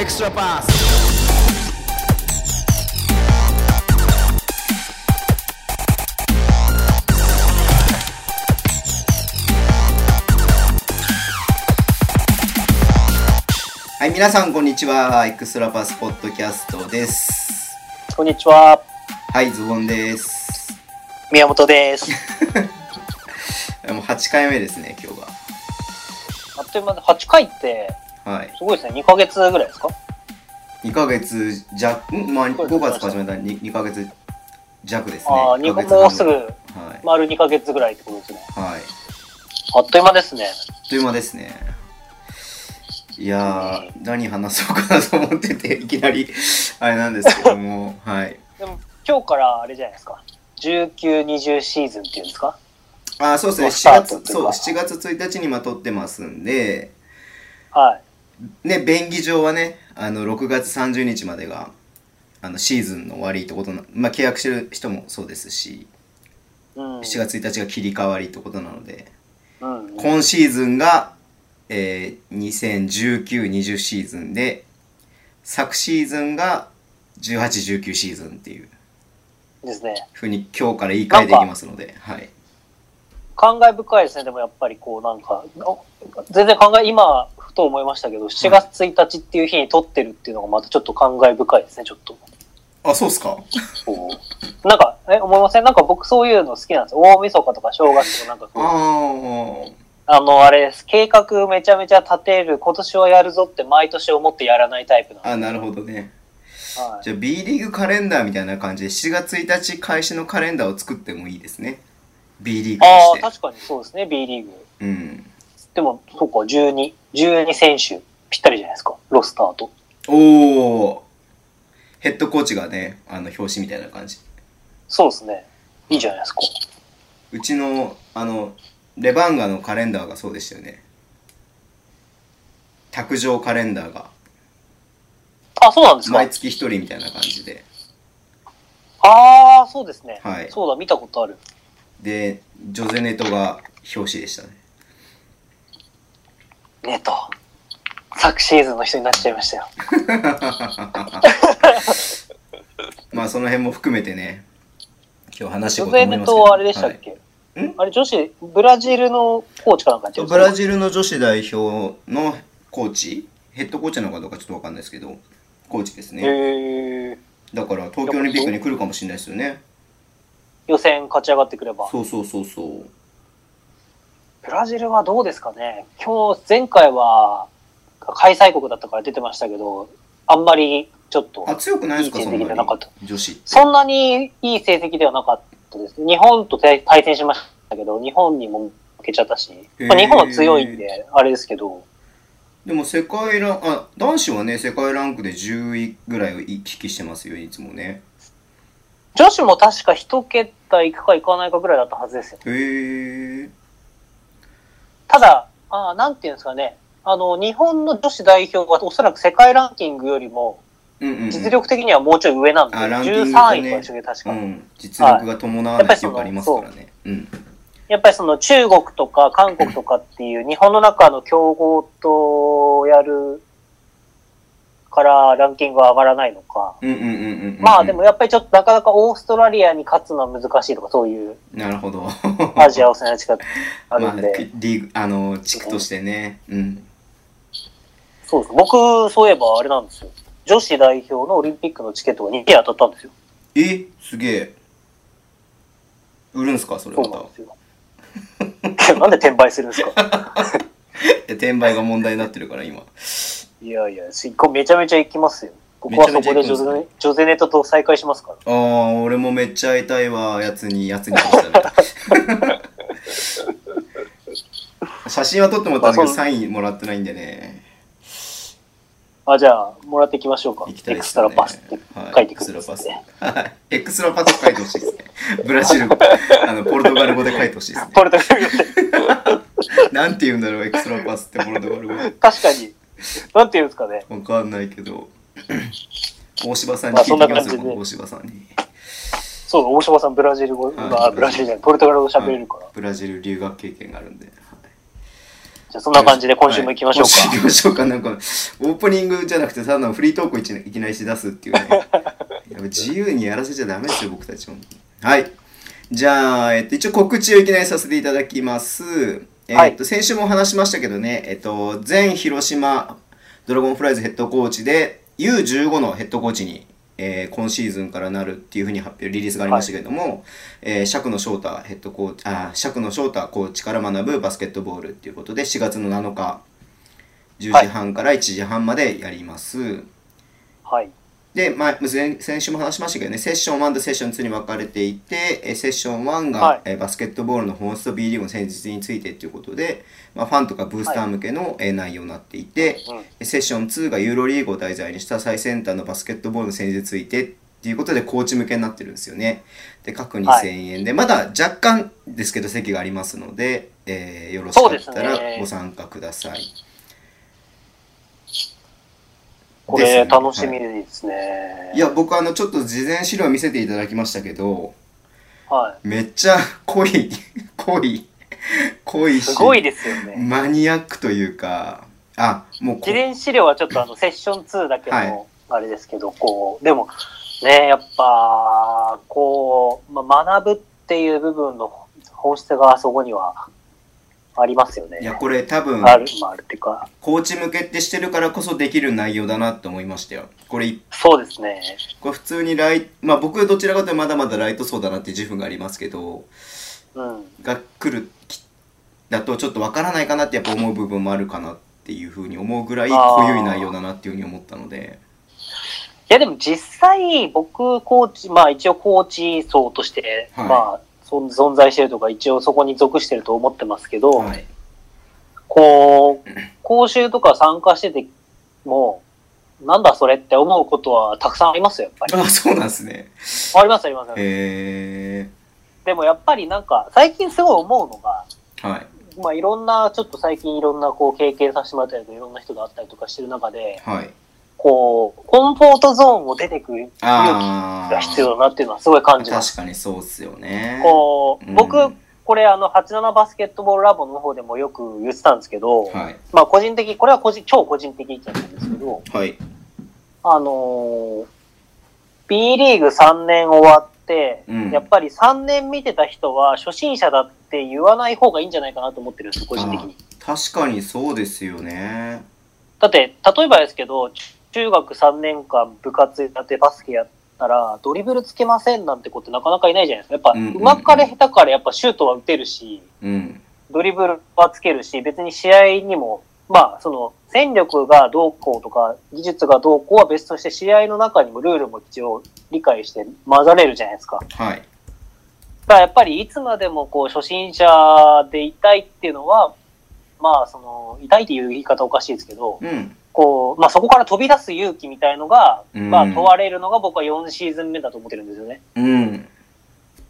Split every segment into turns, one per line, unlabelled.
extra pass.
Extra Pass はい、皆さんこんにちは。エクストラパスポッドキャストです。
こんにちは、
はい、ズボンです。
宮本です。
もう8回目ですね、今日
あっという間で8回って、
が。はい。
すごいですね、2ヶ月ぐらいですか
2ヶ月弱、んまあ、
そうです
5月始めた 2, 2ヶ月弱ですね。
ああ、
二
2
ヶ
個
月半
もうすぐ、
はい。
丸2ヶ月ぐらいってことですね。
はい。
あっという間ですね。
あっという間ですね。いやー、何話そうかなと思ってて、いきなり、あれなんですけども、はい。
でも、今日からあれじゃないですか。19、20シーズンっていうんですか
あー、そうですね、
スタート
7
って
月、
いう
そう、
か
7月1日にまとってますんで、
はい。
ね、便宜上はね、あの、6月30日までが、あの、シーズンの終わりってことな、まあ、契約してる人もそうですし、
うん。
7月1日が切り替わりってことなので、
うん。
今シーズンが、えー、2019-20シーズンで、昨シーズンが18-19シーズンっていう
ですね。
ふうに今日から言い換えていきますので、はい。
感慨深いですね、でもやっぱりこう、なんか、お全然考え、今、ふと思いましたけど、7月1日っていう日に撮ってるっていうのがまたちょっと感慨深いですね、ちょっと。
あ、そうっすか
こうなんか、え、思いませんなんか僕そういうの好きなんですよ。大晦日とか正月とかなんかこう、
あ
あの、あれです。計画めちゃめちゃ立てる、今年はやるぞって毎年思ってやらないタイプなん
あ、
で。
あ、なるほどね。
はい
じゃあ B リーグカレンダーみたいな感じで7月1日開始のカレンダーを作ってもいいですね。B リーグと
あ
し
あ、
て。
確かにそうですね、B リーグ。
うん。
でも、そうか、12、12選手、ぴったりじゃないですか、ロスターと。
おお。ヘッドコーチがね、あの表紙みたいな感じ。
そうですね。いいじゃないですか。
うちのあのレバンガのカレンダーがそうでしたよね。卓上カレンダーが
あ、そうなんですか。
毎月一人みたいな感じで。
ああ、そうですね、
はい
そうだ、見たことある。
で、ジョゼネトが表紙で したね。
ネット。昨シーズンの人になっちゃいましたよ。
まあその辺も含めてね、今日話して
ジ
いこうと思
ョ
い
ゼ
ますけ
ネ
ど
トはあれでしたっけ、
はいん
あれ、女子、ブラジルのコーチかなんかやってるんで
ブ
すか
ラジルの女子代表のコーチヘッドコーチなのかどうかちょっとわかんないですけどコーチですね
へえ
だから東京オリンピックに来るかもしれないですよね
予選勝ち上がってくれば。
そうそうそうそう
ブラジルはどうですかね今日、前回は開催国だったから出てましたけど、あんまりちょっと
あ、強くないですか
いい
そ
成
ん
績じ
な
ゃなかっ
に
た
女子って
そんなにいい成績ではなかったです。日本と対対戦しましたけど、日本にも負けちゃったし、
へー
まあ、日本は強いんで、あれですけど、
でも世界ランあ男子はね世界ランクで10位ぐらいを行き来してますよいつもね
女子も確か一桁いくかいかないかぐらいだったはずですよ。
へえ
ただ、あーなんていうんですかね、あの、日本の女子代表はおそらく世界ランキングよりも、
うんうん、うん、
実力的にはもうちょい上なんで、
あランキングとね
13位とかでしたっけ確か。
うん実力が伴わない記憶ありますからね、うん
やっぱりその中国とか韓国とかっていう日本の中の競合とやるからランキングは上がらないのか。
うんうんうんうんうんうん
まあでもやっぱりちょっとなかなかオーストラリアに勝つのは難しいとかそういう
なるほど
アジアをせない力ある ん
まあ、
で。
くリーグあの地区としてね、うん、
そうです。僕、そういえばあれなんですよ。女子代表のオリンピックのチケットが2件当たったんですよ。
えすげえ売るんすかそれ
そ
ま
う
た
なんですよ。 なんで転売するんですか
え転売が問題になってるから今
いやいや、しこうめちゃめちゃ行きますよ。ここはそこでジョゼネジョゼネタと再会しますから。
ああ俺もめっちゃ会いたいわやつにやつにでしたね 写真は撮ってもらったんだけ
まあ
ど
その
サインもらってないんでね
あ、じゃあ、もらっていきましょうか。
行きたい
エ
で
クス
す
ト
よ
ラ
ね
パスって書いてくるん
はエクスト
です
ラパス
ね。
はいエクストラパス書いてほしいですねブラジル語あのポルトガル語で書いてほしい ですね
ポルトガル語で
なんて言うんだろうエクストラパスってポルトガル語で
確かに。なんていうんですかね。
わかんないけ ど。大柴さんに聞いてきますよ、
まあそんな感じで
大柴さんに。
そう、大島さん、ブラジル語、
はい
まあブラジルじゃない、ポルトガル語喋れるから。
ブラジル留学経験があるんで。はい
じゃあそんな感じで今週も行きましょう
はい今週行きましょうか。なんか、オープニングじゃなくて、ただのフリートークいきないきなりし出すっていう ね。やっぱ自由にやらせちゃダメですよ、僕たちも。はい。じゃあ、えっと、一応告知をいきなりさせていただきます。え
はい
っと、先週も話しましたけどね、えっと、前広島ドラゴンフライズヘッドコーチで、U15 のヘッドコーチに、えー今シーズンからなるっていうふうに発表、リリースがありましたけれども、えー、釈野翔太ヘッドコーチ、あー、釈野翔太コーチから学ぶバスケットボールっていうことで、4月の7日、10時半から1時半までやります。
はい。
で、まあ、前先週も話しましたけどね、セッション1とセッション2に分かれていて、えーセッション1が、
はい
えーバスケットボールの本質と B リーグの戦術についてということで、まあ、ファンとかブースター向けの、えー内容になっていて、
うん。
セッション2がユーロリーグを題材にした最先端のバスケットボールの戦術についてっていうことでコーチ向けになってるんですよね。で、各2000円で、まだ若干ですけど席がありますので、えーよろしかった
そうです
ら
ね
ご参加ください。
こ
です
れ
ね
楽しみですね。
いや、僕あの、ちょっと事前資料見せていただきましたけど、
は
めっちゃ濃い、 濃い、濃い
い。す
し、
ごいですよね。
マニアックというか、あ、もうこ
事前資料はちょっとあのセッション2だけ
はい
のあれですけど、こう、でもね、やっぱ、こう、まあ、学ぶっていう部分の本質がそこにはありますよね。
いや、これ多分、
ある、まあ、あるっていうか、
コーチ向けってしてるからこそできる内容だなって思いましたよ。これ、
そうですね。
これ普通にライ、まあ僕どちらかというとまだまだライトそうだなっていう自負がありますけど、
うん。
が来るき、だとちょっとわからないかなってやっぱ思う部分もあるかなっていうふうに思うぐらい
あー
濃ゆい内容だなっていうふうに思ったので、
いやでも実際僕コーチまあ一応コーチ層として、
はい
まあそん存在してるとか一応そこに属してると思ってますけど、
はい。
こう講習とか参加しててもなんだそれって思うことはたくさんありますよやっぱり
あ、そうなんですね。
ありますあります、
え
でもやっぱりなんか最近すごい思うのが
ー、はい。
まあいろんなちょっと最近いろんなこう経験させてもらったりとかいろんな人があったりとかしてる中で
はい。
こうコンフォートゾーンを出てくる勇
ああ
気が必要だなっていうのはすごい感じます
確かにそうっすよね。
こう、
うん
僕、これあの、87バスケットボールラボの方でもよく言ってたんですけど、
はい。
まあ個人的、これは個人、超個人的意見なんですけど、
はい。
あのー、B リーグ3年終わって、
うん
やっぱり3年見てた人は初心者だって言わない方がいいんじゃないかなと思ってるんですよ、個人的に。
確かにそうですよね。
だって、例えばですけど、中学3年間部活やってバスケやったら、ドリブルつけませんなんて子ってなかなかいないじゃないですか。やっぱ、
うんうんうん
うまかれ下手かれやっぱシュートは打てるし、
うん。
ドリブルはつけるし、別に試合にも、まあ、その、戦力がどうこうとか、技術がどうこうは別として、試合の中にもルールも一応理解して混ざれるじゃないですか。だ
はい。
からやっぱり、いつまでもこう、初心者でいたいっていうのは、まあ、その、いたいっていう言い方おかしいですけど、
うん。
こう、まあそこから飛び出す勇気みたいのが、
うん
まあ問われるのが僕は4シーズン目だと思ってるんですよね。
うん。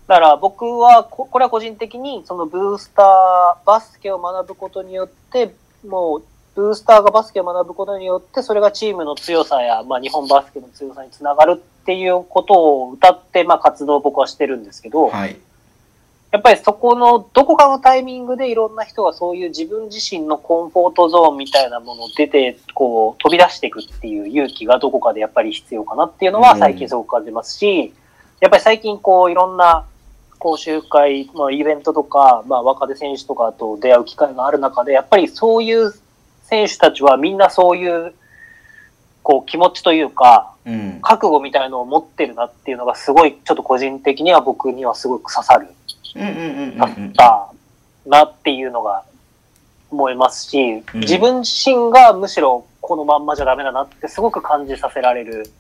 だから僕はこ、これは個人的に、そのブースター、バスケを学ぶことによって、もう、ブースターがバスケを学ぶことによって、それがチームの強さや、まあ、日本バスケの強さにつながるっていうことを歌って、まあ、活動を僕はしてるんですけど、
はい。
やっぱりそこの、どこかのタイミングでいろんな人がそういう自分自身のコンフォートゾーンみたいなものを出て、こう、飛び出していくっていう勇気がどこかでやっぱり必要かなっていうの
う
は
ん
最近すごく感じますし、やっぱり最近こう、いろんな講習会、まあ、イベントとか、まあ、若手選手とかと出会う機会がある中で、やっぱりそういう選手たちはみんなそういう、こう、気持ちというか、
うん。
覚悟みたいのを持ってるなっていうのがすごい、ちょっと個人的には僕にはすごく刺さる。
うんうんうんうん
だ
うん
っ。たなっていうのが思いますし、
うん
自分自身がむしろこのまんまじゃダメだなってすごく感じさせられる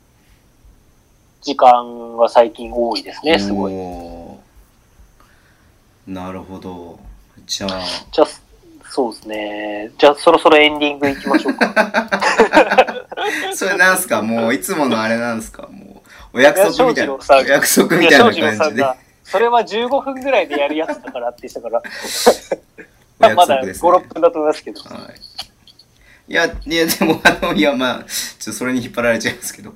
時間が最近多いですね、すごい。
おーなるほど。じゃあ、
じゃあ、そうですね。じゃあそろそろエンディングいきまし ょうか。
それなんすかもういつものあれなんすかもう、お約束みたいな。
いや庄司郎さん
お約束み
い
た
や、
い
庄司郎
な
さ
感
ん
じで。
が、それは15分ぐらいでやるやつだからって言ってたから、
お約
まだ
束
5、
です、ね。
6分だと思いますけど。
はい。いや、いや、でも、あの、いや、まあ、ちょっとそ れに引っ張られちゃいますけど。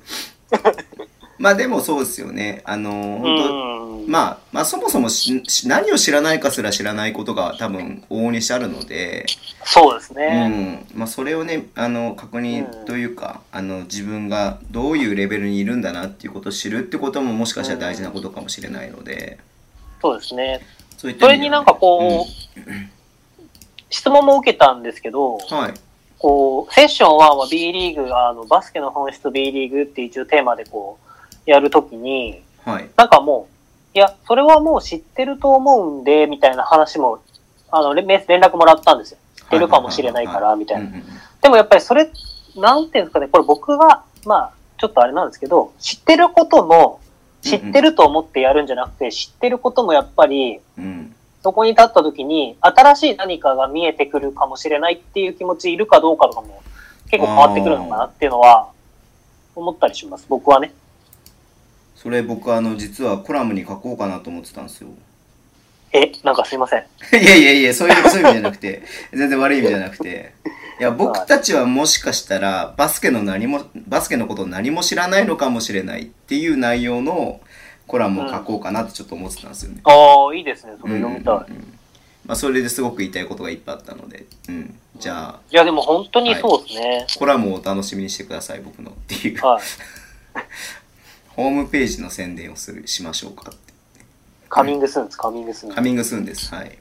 まあ、でもそうですよね。あの、
う
本当
ん。
まあ、まあ、そもそもしし何を知らないかすら知らないことが多分往々にしてあるので、
そうです
う
ね。
んまあ、それをねあの確認というか、あの自分がどういうレベルにいるんだなっていうことを知るってことももしかしたら大事なことかもしれないので、
そうですね。
そういった
そ
意
れ
味で
にな
は
んかこう、質問も受けたんですけど、
はい
こう、セッション1は B リーグ、あの、バスケの本質 B リーグって一応テーマでこう、やるときに、
はい
なんかもう、いや、それはもう知ってると思うんで、みたいな話も、あの、れメ連絡もらったんですよ。知ってるかもしれないから、みたいな。
うんうん
でもやっぱりそれ、なんていうんですかね、これ僕が、まあ、ちょっとあれなんですけど、知ってることも、知ってると思ってやるんじゃなくて、知ってることもやっぱり、
うん
そこに立った時に、新しい何かが見えてくるかもしれないっていう気持ちいるかどうかとかも、結構変わってくるのかなっていうのは、思ったりします、僕はね。
それ僕あの実はコラムに書こうかなと思ってたんですよ
え、なんかすいません。
いやいやいやそういうそういう意味じゃなくて全然悪い意味じゃなくていや僕たちはもしかしたらバスケの何もバスケのことを何も知らないのかもしれないっていう内容のコラムを書こうかなってちょっと思ってたんですよね、
ああ、いいですね、それ読みたい。
うんうんうんまあ、それですごく言いたいことがいっぱいあったので、うん、じゃあ
いや、でも本当にそうですね。
コラムをお楽しみにしてください僕のっていう
はい。
ホームページの宣伝をするしましょうかって
カミングスーンです、カミングスーン。
カミングスーンですはい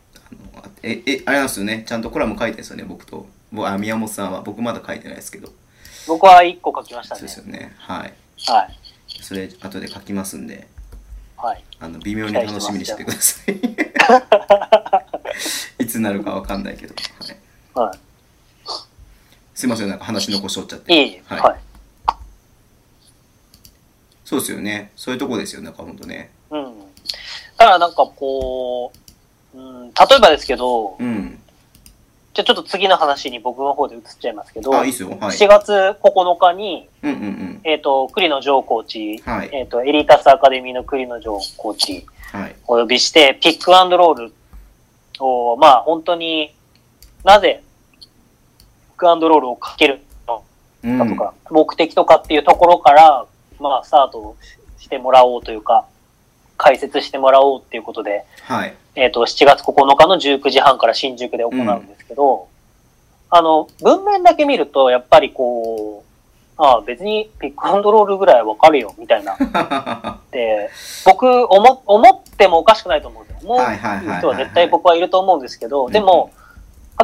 あのあええあれなんですよねちゃんとコラム書いてるんですよね僕と僕あ宮本さんは僕まだ書いてないですけど
僕は1個書きました
そう
ね
で。すよねはい
はい。
それ後で書きますんで
はい。
あの微妙に楽しみにしてくださ いいつなるかわかんないけど、はい、
は
すいませんなんか話残しおっちゃっ
い。
て
いい。
はい
はい。
そうですよねそういうとこですよねなんかほんとね
うん。ただなんかこう、うん、例えばですけど、
うん
じゃあちょっと次の話に僕の方で移っちゃいますけど、
あいいっすよはい
7月9日に、
うんうんうん
えっ、と、栗野城コーチ、
はい
えっ、と、エリータスアカデミーの栗野城コーチ、
はい
お呼びして、ピックアンドロールを、まあ本当になぜ、ピックアンドロールをかけるの
うん
かとか、目的とかっていうところから、まあ、スタートししてもらおうというか、解説してもらおうっていうことで、
はい
えっ、と、7月9日の19時半から新宿で行うんですけど、あの、文面だけ見ると、やっぱりこう、ああ、別にピックアンドロールぐらいわかるよ、みたいな。 で、僕、思、思ってもおかしくないと思うんですよ。思う
はいはいはいはいはい
人は絶対僕はいると思うんですけど、
ん
でも、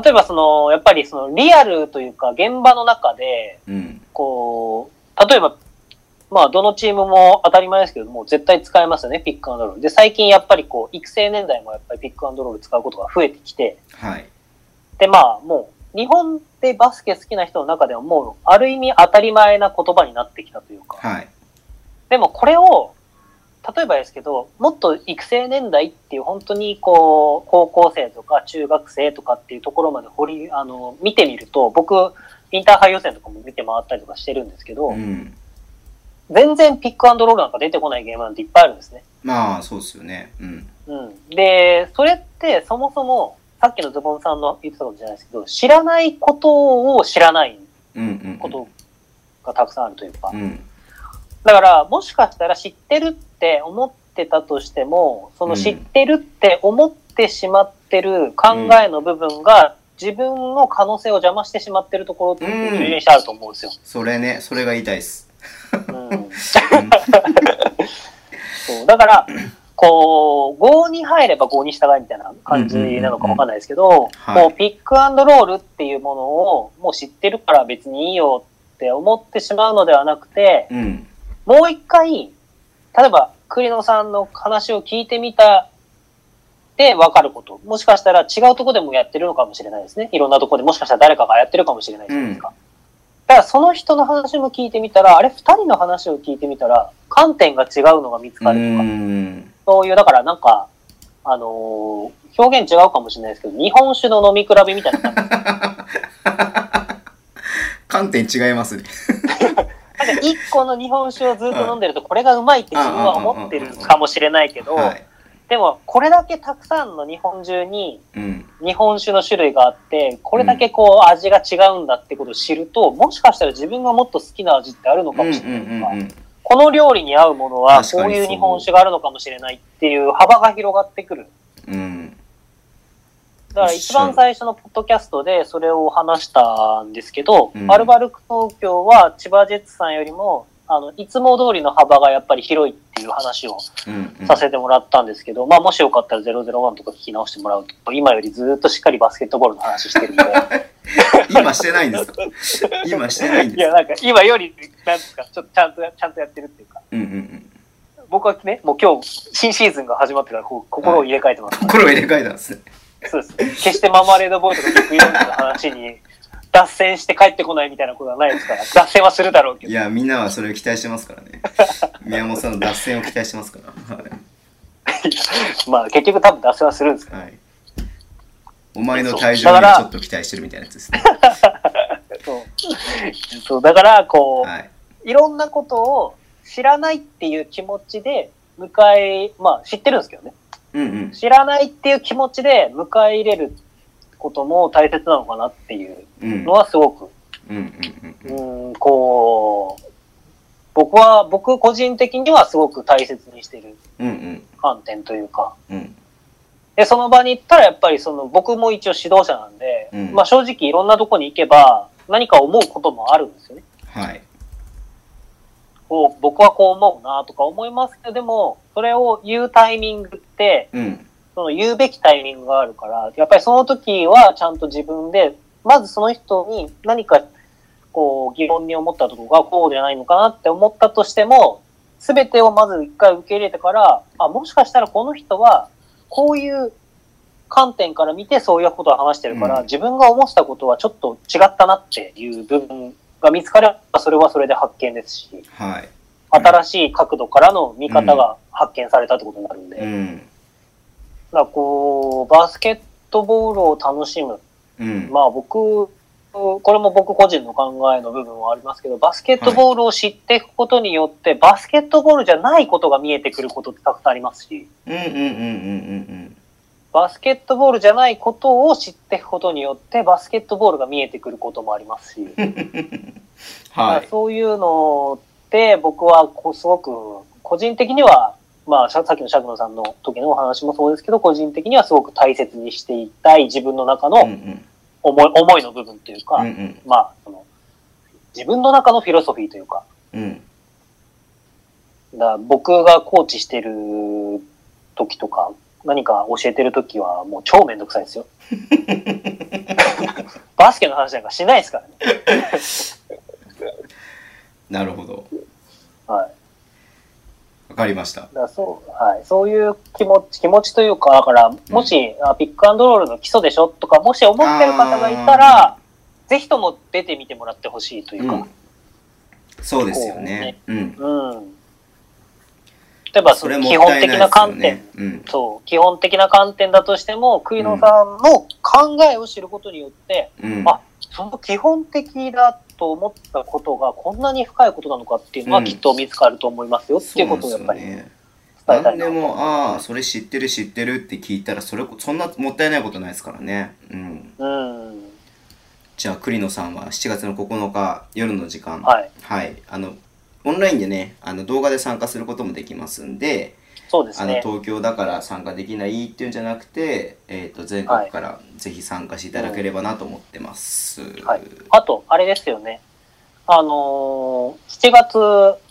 例えばその、やっぱりその、リアルというか、現場の中で、
うん
こう、例えば、まあ、どのチームも当たり前ですけども、絶対使えますよね、ピックアンドロール。で、最近やっぱりこう、育成年代もやっぱりピックアンドロール使うことが増えてきて、
はい
で、まあ、もう、日本でバスケ好きな人の中ではもう、ある意味当たり前な言葉になってきたというか。
はい
でも、これを、例えばですけど、もっと育成年代っていう、本当にこう、高校生とか中学生とかっていうところまで掘り、あの、見てみると、僕、インターハイ予選とかも見て回ったりとかしてるんですけど、
うん
全然ピックアンドロールなんか出てこないゲームなんていっぱいあるんですね。
まあそうですよねうん
うん。で、それってそもそも、さっきのズボンさんの言ってたことじゃないですけど、知らないことを知らない
うんうんうん
ことがたくさんあるというか
う。ん
だから、もしかしたら知ってるって思ってたとしても、その知ってるって思ってしまってる考えの部分が、自分の可能性を邪魔してしまってるところって
うん
充電してあると思うんですよ。
それねそれが言いたいです
うん
うん
そう。だから、こう、5に入れば5に従いみたいな感じなのかわかんないですけど、
はい
もうピックアンドロールっていうものをもう知ってるから別にいいよって思ってしまうのではなくて、
うん
もう一回、例えば栗野さんの話を聞いてみたで分かること、もしかしたら違うとこでもやってるのかもしれないですね。いろんなとこでもしかしたら誰かがやってるかもしれないじゃないですか。だからその人の話も聞いてみたら、あれ二人の話を聞いてみたら、観点が違うのが見つ
う
かるとか、
ん
そういう、だからなんか、あのー表現違うかもしれないですけど、日本酒の飲み比べみたいな 感じ。
観点違いますね
なんか一個の日本酒をずっと飲んでると、これがうまいって自分は思ってるかもしれないけど、
はい
でも、これだけたくさんの日本中に
うん
日本酒の種類があって、これだけこう味が違うんだってことを知ると、もしかしたら自分がもっと好きな味ってあるの
う
か
んう
も
ん
しれないとか、
うんうん
この料理に合うものは、
確
こ
かにそう
ういう日本酒があるのかもしれないっていう幅が広がってくる。
うん。
だから一番最初のポッドキャストでそれを話したんですけど、
うん
アルバルク東京は千葉ジェッツさんよりも、あの、いつも通りの幅がやっぱり広いっていう話を
うん、うん。
させてもらったんですけど、まあもしよかったら001とか聞き直してもらうと、今よりずっとしっかりバスケットボールの話してるんで、
今してないんですか今 してないん
い
です
やなんか今より、なんですか、ちょっとちゃんと、ちゃんとやってるっていうか、
うんうんうん。
僕はね、もう今日、新シーズンが始まってからこう心を入れ替えてます。
心を入れ替えたんですね。
そうです。決してマーマレードボーイとかビッグイベントの話に、脱線して帰ってこないみたいなことはないで すから、脱線はするだろうけ
い
ど。
や、みんなはそれを期待してますからね。宮本さんの脱線を期待してますから。はい。
まあ結局多分脱線はするんですけ
はい、お前の
そう
体重に
だから
ちょっと期待してるみたいなやつですね。
ど。そう。そう、だから、こう、
はい。
い、ろんなことを知らないっていう気持ちで、迎え、まあ知ってるんですけどね。
うんうん。
知らないっていう気持ちで迎え入れることも大切なのかなっていう
うん。うん
のはすごく
うん
う
うん
ーん、こう、僕は、僕個人的にはすごく大切にしてる
うん。うん
観点というか、
うん。
で、その場に行ったらやっぱりその、僕も一応指導者なんで、
うん
まあ正直いろんなとこに行けば、何か思うこともあるんですよね。
はい。
こう、僕はこう思うなとか思いますけど、でも、それを言うタイミングって、
うん。
その言うべきタイミングがあるから、やっぱりその時はちゃんと自分で、まずその人に何かこう疑問に思ったところがこうじゃないのかなって思ったとしても、すべてをまず一回受け入れてから、あ、もしかしたらこの人はこういう観点から見てそういうことを話してるから、
うん
自分が思ってたことはちょっと違ったなっていう部分が見つかれば、それはそれで発見ですし、
はい。
新しい角度からの見方が発見されたってことになるんで、
うん。
だからこう、バスケットボールを楽しむ。
うん。
まあ僕、これも僕個人の考えの部分はありますけど、バスケットボールを知っていくことによって、バスケットボールじゃないことが見えてくることってたくさんありますし、
うんうんうんうん
バスケットボールじゃないことを知っていくことによって、バスケットボールが見えてくることもありますし、
うんうん。
ま
は
あ
い。
そういうのって僕はこうすごく、個人的には、まあ、ささっきのシャクノさんの時のお話もそうですけど、個人的にはすごく大切にしていたい自分の中
う
の、
んうん
思い思いの部分というか、
うんうん
まあその、自分の中のフィロソフィーというか、
うん
だから僕がコーチしてる時とか、何か教えてる時はもう超めんどくさ いですよ。バスケの話なんかしないですからね。
なるほど。
はい。
わかりました。
だからそう、はい。そういう気持ち、気持ちというか、だから、もし、あピックアンドロールの基礎でしょとか、もし思ってる方がいたら、ぜひとも出てみてもらってほしいというか、
うん。そうですよね。うん。
うん。例えば、そ
それ
の
もっ
基
た
本
い
的
ない
な観
ですよ
点
ね。うん。
そう、基本的な観点だとしても、栗野さんの考えを知ることによって、
うん。
あその基本的だと思ったことがこんなに深いことなのかっていうの
う
は
ん
きっと見つかると思いますよっていうことをやっぱり
そうなんですよ
伝
ね
えたいな
何でも、ああ、それ知ってる知ってるって聞いたら、それこ、そんなもったいないことないですからね。うん。
うん。
じゃあ、栗野さんは7月の9日夜の時間、
はい。
はい、あの、オンラインでね、あの動画で参加することもできますんで、
そうです
あの
ね。
東京だから参加できないっていうんじゃなくて、えっ、と、全国からぜひ参加していただければなと思ってます。
はいあと、あれですよね。あのー、7月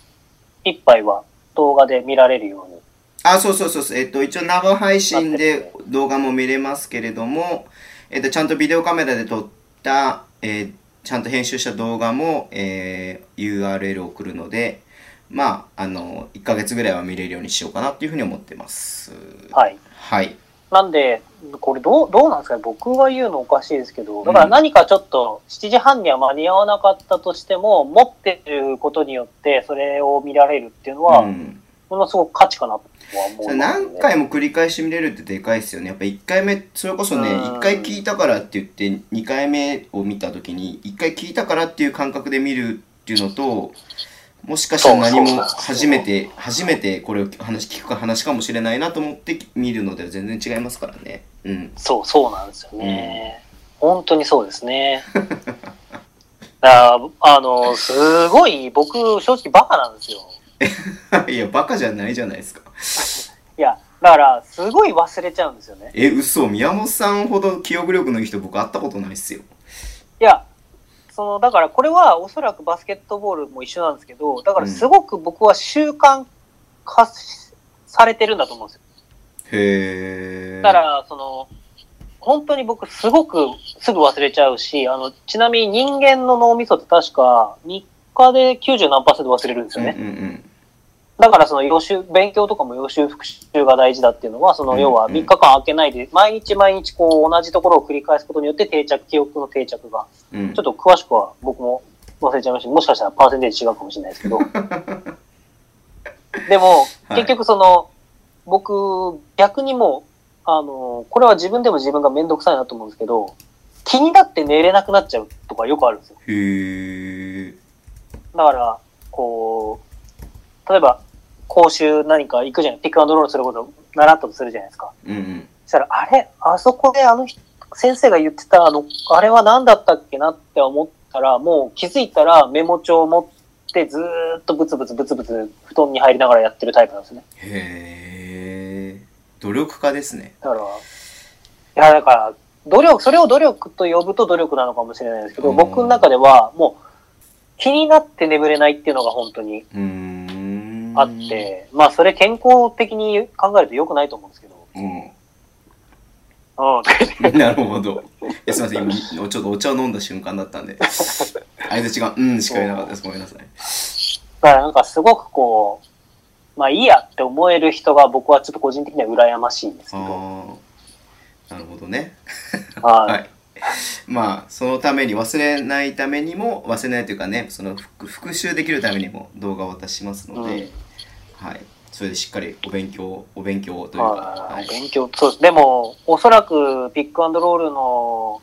いっぱいは動画で見られるように。
あ、そうそうそうそう。えっと、一応生配信で動画も見れますけれども、えっと、ちゃんとビデオカメラで撮った、えーちゃんと編集した動画も、えー URL を送るので、まあ、あの、1ヶ月ぐらいは見れるようにしようかなっていうふうに思ってます。
はい。
はい。
なんで、これどう、どうなんですかね僕が言うのおかしいですけど、だから何かちょっと7時半には間に合わなかったとしても、持ってることによってそれを見られるっていうのは、
うん、
ものすごく価値かなとは思、
そうれ何回も繰り返し見れるってでかいですよね。やっぱ1回目、それこそね、
うん
1回聞いたからって言って、2回目を見たときに、1回聞いたからっていう感覚で見るっていうのと、もしかしたら何
そう
も
そうそう
初めて、初めてこれを話聞くか話かもしれないなと思って見るのでは全然違いますからね。うん。
そう、そうなんですよね。本当にそうですね。だからあの、すごい僕、正直バカなんですよ。
いや、バカじゃないじゃないですか。
いや、だから、すごい忘れちゃうんですよね。
え、嘘、宮本さんほど記憶力のいい人僕会ったことないっすよ。
いや、その、だから、これはおそらくバスケットボールも一緒なんですけど、だから、すごく僕は習慣化しされてるんだと思うんですよ。
へえ。
だから、その、本当に僕、すごくすぐ忘れちゃうし、あの、ちなみに人間の脳みそって確か、3日で90何パーセント忘れるんですよね。
うんうん
だからその予習、勉強とかも予習復習が大事だっていうのは、そ
うん
の
うん
要は3日間空けないで、毎日毎日こう同じところを繰り返すことによって定着、記憶の定着が、
うん。うん
ちょっと詳しくは僕も忘れちゃいました。もしかしたらパーセンテージ違うかもしれない ですけど。でも、
はい
結局その、僕、逆にもう、あの、これは自分でも自分がめんどくさいなと思うんですけど、気になって寝れなくなっちゃうとかよくあるんですよ。
へえ。
だから、こう、例えば、講習何か行くじゃない、ピックアンドロールすることを習ったとするじゃないですか。
うんうん。
そしたら、あれあそこであの人先生が言ってた、あの、あれは何だったっけなって思ったら、もう気づいたらメモ帳を持ってずーっとブツブツブツブツ布団に入りながらやってるタイプなんですね。
へえ。努力家ですね。
だから、いや、だから、努力、それを努力と呼ぶと努力なのかもしれないですけど、
うん
僕の中ではもう気になって眠れないっていうのが本当に
うーん。
あっ。て、まあそれ健康的に考えると良くないと思うんですけど。
う
うん。
ん。 なるほど。いや、すいません。今、ちょっとお茶を飲んだ瞬間だったん で。相槌が、うん、しか言えなかったです。ごめんなさい。
だからなんかすごくこう、まあいいやって思える人が僕はちょっと個人的には羨ましいんですけど。
ああ。なるほどね。は
はい
い。まあ、そのために、忘れないためにも、忘れないというかね、その復復習できるためにも動画を渡しますので、
うん
はい。それでしっかりお勉強、お勉強をというか、
は
はい
い。勉強、そうです。でも、おそらくピックアンドロールの、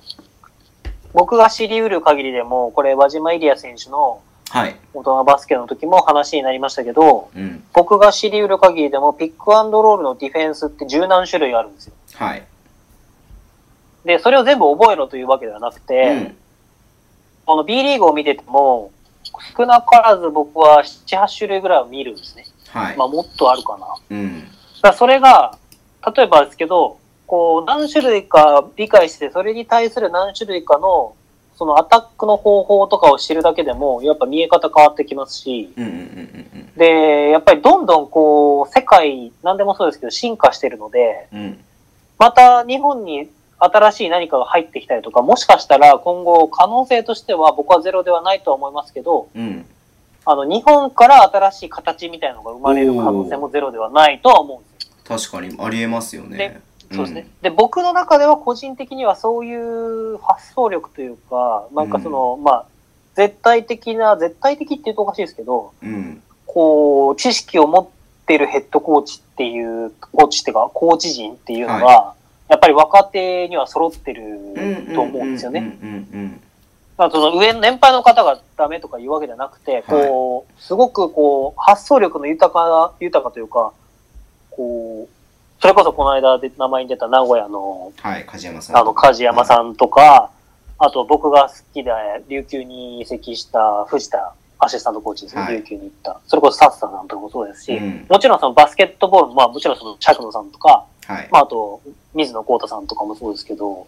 僕が知り得る限りでも、これ輪島イリア選手の
はい。
大人バスケの時も話になりましたけど、
うん。
僕が知り得る限りでもピックアンドロールのディフェンスって十何種類あるんですよ。
はい。
で、それを全部覚えろというわけではなくて、
うん。
この B リーグを見てても、少なからず僕は7、8種類ぐらいを見るんですね。
はい。
まあもっとあるかな。だか
うん。
らそれが、例えばですけど、こう何種類か理解して、それに対する何種類かの、そのアタックの方法とかを知るだけでも、やっぱ見え方変わってきますし、
うんうんうんうん
で、やっぱりどんどんこう、世界、何でもそうですけど、進化してるので、
うん。うん。
また日本に新しい何かが入ってきたりとか、もしかしたら今後可能性としては僕はゼロではないとは思いますけど、
うん。
あの、日本から新しい形みたいなのが生まれる可能性もゼロではないとは思うんですよ。
確かにありえますよね。
そうですね。で、僕の中では個人的にはそういう発想力というか、なんかその、まあ、絶対的な、絶対的って言うとおかしいですけど、
うん。うん。
こう、知識を持ってるヘッドコーチっていう、コーチっていうか、コーチ陣っていうのが、やっぱり若手には揃ってると思うんですよね。
うんうん
まあ、その上、年配の方がダメとかいうわけじゃなくて、こう、すごくこう、発想力の豊かな、豊かというか、こう、それこそこの間で名前に出た名古屋の、
はい、梶山さん。
あの、梶山さんとか、あと僕が好きで、琉球に移籍した藤田アシスタントコーチですね、
はい
琉球に行った。それこそサッサさんとかもそうですし、
うん。
もちろんそのバスケットボールも、まあもちろんその着野さんとか、
はい。
まあ、あと、水野幸太さんとかもそうですけど、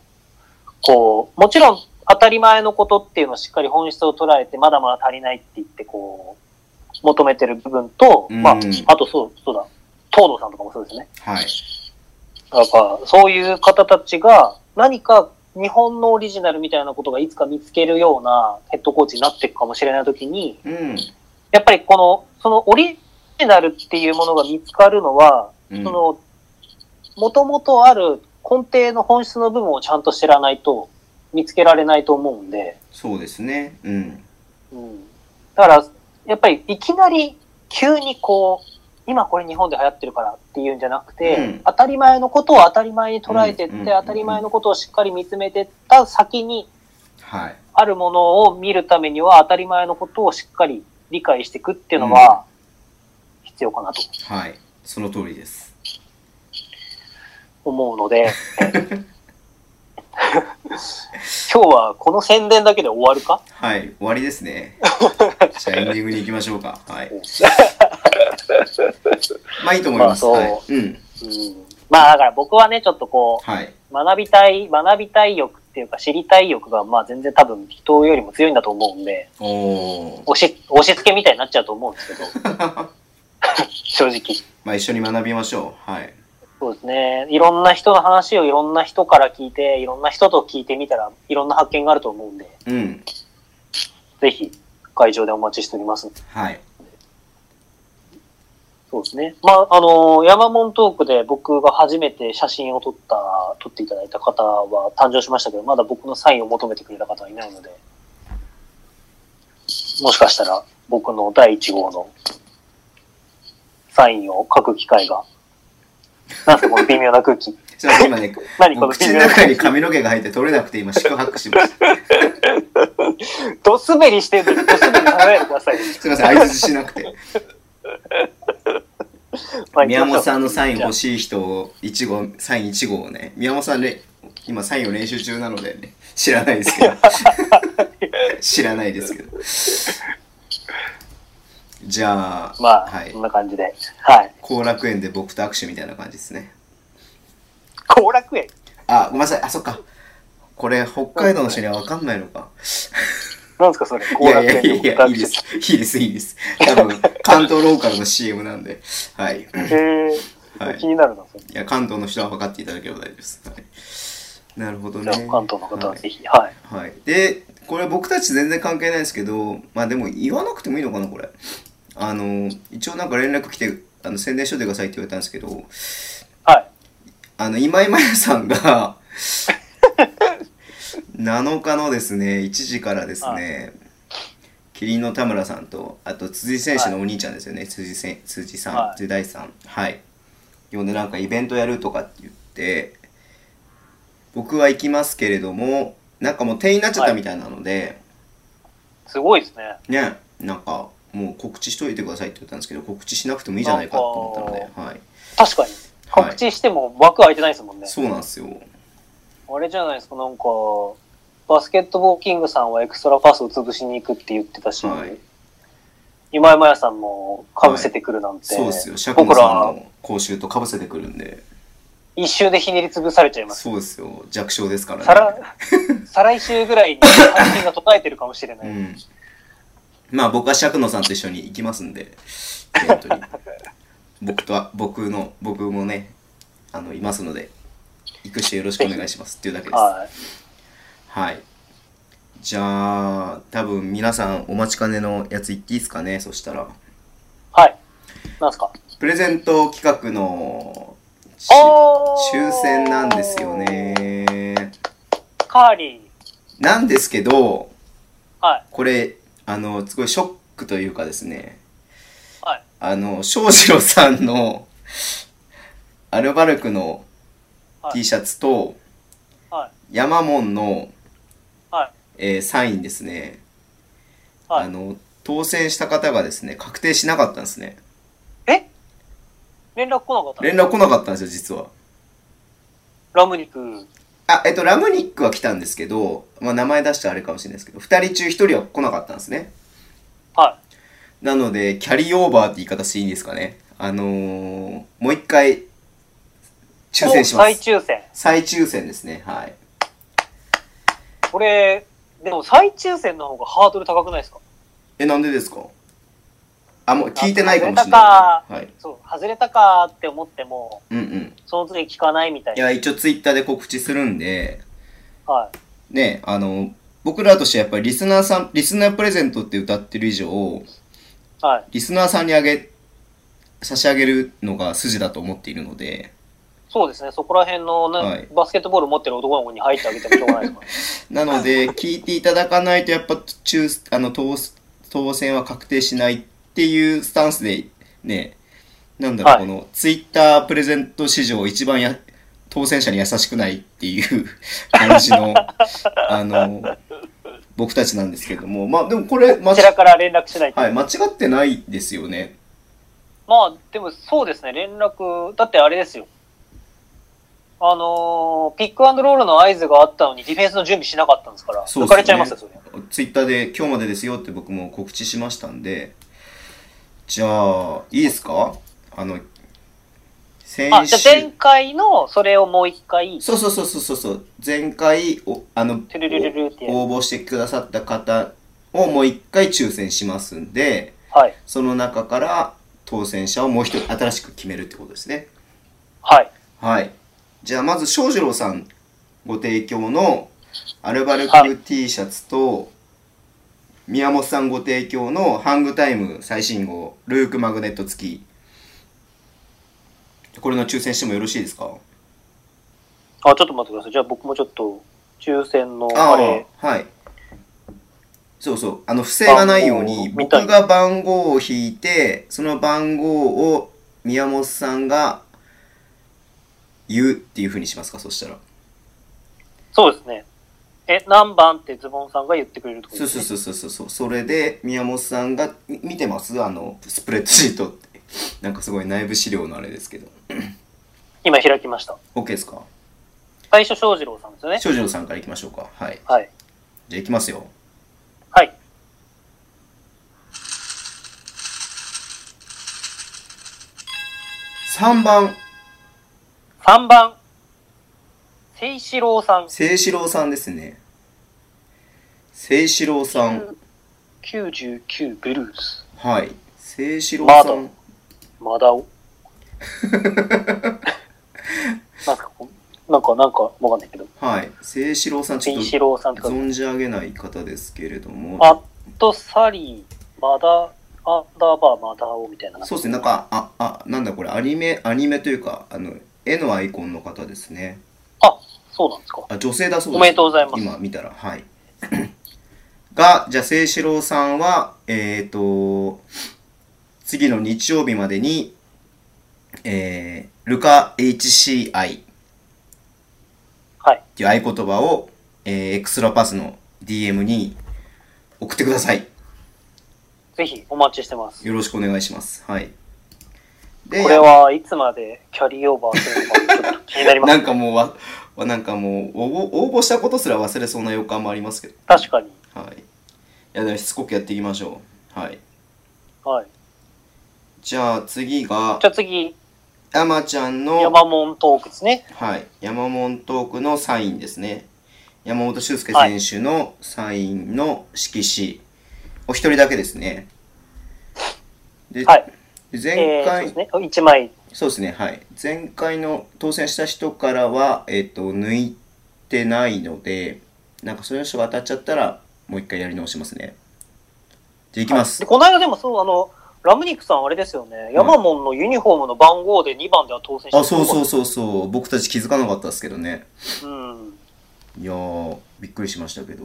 こう、もちろん当たり前のことっていうのをしっかり本質を捉えて、まだまだ足りないって言って、こう、求めてる部分と、
うん
まあ、あとそう、そうだ、東堂さんとかもそうですね。
はい。
やっぱ、そういう方たちが、何か日本のオリジナルみたいなことがいつか見つけるようなヘッドコーチになっていくかもしれないときに、
うん。
やっぱりこの、そのオリジナルっていうものが見つかるのは、
うん
その、もともとある根底の本質の部分をちゃんと知らないと見つけられないと思うんで、
そうですね。うん。
うん、だから、やっぱりいきなり急にこう、今これ日本で流行ってるからっていうんじゃなくて、
うん
当たり前のことを当たり前に捉えてって、
うんうん
当たり前のことをしっかり見つめてった先に
はい。
あるものを見るためには当たり前のことをしっかり理解していくっていうのは必要かなと
はい。その通りです。
思うので、今日はこの宣伝だけで終わるか
はい。終わりですね。じゃあエンディングに行きましょうか。はい。まあいいと思います。
まあ
は
そう
い。うん。
うんまあだから僕はね、ちょっとこ
はい。
う、学びたい、学びたい欲っていうか知りたい欲が、まあ全然多分人よりも強いんだと思うんで、
おお。
押し、押し付けみたいになっちゃうと思うんですけど、正直。
まあ一緒に学びましょう。はい。
そうですね。いろんな人の話をいろんな人から聞いて、いろんな人と聞いてみたら、いろんな発見があると思うんで、
うん。
ぜひ会場でお待ちしております。
はい。
そうですね。まあ、あの、山門トークで僕が初めて写真を撮った、撮っていただいた方は誕生しましたけど、まだ僕のサインを求めてくれた方はいないので、もしかしたら僕の第1号のサインを書く機会が、なんすかこの微妙な 空気。
じゃあ今ね、
何
も
こ
う
の
口
微
の
妙な
中
空
に
気。
髪の毛が入って取れなくて今、宿泊しました。
ドスベリしてるのにドスベリさせないでください。
すいません、相づちしなくて。
まあ
宮本さんのサイン欲
じ
しい人を、1号、サイン1号をね、宮本さんね、今サインを練習中なので、ね、知らないです けど。知らないですけど。じゃあ、
ゃあまあ、
はい
こん。な感じで。はい。
後楽園で僕と握手みたいな感じですね。
後楽園
あ、ごめんなさい。あ、そっか。これ、北海道の人にはわかんないのか。
なんですかそれ。
い
後
や
楽
いや
園
いやい
で
や、いいです。いいです、いいです。多分、関東ローカルの CM なんで。はい。
へえ、
はい
気になるな、それ。
いや、関東の人は分かっていただければ大丈夫です。はい、なるほど
じ
ね
ゃあ。関東の方はぜひ。はい。
はい。はい。で、これ僕たち全然関係ないですけど、まあでも言わなくてもいいのかな、これ。あの、一応なんか連絡来て、あの宣伝しといてくださいって言われたんですけど、
はい。
あの、今井まやさんが、7日のですね、1時からですね、キリンの田村さんと、あと辻選手のお兄ちゃんですよね、辻せん辻さん、
はい
辻大さん、はい。呼んでなんかイベントやるとかって言って、僕は行きますけれども、なんかもう定員になっちゃったみたいなので、
すごいですね。
ね、なんかもう告知しといてくださいって言ったんですけど、告知しなくてもいいじゃないかと思ったので、はい。
確かに。
はい
告知しても枠空いてないですもんね。
そうなんですよ。
あれじゃないですか、なんか、バスケットボーキングさんはエクストラパスを潰しに行くって言ってたし、
はい。
今井麻也さんも被せてくるなんて、
そうですよ。シャク
僕
モさん
ら
の講習と被せてくるんで。
一周でひねり潰されちゃいます。
そうですよ。弱小ですからね。
再来、 再来週ぐらいに配信が途絶えてるかもしれな
う
い。
ん。まあ僕は釈野さんと一緒に行きますんで、イベントに。 僕とは、僕の、僕もね、あの、いますので、行く人よろしくお願いしますっていうだけです。
はい。
はい。じゃあ、多分皆さんお待ちかねのやつ行っていいですかね、そしたら。
はい。なんすか
プレゼント企画のし
お
抽選なんですよ。ね。
カーリー。
なんですけど、
はい。
これあのすごいショックというかですね
はい。
あの翔士郎さんのアルバルクの
はい
T シャツと、
はい。
ヤマモンの、
はい。
えーサインですね、
はい
あの当選した方がですね確定しなかったんですね
え連絡来なかった
連絡来なかったんですよ実は
ラム肉。
あえっとラムニックは来たんですけど、まあ、名前出してあれかもしれないですけど2人中1人は来なかったんですね
は
なので、キャリーオーバーって言い方していいんですかね。あのー、もう一回、
い。
抽選しま
再
す。
抽選。
再抽選ですね。はい。
これ、でも再抽選の方がハードル高くないですか
え、なんでですかあ、もう聞いてないかもしれ
あ
ない。はい。
そう、外れたかーって思っても、
うんうん。
その次聞かないみたい
い
な。
や、一応ツイッターで告知するんで、
はい。
ね、あの、僕らとしてはやっぱりリスナーさん、リスナープレゼントって歌ってる以上、
はい。
リスナーさんにあげ、差し上げるのが筋だと思っているので、
そうですね、そこら辺の、ね
はい
バスケットボール持ってる男の子に入ってあげてもしょうがない ですから、ね。
なので、聞いていただかないと、やっぱ中あの当当選は確定しないっていうスタンスで、ね、なんだろう、
はい
このツイッタープレゼント史上一番や当選者に優しくないっていう 感じの、あの、僕たちなんですけども、まあでもこれ、間
こ
違
ちらから連絡しないと。
はい、間違ってないですよね。
まあ、でもそうですね、連絡、だってあれですよ。あのーピックアンドロールの合図があったのに、ディフェンスの準備しなかったんですから、
そうっすよね
抜かれちゃいますよ、それ。
ツイッターで今日までですよって僕も告知しましたんで、じゃあ、いいですかあの、先
あ、じゃあ前
週。
回のそれをもう一回、
そうそうそうそうそうそう。前回、おあの、
トゥルルルルってやる。
応募してくださった方をもう一回抽選しますんで、
はい。
その中から当選者をもう一人新しく決めるってことですね。
はい。
はい。じゃあまず翔士郎さんご提供のアルバル
は
ク T シャツと、宮本さんご提供のハングタイム最新号ルークマグネット付き。これの抽選してもよろしいですか
あ、ちょっと待ってください。じゃあ僕もちょっと、抽選の
あ
あれ、
あ、はい。そうそう。あの、不正がないように、
番号を見
僕
たい
が番号を引いて、その番号を宮本さんが言うっていうふうにしますか、そしたら。
そうですね。え、何番ってズボンさんが言ってくれるってこと
そう
です
そう
ね。
そうそうそうそう。それで、宮本さんが、み見てますあの、スプレッドシートって。なんかすごい内部資料のあれですけど。
今開きました。
OK ですか
最初、翔士郎さんですよね。
少女さんからいきましょうか。はい。
はい。
じゃあいきますよ。
はい。
3番、
3番、清志郎さん。
清志郎さんですね。清志郎さん。
99ブルース。
はい。清志郎
ま
さ
だ
ん。
マ ダオ。なんかこう、なんか、なんか、わかんないけど。
はい。清志郎さん、ちょ
清
っ
志郎さんと
と
か。
存じ上げない方ですけれども。
アットサリー、マダ、アンダーバー、マダオみたいな。
そうですね。なんか、あ、あ、なんだこれ、アニメ、アニメというか、あの、絵のアイコンの方ですね。
そうなんですか。
あ、女性だそうです。
おめでとうございます
今見たら、はい。 が、じゃあ、清志郎さんは、えっ、と、次の日曜日までに、えー、ルカ HCI
はい。
っていう合言葉を、えー、エクストラパスの DM に送ってください。
ぜひ、お待ちしてます。
よろしくお願いします。はい。で
これはいつまでキャリーオーバーするのか、ちょっと気になりま
な
す。
んかもうわ、わなんかもう応募、応募したことすら忘れそうな予感もありますけど。
確かに。
はい。いや、でもしつこくやっていきましょう。はい。
はい。
じゃあ次が
じ、ゃあ次、
山ちゃんの、
山門トークですね。
はい、山本トークのサインですね。山本修介選手のサインの色紙。お一人だけですね。で、
はい
で前
えー、そう
回、
ですね。1枚。
そうですね、はい。前回の当選した人からは、えっ、と、抜いてないので、なんかその人が当たっちゃったら、もう一回やり直しますね。じゃあ、いきます
で、。この間でもそう、あの、ラムニックさんあれですよね。山門のユニフォームの番号で2番では当選して
あ、そうそううそうそう。僕たち気づかなかったですけどね。
そう。うん。
いやー、びっくりしましたけど。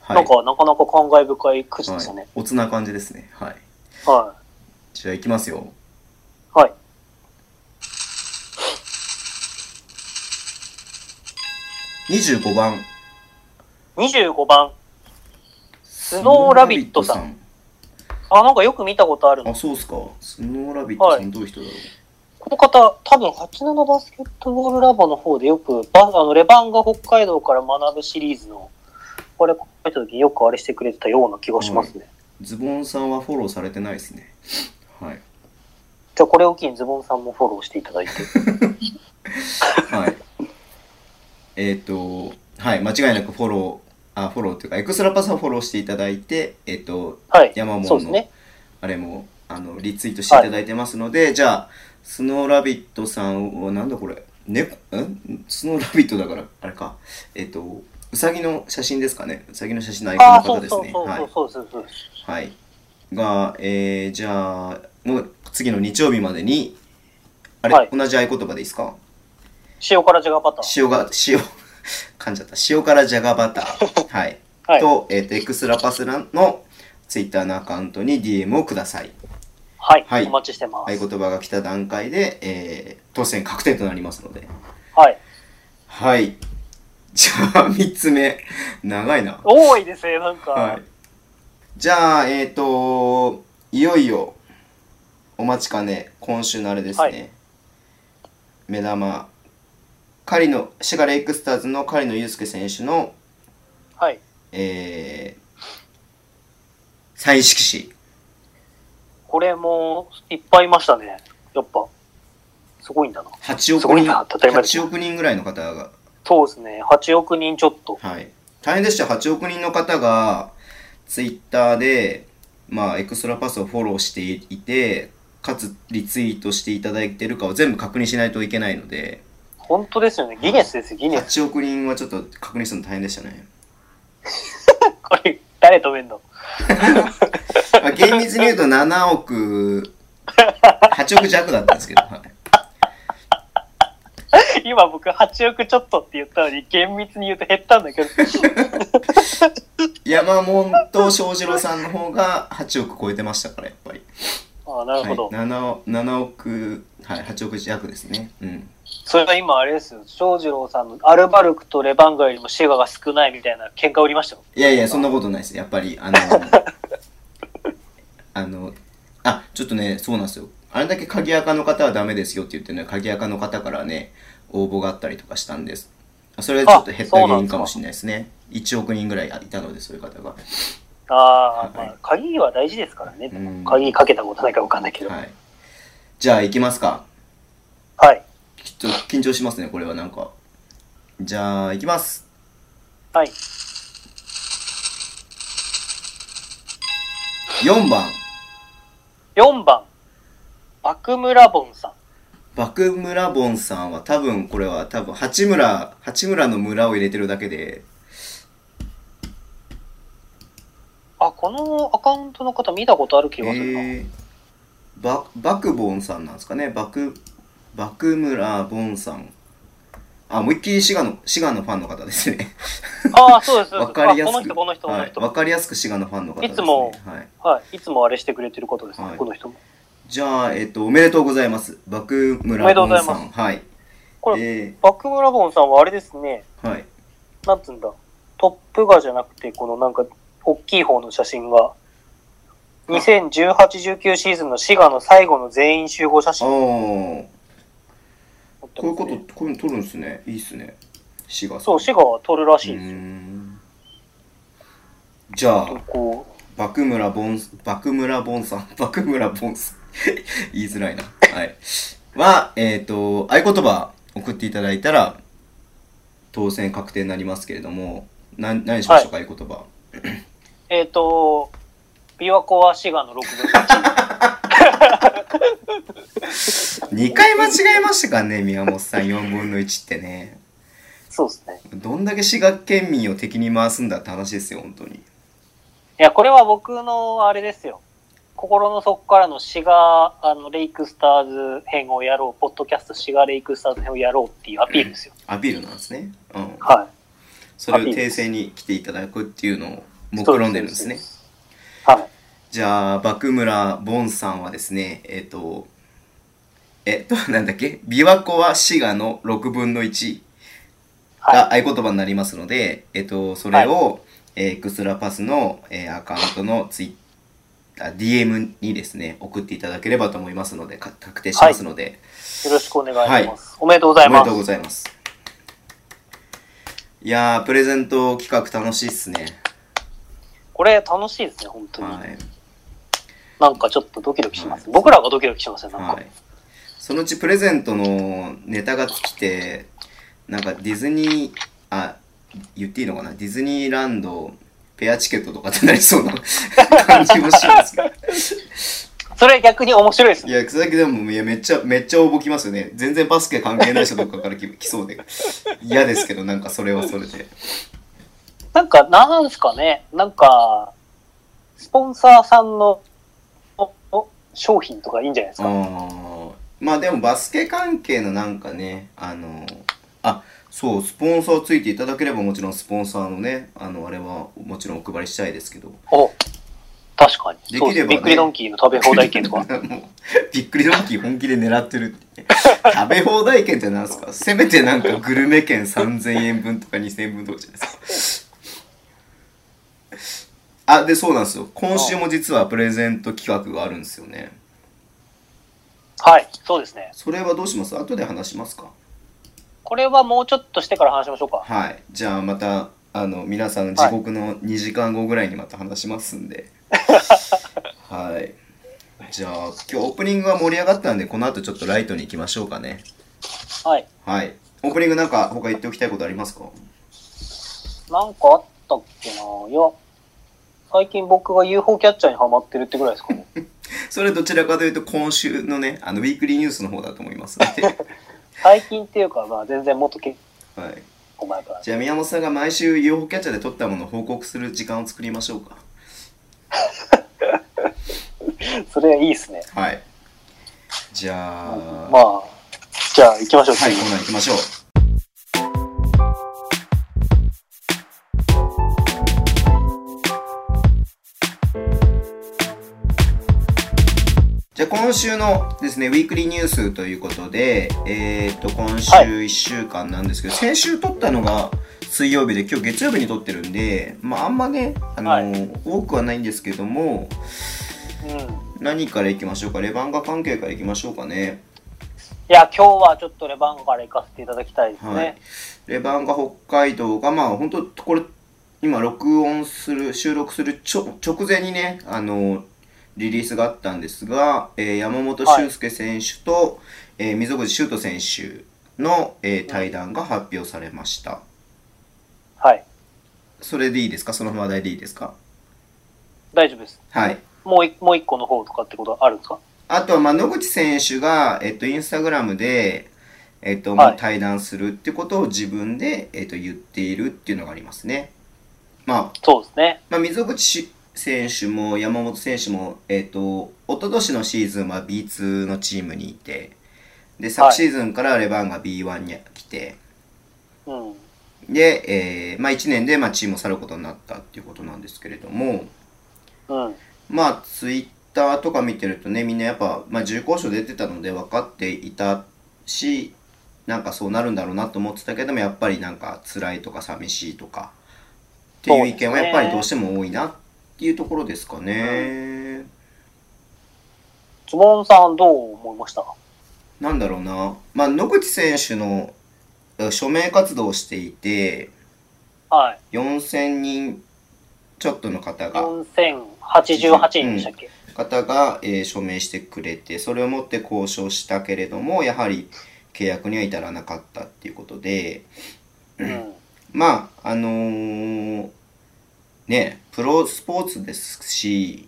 はい。
なんか、なかなか感慨深いくじですよ
は
ね
い。、おつな感じですね。はい。
は
じゃあ、いきますよ。
い。はい。
25番。
25番。
ス
ノーラビットさ
ノ
ん
ーラビッ
あ、なんかよく見たことある
トさん。
の
あ、。そうっすか。スノーラビット
は
さん、
い
どういう人だろう。
この方、多分87バスケットボールラボの方でよく、バあのレバンが北海道から学ぶシリーズの、これ書いた時よくあれしてくれてたような気がしますね。
ズボンさんはフォローされてないですね。はい。
じゃあこれを機にズボンさんもフォローしていただいて。
はい。えっ、と、はい、間違いなくフォロー、あ、フォローというか、エクストラパスをフォローしていただいて、えっ、と、
はい。
山
そ
本
うです
の
ね。
あれも、あの、リツイートしていただいてますので、じゃあ、スノーラビットさんを、なんだこれ、猫、んスノーラビットだから、あれか、えっ、と、うさぎの写真ですかね。うさぎの写真のアイコン
あ
の
あ、そ
方
う
です
そう
ね。
そう
はい
そう。そうそうそう。
はい。が、えー、じゃあ、もう次の日曜日までに、あれ、
はい
同じ合言葉でいいですか
塩辛ジャガバター。
塩が、塩、 噛んじゃった。塩辛じゃがバタ ー。はい。
はい。
と、えっ、と、エクスラパスラのツイッターのアカウントに DM をください。
はい。
はい
お待ちしてま
合言
す。
葉が来た段階で、えー、当選確定となりますので。
はい。
はい。 じゃあ、3つ目。長いな。
多いですね、なんか。
はい。じゃあ、えっ、と、いよいよ、お待ちかね、今週のあれですね。
はい
目玉、狩野、シガレイクスターズの狩野祐介選手の、
はい。
えー、再色紙。
これもいっぱいいましたね。やっぱ、すごいんだな。
8
す
億
ごい
人、
な、例えば。
8億人ぐらいの方が、
そうですね、8億人ちょっと。
はい。大変でした。8億人の方が、ツイッターで、まあ、エクストラパスをフォローしていて、かつリツイートしていただいてるかを全部確認しないといけないので、
本当ですよね、ギネスですよ、ギネス。
8億人はちょっと確認するの大変でしたね。
これ、誰止めんの
まあ、厳密に言うと7億、8億弱だったんですけど、はい
今僕8億ちょっとって言ったのに、厳密に言うと減ったんだ けど。
山本と翔士郎さんの方が8億超えてましたから、やっぱり。
ああ、なるほど。
はい、7, 億7億、はい、8億弱ですね。うん。
それが今あれですよ、翔士郎さんのアルバルクとレバンガよりもシェガが少ないみたいな喧嘩売りましたよ。
いやいや、そんなことないです。やっぱり、あの、 あの、あ、ちょっとね、そうなんですよ。あれだけ鍵垢の方はダメですよって言ってね、鍵垢の方からね、応募があったりとかしたんです。それはちょっと減った原因かもしれないですね。1億人ぐらいいたので、そういう方が。
ああ、
はい
まあ、鍵は大事ですからね。
うん
鍵かけたことないからわかんないけど。
はい。じゃあ、行きますか。
はい。
きっと緊張しますね、これはなんか。じゃあ、行きます。
はい。
4番、
4番、バクムラボンさん。
爆村ボンさんは多分これは多分八村、八村の村を入れてるだけで、
あ、このアカウントの方見たことある気がするな。
えー、ば爆ボンさんなんですかね。爆、爆村ボンさん。あ、思いっきり滋賀の、滋賀のファンの方ですね。
ああ、そうです。そうです
わかりやすく。
あこの人、この人、この
はい。
人。
わかりやすく滋賀のファンの方ですね。
いつ
は
も
い。
はい。いつもあれしてくれてることですね、
はい
この人も。
じゃあ、えっと、おめでとうございます。爆
おめ
村
でと
ボ
うござい
ン
ま
さ
す
ん。はい。
これ、
え
バクムラボンさんはあれですね、
ー、はい。
なんつうんだ、トップガじゃなくて、このなんか、大きい方の写真が、2018、19シーズンの滋賀の最後の全員集合写
ああ、
真に
こ
なっ
う
て
いう
ます
こ
ね。
と、こういうの撮るんですね。いいっすね。滋賀さん。
そう、滋賀は撮るらしいです
うー
よ。
んじゃあ、
こ
爆村ボン、爆村ボンさん、 爆村ボンさん。 言いづらいな。はい。は、えっ、と、合言葉送っていただいたら、当選確定になりますけれども、な何にしましょうか、合言葉。
うえっ、と、琵琶湖は滋賀の6 分の1。
2回間違えましたからね、宮本さん4分の1ってね。
そうですね。
どんだけ滋賀県民を敵に回すんだって話ですよ、本当に。
いや、これは僕のあれですよ。心の底からのシガあの、レイクスターズ編をやろう、ポッドキャストシガレイクスターズ編をやろうっていうアピールですよ。
アピールなんですね。うん。
は
それを訂正に来ていただくっていうのを
い。
目論んでるんですね。
そうです。
じゃあ、爆村ボンさんはですね、えっ、と、えっ、と、 なんだっけ、琵琶湖は滋賀の6分の1
はい。
が
は
合言葉になりますので、えっ、と、それを、えーエクストラパスの、えーアカウントのツイッター、DM にですね、送っていただければと思いますので、か確定しますので、
い。よろしくお願いします。おめでとうござい
おめで
ま
とうご
す。
ざいます。いやー、プレゼント企画楽しいっすね。
これ楽しいですね、本当に。
はい。
なんかちょっとドキドキします。
はい
僕らがドキドキしますよ、なんか。
はい、そのうちプレゼントのネタが尽きてなんかディズニーあ言っていいのかなディズニーランドペアチケットとかってなりそうな 感じもしますけど
それ逆に面白いです
い
ね。
や草木でもいやめっちゃめっちゃ応募きますよね全然バスケ関係ない人とかから来来そうで嫌ですけどなんかそれはそれで
なんか、なんすかね、なんか、スポンサーさんのおお商品とかいいんじゃないです
あ
か。
ーまあでもバスケ関係のなんかねあのあそうスポンサーついていただければもちろんスポンサーのねあのあれはもちろんお配りしたいですけど
お確かに。
できればね
そうですびっくりドンキーの食べ放題券とか。
もうびっくりドンキー本気で狙ってるって食べ放題券ってなんですかせめてなんかグルメ券3000円分とか2000円分とかじゃないですかあでそうなんですよ今週も実はプレゼント企画があるんですよね
はい、そうですね。
それはどうします後で話しますか
これはもうちょっとしてから話しましょうか。
はいじゃあまたあの皆さん地獄の2時間後ぐらいにまた話しますんではいじゃあ、今日オープニングが盛り上がったんで、この後ちょっとライトに行きましょうかね。
はい。
はい。オープニングなんか他言っておきたいことありますか
なんかあったっけないや、最近僕が UFO キャッチャーにハマってるってぐらいですかね。
それどちらかというと今週のね、あの、ウィークリーニュースの方だと思いますので。
最近っていうか、まあ全然もっと結
はい。
構前から。
じゃあ宮本さんが毎週 UFO キャッチャーで撮ったものを報告する時間を作りましょうか。
それいいっすね。
はい。じゃあ、
まあ、じゃあ行きましょう。
はい、
次
コーナー行きましょう。じゃあ今週のですね、ウィークリーニュースということで、えっ、と、今週
はい
1週間なんですけど、先週撮ったのが水曜日で、今日月曜日に撮ってるんで、まああんまね、あの多くはないんですけども、
うん。い
何からいきましょうか、レバンガ関係からいきましょうかね。
や、今日はちょっとレバンガから行かせていただきたいですね。
はい、レバンガ北海道が、まあ本当、これ、今、録音する、収録するちょ直前にね、あの、リリースがあったんですが、えー山本
はい
修介選手と、えー溝口修斗選手の、えー対談が発表されました。
はい。
それでいいですかその話題でいいですか
大丈夫です。
はい。
もういもう一個の方とかってことあるんですか
あとは、まあ、野口選手が、えっと、インスタグラムで、えっと、
はい
対談するってことを自分で、えっと、言っているっていうのがありますね。まあ、
そうですね。
まあ、溝口選手も山本選手も、えっと一昨年のシーズンは B2 のチームにいてで昨シーズンからレバンが B1 に来て、
うん。
で、えーまあ、1年で、まあ、チームを去ることになったっていうことなんですけれども、
うん。
まあ、ツイッターとか見てるとねみんなやっぱ、まあ、重厚賞出てたので分かっていたしなんかそうなるんだろうなと思ってたけどもやっぱりなんか辛いとか寂しいとかっていう意見はやっぱりどうしても多いなっていうところですかね。
ズボンさんどう思いました
なんだろうな、まあ、野口選手のえ署名活動をしていて
はい。
4000人ちょっとの方が
4088人でしたっけ、
方が、えー署名してくれてそれをもって交渉したけれどもやはり契約には至らなかったっていうことで
うん、
まああのーねプロスポーツですし、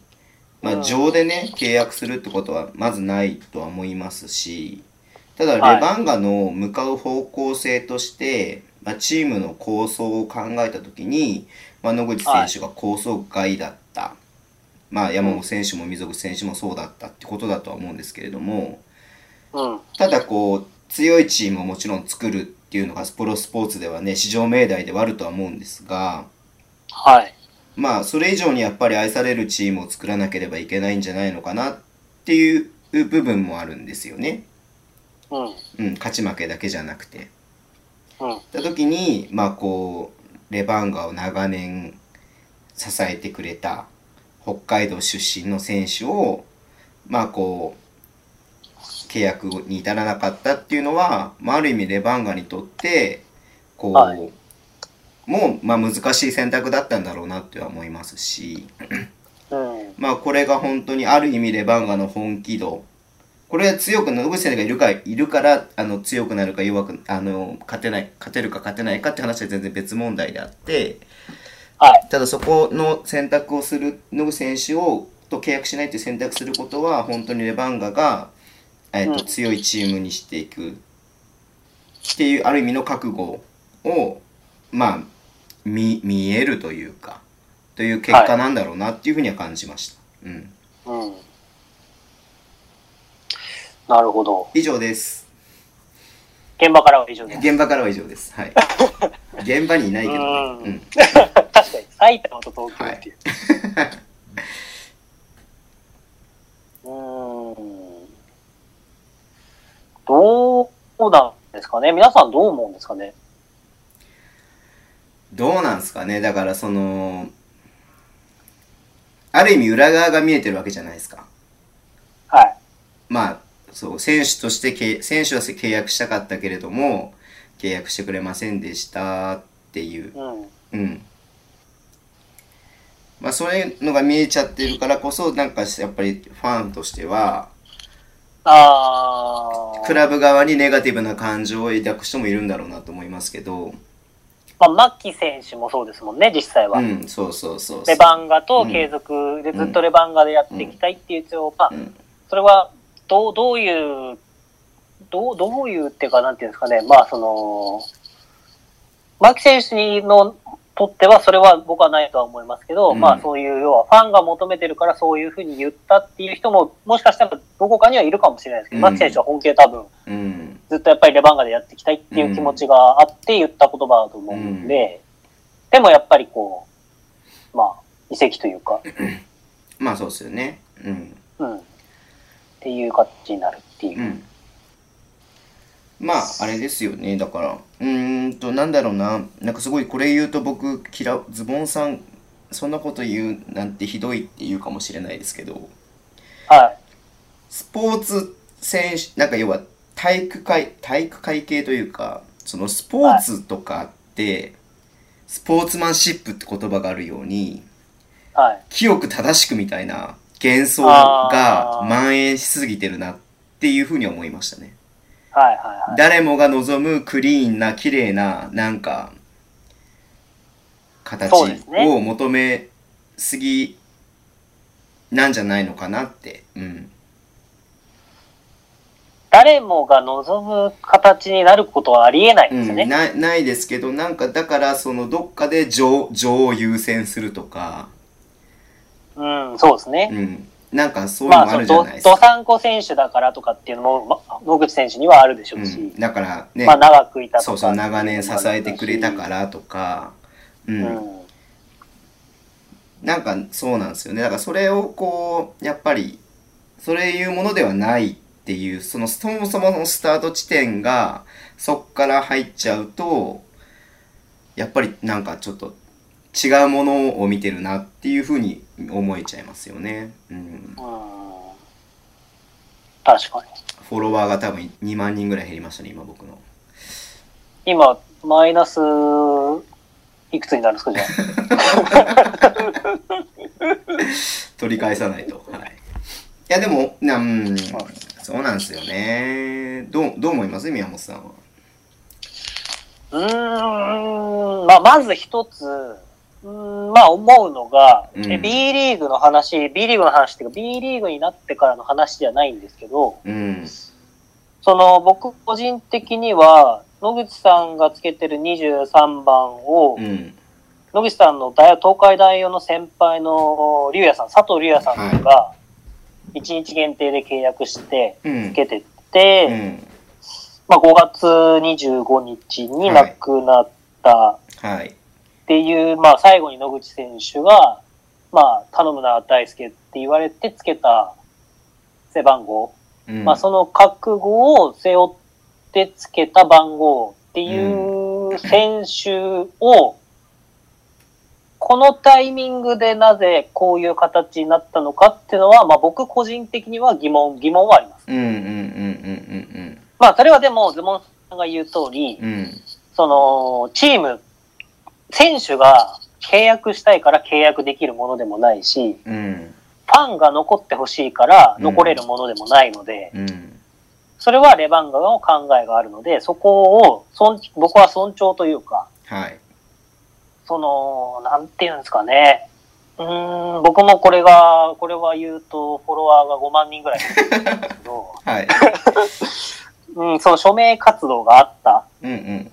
ま
う
あ、
ん
上でね契約するってことはまずないとは思いますしただレ
はい
バンガの向かう方向性として、まあ、チームの構想を考えた時に、まあ、野口選手が構想外だった。まあ、山本選手も溝口選手もそうだったってことだとは思うんですけれども
うん。
ただこう強いチームをもちろん作るっていうのがプロスポーツではね至上命題ではあるとは思うんですが
はい。
まあそれ以上にやっぱり愛されるチームを作らなければいけないんじゃないのかなっていう部分もあるんですよね。
うん。
うん、勝ち負けだけじゃなくて。
うん。
った時にまあこうレバンガを長年支えてくれた北海道出身の選手をまあこう契約に至らなかったっていうのは、まあ、ある意味レバンガにとってこう、
はい
もう、まあ、難しい選択だったんだろうなっては思いますし、
うん。
まあ、これが本当にある意味レバンガの本気度これは強くなる野口選手がいるかいるからあの強くなるか弱くあの勝てない勝てるか勝てないかって話は全然別問題であって
はい。
ただそこの選択をする野口選手をと契約しないという選択することは本当にレバンガが、えっと
うん
強いチームにしていくっていうある意味の覚悟をまあ見見えるというかという結果なんだろうなっていうふうには感じました。うん
うん。なるほど。
以上です
現場からは以上です。
現場からは以上ですはい現場にいないけどね、
う
うんん、
確かに、埼玉と東京っていう。 うーん。どうなんですかね皆さんどう思うんですかね
どうなんすかねだからそのある意味裏側が見えてるわけじゃないですか
はい。
まあそう選手としてけ選手は契約したかったけれども契約してくれませんでしたっていう
うん。
うんまあ、そういうのが見えちゃってるからこそ、なんかやっぱりファンとしては、
ああ。
クラブ側にネガティブな感情を抱く人もいるんだろうなと思いますけど、
まあ、マッキ選手もそうですもんね、実際は。
うん、そうそうそうそ
レ
う。
バンガと継続で、
うん
ずっとレバンガでやっていきたいっていう一応、まあ、
うん
それは、どう、どういう、どう、どういうっていうか、なんていうんですかね、まあ、その、マキ選手にの、とっては、それは僕はないとは思いますけど、
うん
まあ、そういう、要は、ファンが求めてるから、そういうふうに言ったっていう人も、もしかしたら、どこかにはいるかもしれないですけど、
うん
マキ選手は本気で多分、
うん、
ずっとやっぱりレバンガでやっていきたいっていう気持ちがあって言った言葉だと思うんで、でもやっぱりこう、まあ、移籍というか、
まあそうですよね。うん。
うん、っていう形になるっていうう。
ん。まあ、あれですよね。だから、うーんと、なんだろうな。なんかすごいこれ言うと僕、嫌うズボンさん、そんなこと言うなんてひどいって言うかもしれないですけど、
はい。
スポーツ選手、なんか要は体育会、体育会系というか、そのスポーツとかって、スポーツマンシップって言葉があるように、
はい。
清く正しくみたいな幻想が
あー
蔓延しすぎてるなっていうふうに思いましたね。
はい。はい。はい。
誰もが望むクリーンな綺麗ななんか形
そうですね
を求めすぎなんじゃないのかなって。うん。
誰もが望む形になることはありえない
うん
ですよね。
ないないですけどなんかだからそのどっかで情情を優先するとか、
うん、そうですね。
うん、なんかそういう
ま
のも
あ、そ
あ
の
るじゃ
ど
ないで、す
ど
か。
さんこ選手だからとかっていうのも、ま野口選手にはあるでしょ
う
うし、
ん、だからね、
まあ、長くいたとか。
そうそう長年支えてくれたか。らとか、う
うんん。
なんかそうなんですよねだからそれをこうやっぱりそれいうものではないっていうそのそもそものスタート地点がそっから入っちゃうとやっぱりなんかちょっと違うものを見てるなっていうふうに思えちゃいますよね。うん、
うん。確かに。
フォロワーが多分2万人ぐらい減りましたね今僕の。
今、マイナス、いくつになるんですか、じゃ
取り返さないと。はい、いやでもなうんそうなんですよね。どうどう思います宮本さんは。
あ。うーん、まあ、まず一つ、うーんまあ、思うのが、
うん
え B リーグの話、B リーグの話っていうか、B リーグになってからの話じゃないんですけど、
うん
その、僕個人的には、野口さんがつけてる23番を、
うん
野口さんの大東海大の先輩の龍也さん、佐藤龍也さんが、1日限定で契約して、
うん
つけてって、
うん
まあ、5月25日に亡くなった
はい。
っていう、まあ、最後に野口選手が、まあ、頼むな、大輔って言われてつけた背番号。
うん
まあ、その覚悟を背負ってつけた番号っていう選手を、このタイミングでなぜこういう形になったのかっていうのは、まあ、僕個人的には疑問、疑問はあります。
うんうんうんうん
まあ、それはでも、ズボンさんが言う通り、
うんうんうん
その、チーム、選手が契約したいから契約できるものでもないし、
うん
ファンが残ってほしいから残れるものでもないので、
うん
それはレバンガの考えがあるので、そこを尊、僕は尊重というか、
はい。、
その、なんていうんですかね。うーん、僕もこれが、これは言うと、フォロワーが5万人ぐらいいるんですけど
はい。
うん、その署名活動があった
うんうん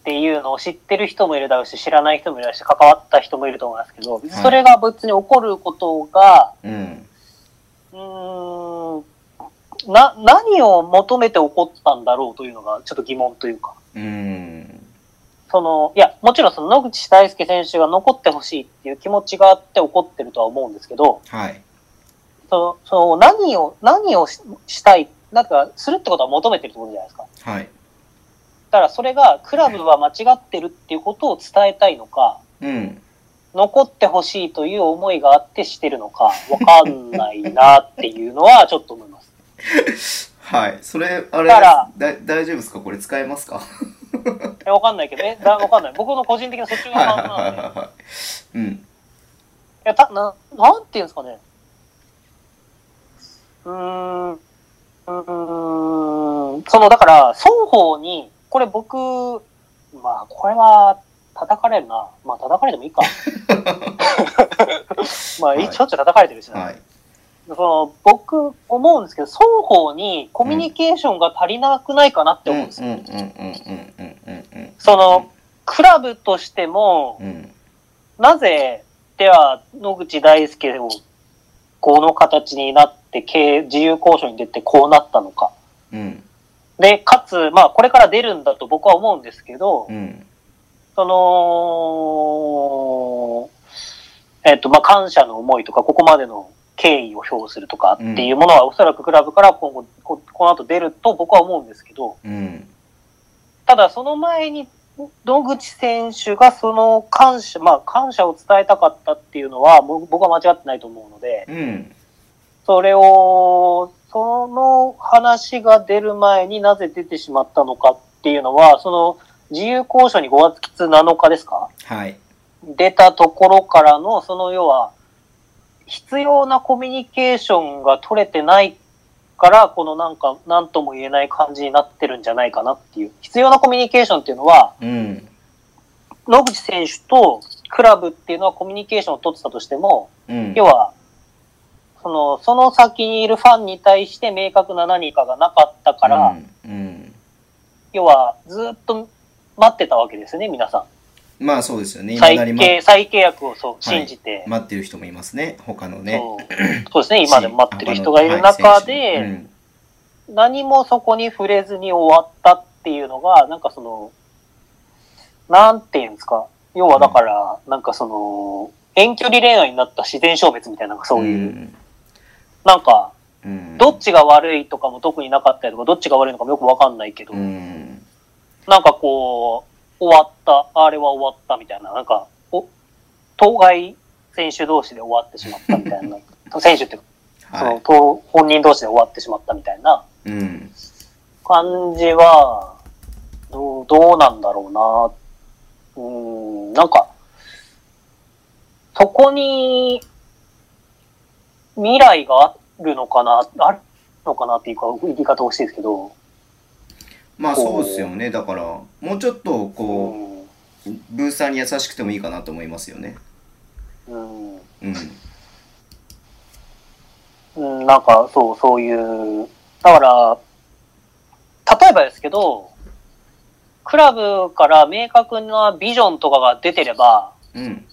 っていうのを知ってる人もいるだろうし、知らない人もいるだろうし、関わった人もいると思いますけど、それが別に起こることが、
うん
うーん、な、何を求めて起こったんだろうというのが、ちょっと疑問というか。
うん
その、いや、もちろんその野口大輔選手が残ってほしいっていう気持ちがあって起こってるとは思うんですけど、
はい。
その、その何を、何をししたい、なんか、するってことは求めてるってことじゃないですか。
はい。
だからそれが、クラブは間違ってるっていうことを伝えたいのか、
うん
残ってほしいという思いがあってしてるのか、わかんないなっていうのはちょっと思います。
はい。それあれ
だから
だ大丈夫ですかこれ使えますか。
えわかんないけど、え、だわかんない。僕の個人的なそっち
はい
側
はい
の話なんで。
はいはいはい。うん
や、た、な、なんていうんですかね。うーん、うーん、その、だから、双方に、これ僕、まあ、これは、叩かれるな。まあ、叩かれてもいいか。まあ、
はい
い、しょっちゅう叩かれてるしな。
はい。
その、僕、思うんですけど、双方にコミュニケーションが足りなくないかなって
うんう
思
んう
う
んん
です
う
よ。
んうんうんうんうん。
その、クラブとしても、
うん。
なぜ、では、野口大輔を、この形になって、経営自由交渉に出てこうなったのか。
うん
で、かつ、まあ、これから出るんだと僕は思うんですけど、
うん
その、えっ、と、まあ、感謝の思いとか、ここまでの敬意を表するとかっていうものは、おそらくクラブから今後、ここの後出ると僕は思うんですけど、
うん
ただその前に、野口選手がその感謝、まあ感謝を伝えたかったっていうのは、もう僕は間違ってないと思うので、
うん
それを、その話が出る前になぜ出てしまったのかっていうのは、その自由交渉に5月きつ7日ですか
はい。
出たところからの、その要は、必要なコミュニケーションが取れてないから、このなんか、なんとも言えない感じになってるんじゃないかなっていう。必要なコミュニケーションっていうのは、
うん
野口選手とクラブっていうのはコミュニケーションを取ってたとしても、
うん。
要は、その、その先にいるファンに対して明確な何かがなかったから、
うんうん。
要は、ずっと待ってたわけですね、皆さ
まあそうですよね。
ん。
今
再
なりま
契再契約をそう、信じて、
待ってる人もいますね。他のね。
そうそうですね、今でも待ってる人がいる中で、何もそこに触れずに終わったっていうのが、なんかその、なんていうんですか、要はだから、なんかその、遠距離恋愛になった自然消滅みたいな、なんかそういう、なんか、どっちが悪いとかも特になかったりとか、どっちが悪いのかもよくわかんないけど、
うん
なんかこう、終わった、あれは終わったみたいな、なんか、お、当該選手同士で終わってしまったみたい な、選手っていうかそ
は。
の、と本人同士で終わってしまったみたいない
うん。
感じは、どう、どうなんだろうな。うーん、なんか、そこに、未来があるのかな、あるのかなっていうか、言い方欲しいですけど、
まあそうですよね。だから、もうちょっと
う
こ
ん、
う、ブースターに優しくてもいいかなと思いますよね。
うん
うん。
うん、なんか、そう、そういう、だから、例えばですけど、クラブから明確なビジョンとかが出てれば、
うん。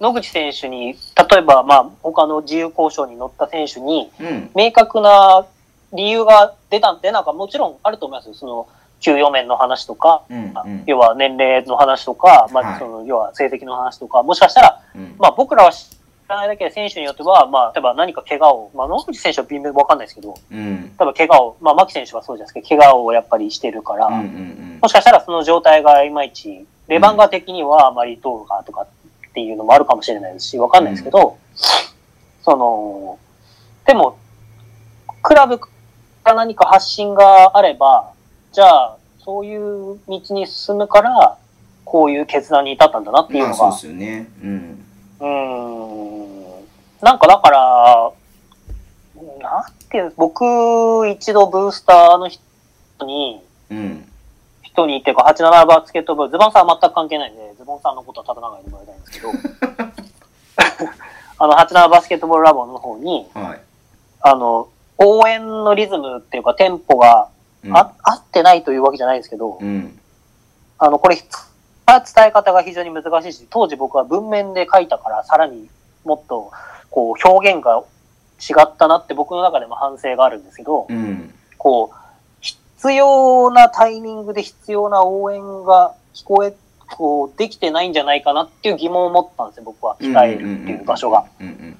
野口選手に、例えば、まあ、他の自由交渉に乗った選手に、
うん。
明確な理由が出た、出なんかもちろんあると思いますよ。その、給与面の話とか、
うん。うん
要は年齢の話とか、ま
は
あ、
い
その、要は成績の話とか、もしかしたら、
うん。
まあ、僕らは知らないだけで選手によっては、まあ、例えば何か怪我を、まあ、野口選手は微妙にわかんないですけど、
うん。
例えば怪我を、まあ、牧選手はそうじゃないですけど、怪我をやっぱりしてるから、
うんうん
もしかしたらその状態がいまいち、レバンガ的にはあまりどうかとかっていうのもあるかもしれないですし、わかんないですけど、その、でも、クラブから何か発信があれば、じゃあ、そういう道に進むから、こういう決断に至ったんだなって
うん。
い
ま
うの
あそう
が、
ですよね。うん。
うーんなんかだから、なんていうの僕、一度ブースターの人に、
うん。
人にっていうか、87バスケットボール、ズボンさんは全く関係ないんで、ズボンさんのことはただ長いでもらいたいんですけど、 あの、87バスケットボールラボの方に、
はい。
あの、応援のリズムっていうか、テンポが
うん
あ、合ってないというわけじゃないんですけど、
うん。
あの、これ、伝え方が非常に難しいし、当時僕は文面で書いたから、さらにもっと、こう、表現が違ったなって僕の中でも反省があるんですけど、
うん。
こう、必要なタイミングで必要な応援が聞こえ、こう、できてないんじゃないかなっていう疑問を持ったんですよ、僕は。鍛えるっていう場所が。
うん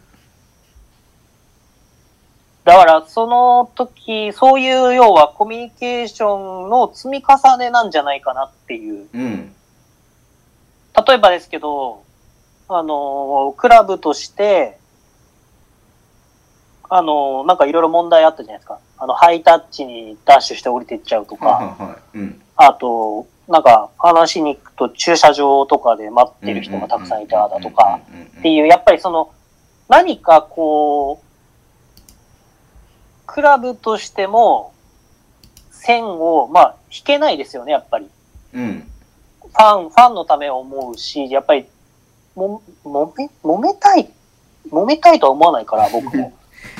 だから、その時、そういう要はコミュニケーションの積み重ねなんじゃないかなっていう
うんうん
例えばですけど、あのー、クラブとして、あのー、なんかいろいろ問題あったじゃないですか。あの、ハイタッチにダッシュして降りていっちゃうと
は
か、
いはいはいうん
あと、なんか話しに行くと駐車場とかで待ってる人がたくさんいただとか
うんうんうんうんうん、
っていう、やっぱりその何かこう、クラブとしても線を、まあ、引けないですよね、やっぱり。
うん。
ファン、ファンのためを思うし、やっぱり、も、もめ、揉めたい、揉めたいとは思わないから、僕も。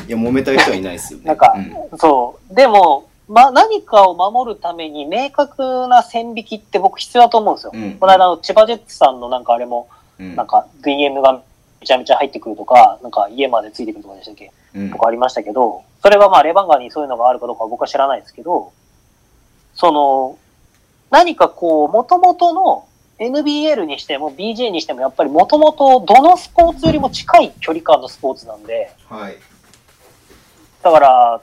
いや、揉めた人はいないですよね。
なんか
うん
そう。でも、ま、何かを守るために明確な線引きって僕必要だと思うんですよ。
うん
この間の千葉ジェッツさんのなんかあれも、
うん
なんか VM がめちゃめちゃ入ってくるとか、なんか家までついてくるとかでしたっけ
うん
とかありましたけど、それはまあレバンガにそういうのがあるかどうかは僕は知らないですけど、その、何かこう、元々の NBL にしても BJ にしてもやっぱり元々どのスポーツよりも近い距離感のスポーツなんで、
はい。
だから、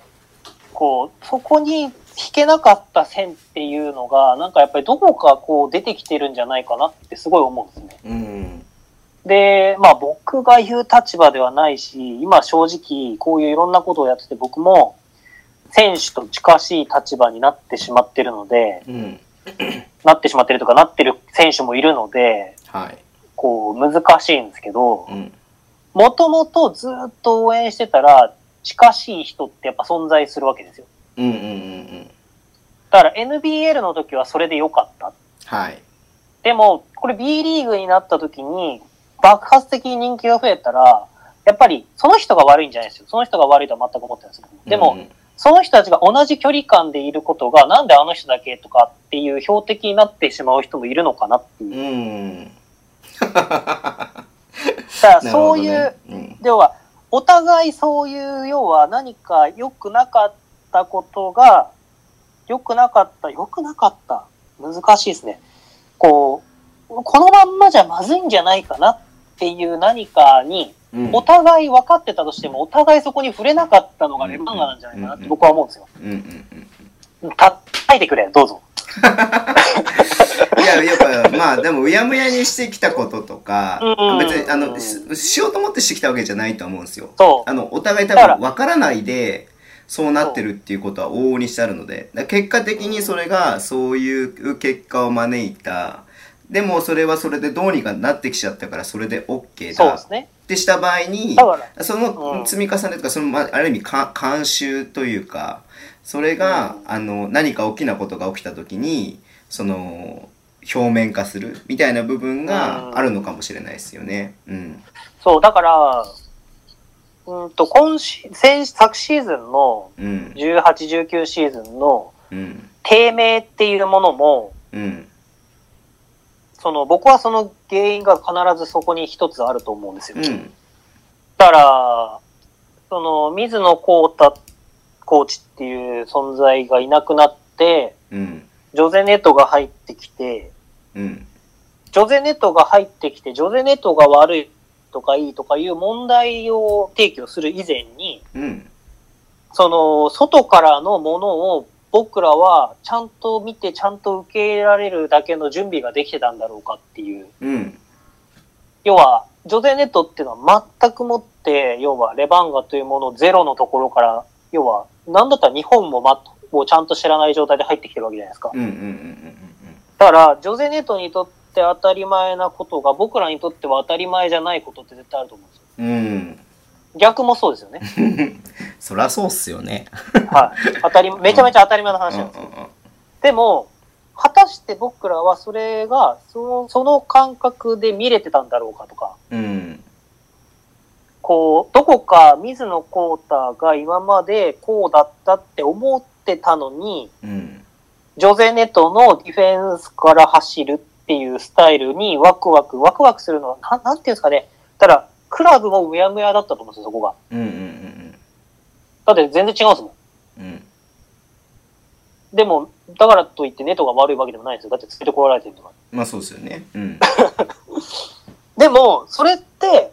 こう、そこに引けなかった線っていうのが、なんかやっぱりどこかこう出てきてるんじゃないかなってすごい思うんですね。
うん。
で、まあ僕が言う立場ではないし、今正直こういういろんなことをやってて僕も選手と近しい立場になってしまってるので、
うん。
なってしまってるとかなってる選手もいるので、
はい。
こう難しいんですけど
う、ん。
もともとずっと応援してたら近しい人ってやっぱ存在するわけですよ。
うんうんうんうん。
だから NBL の時はそれで良かった。
はい。
でも、これ B リーグになった時に爆発的に人気が増えたら、やっぱりその人が悪いんじゃないですよ。その人が悪いとは全く思ってないですよ。でも、
うんうん、
その人たちが同じ距離感でいることが、なんであの人だけとかっていう標的になってしまう人もいるのかなってい
う
う。
ん。
だから
なるほ
そ
ど
ういう、
ねうん
要は、お互いそういう、要は何か良くなかったことが、良くなかった、良くなかった。難しいですね。こう、このまんまじゃまずいんじゃないかなっていう何かに、
うん
お互い分かってたとしても、お互いそこに触れなかったのがレバンガなんじゃないかなって僕は思うんですよ。
うんうんうん
叩いてくれ、どうぞ。
いや、やっぱ、まあ、でも、うやむやにしてきたこととか
うん、
別に、あの、ししようと思ってしてきたわけじゃないと思うんですよ。
そう
あ。の、お互い多
だから
分分からないで、そうなってるっていうことは往々にしてあるので、だ結果的にそれがそういう結果を招いた、でもそれはそれでどうにかなってきちゃったからそれで OK
そう
だ
で
っ
すね。
てした場合に
だ、から、
そうの
ん
積み重ねとか、その、まあ、ある意味か、慣習というか、それが
う、ん
あの、何か大きなことが起きたときに、その、表面化するみたいな部分
うん
があるのかもしれないですよね。うん。
そう、だから、うんと、今シ、先、昨シーズンの
うん。
18、19シーズンの
うん。
低迷っていうものも、
うん。
その僕はその原因が必ずそこに一つあると思うんですよ。
うん。
だから、その水野幸太コーチっていう存在がいなくなって、
うん。
ジョゼネットが入ってきて、
うん。
ジョゼネットが入ってきて、ジョゼネットが悪いとかいいとかいう問題を提供する以前に、
うん。
その外からのものを僕らはちゃんと見てちゃんと受け入れられるだけの準備ができてたんだろうかっていう。
うん。
要は、ジョゼネットっていうのは全くもって、要はレバンガというものをゼロのところから、要は、なんだったら日本も、ま、もうちゃんと知らない状態で入ってきてるわけじゃないですか
う。ん。うん。
だから、ジョゼネットにとって当たり前なことが、僕らにとっては当たり前じゃないことって絶対あると思うんですよ。
うん。うん。
逆もそうで すよね。
そらそうっすよね。
はい。当たり、めちゃめちゃ当たり前の話
う
なん
ん
ですよ。でも、果たして僕らはそれが、その、その感覚で見れてたんだろうかとか、
うん。うん。
こう、どこか水野幸太が今までこうだったって思ってたのに、
うん。
ジョゼネトのディフェンスから走るっていうスタイルにワクワク、ワクワクするのは、なんなんていうんですかね。ただ、クラブもうやむやだったと思うんですよ、そこが。
うん。うん。
だって全然違うんですも
うん。
ん。でも、だからといってネトが悪いわけでもないんですよ。だってつけてこられてるとか。
まあそうですよね。うん。
でも、それって、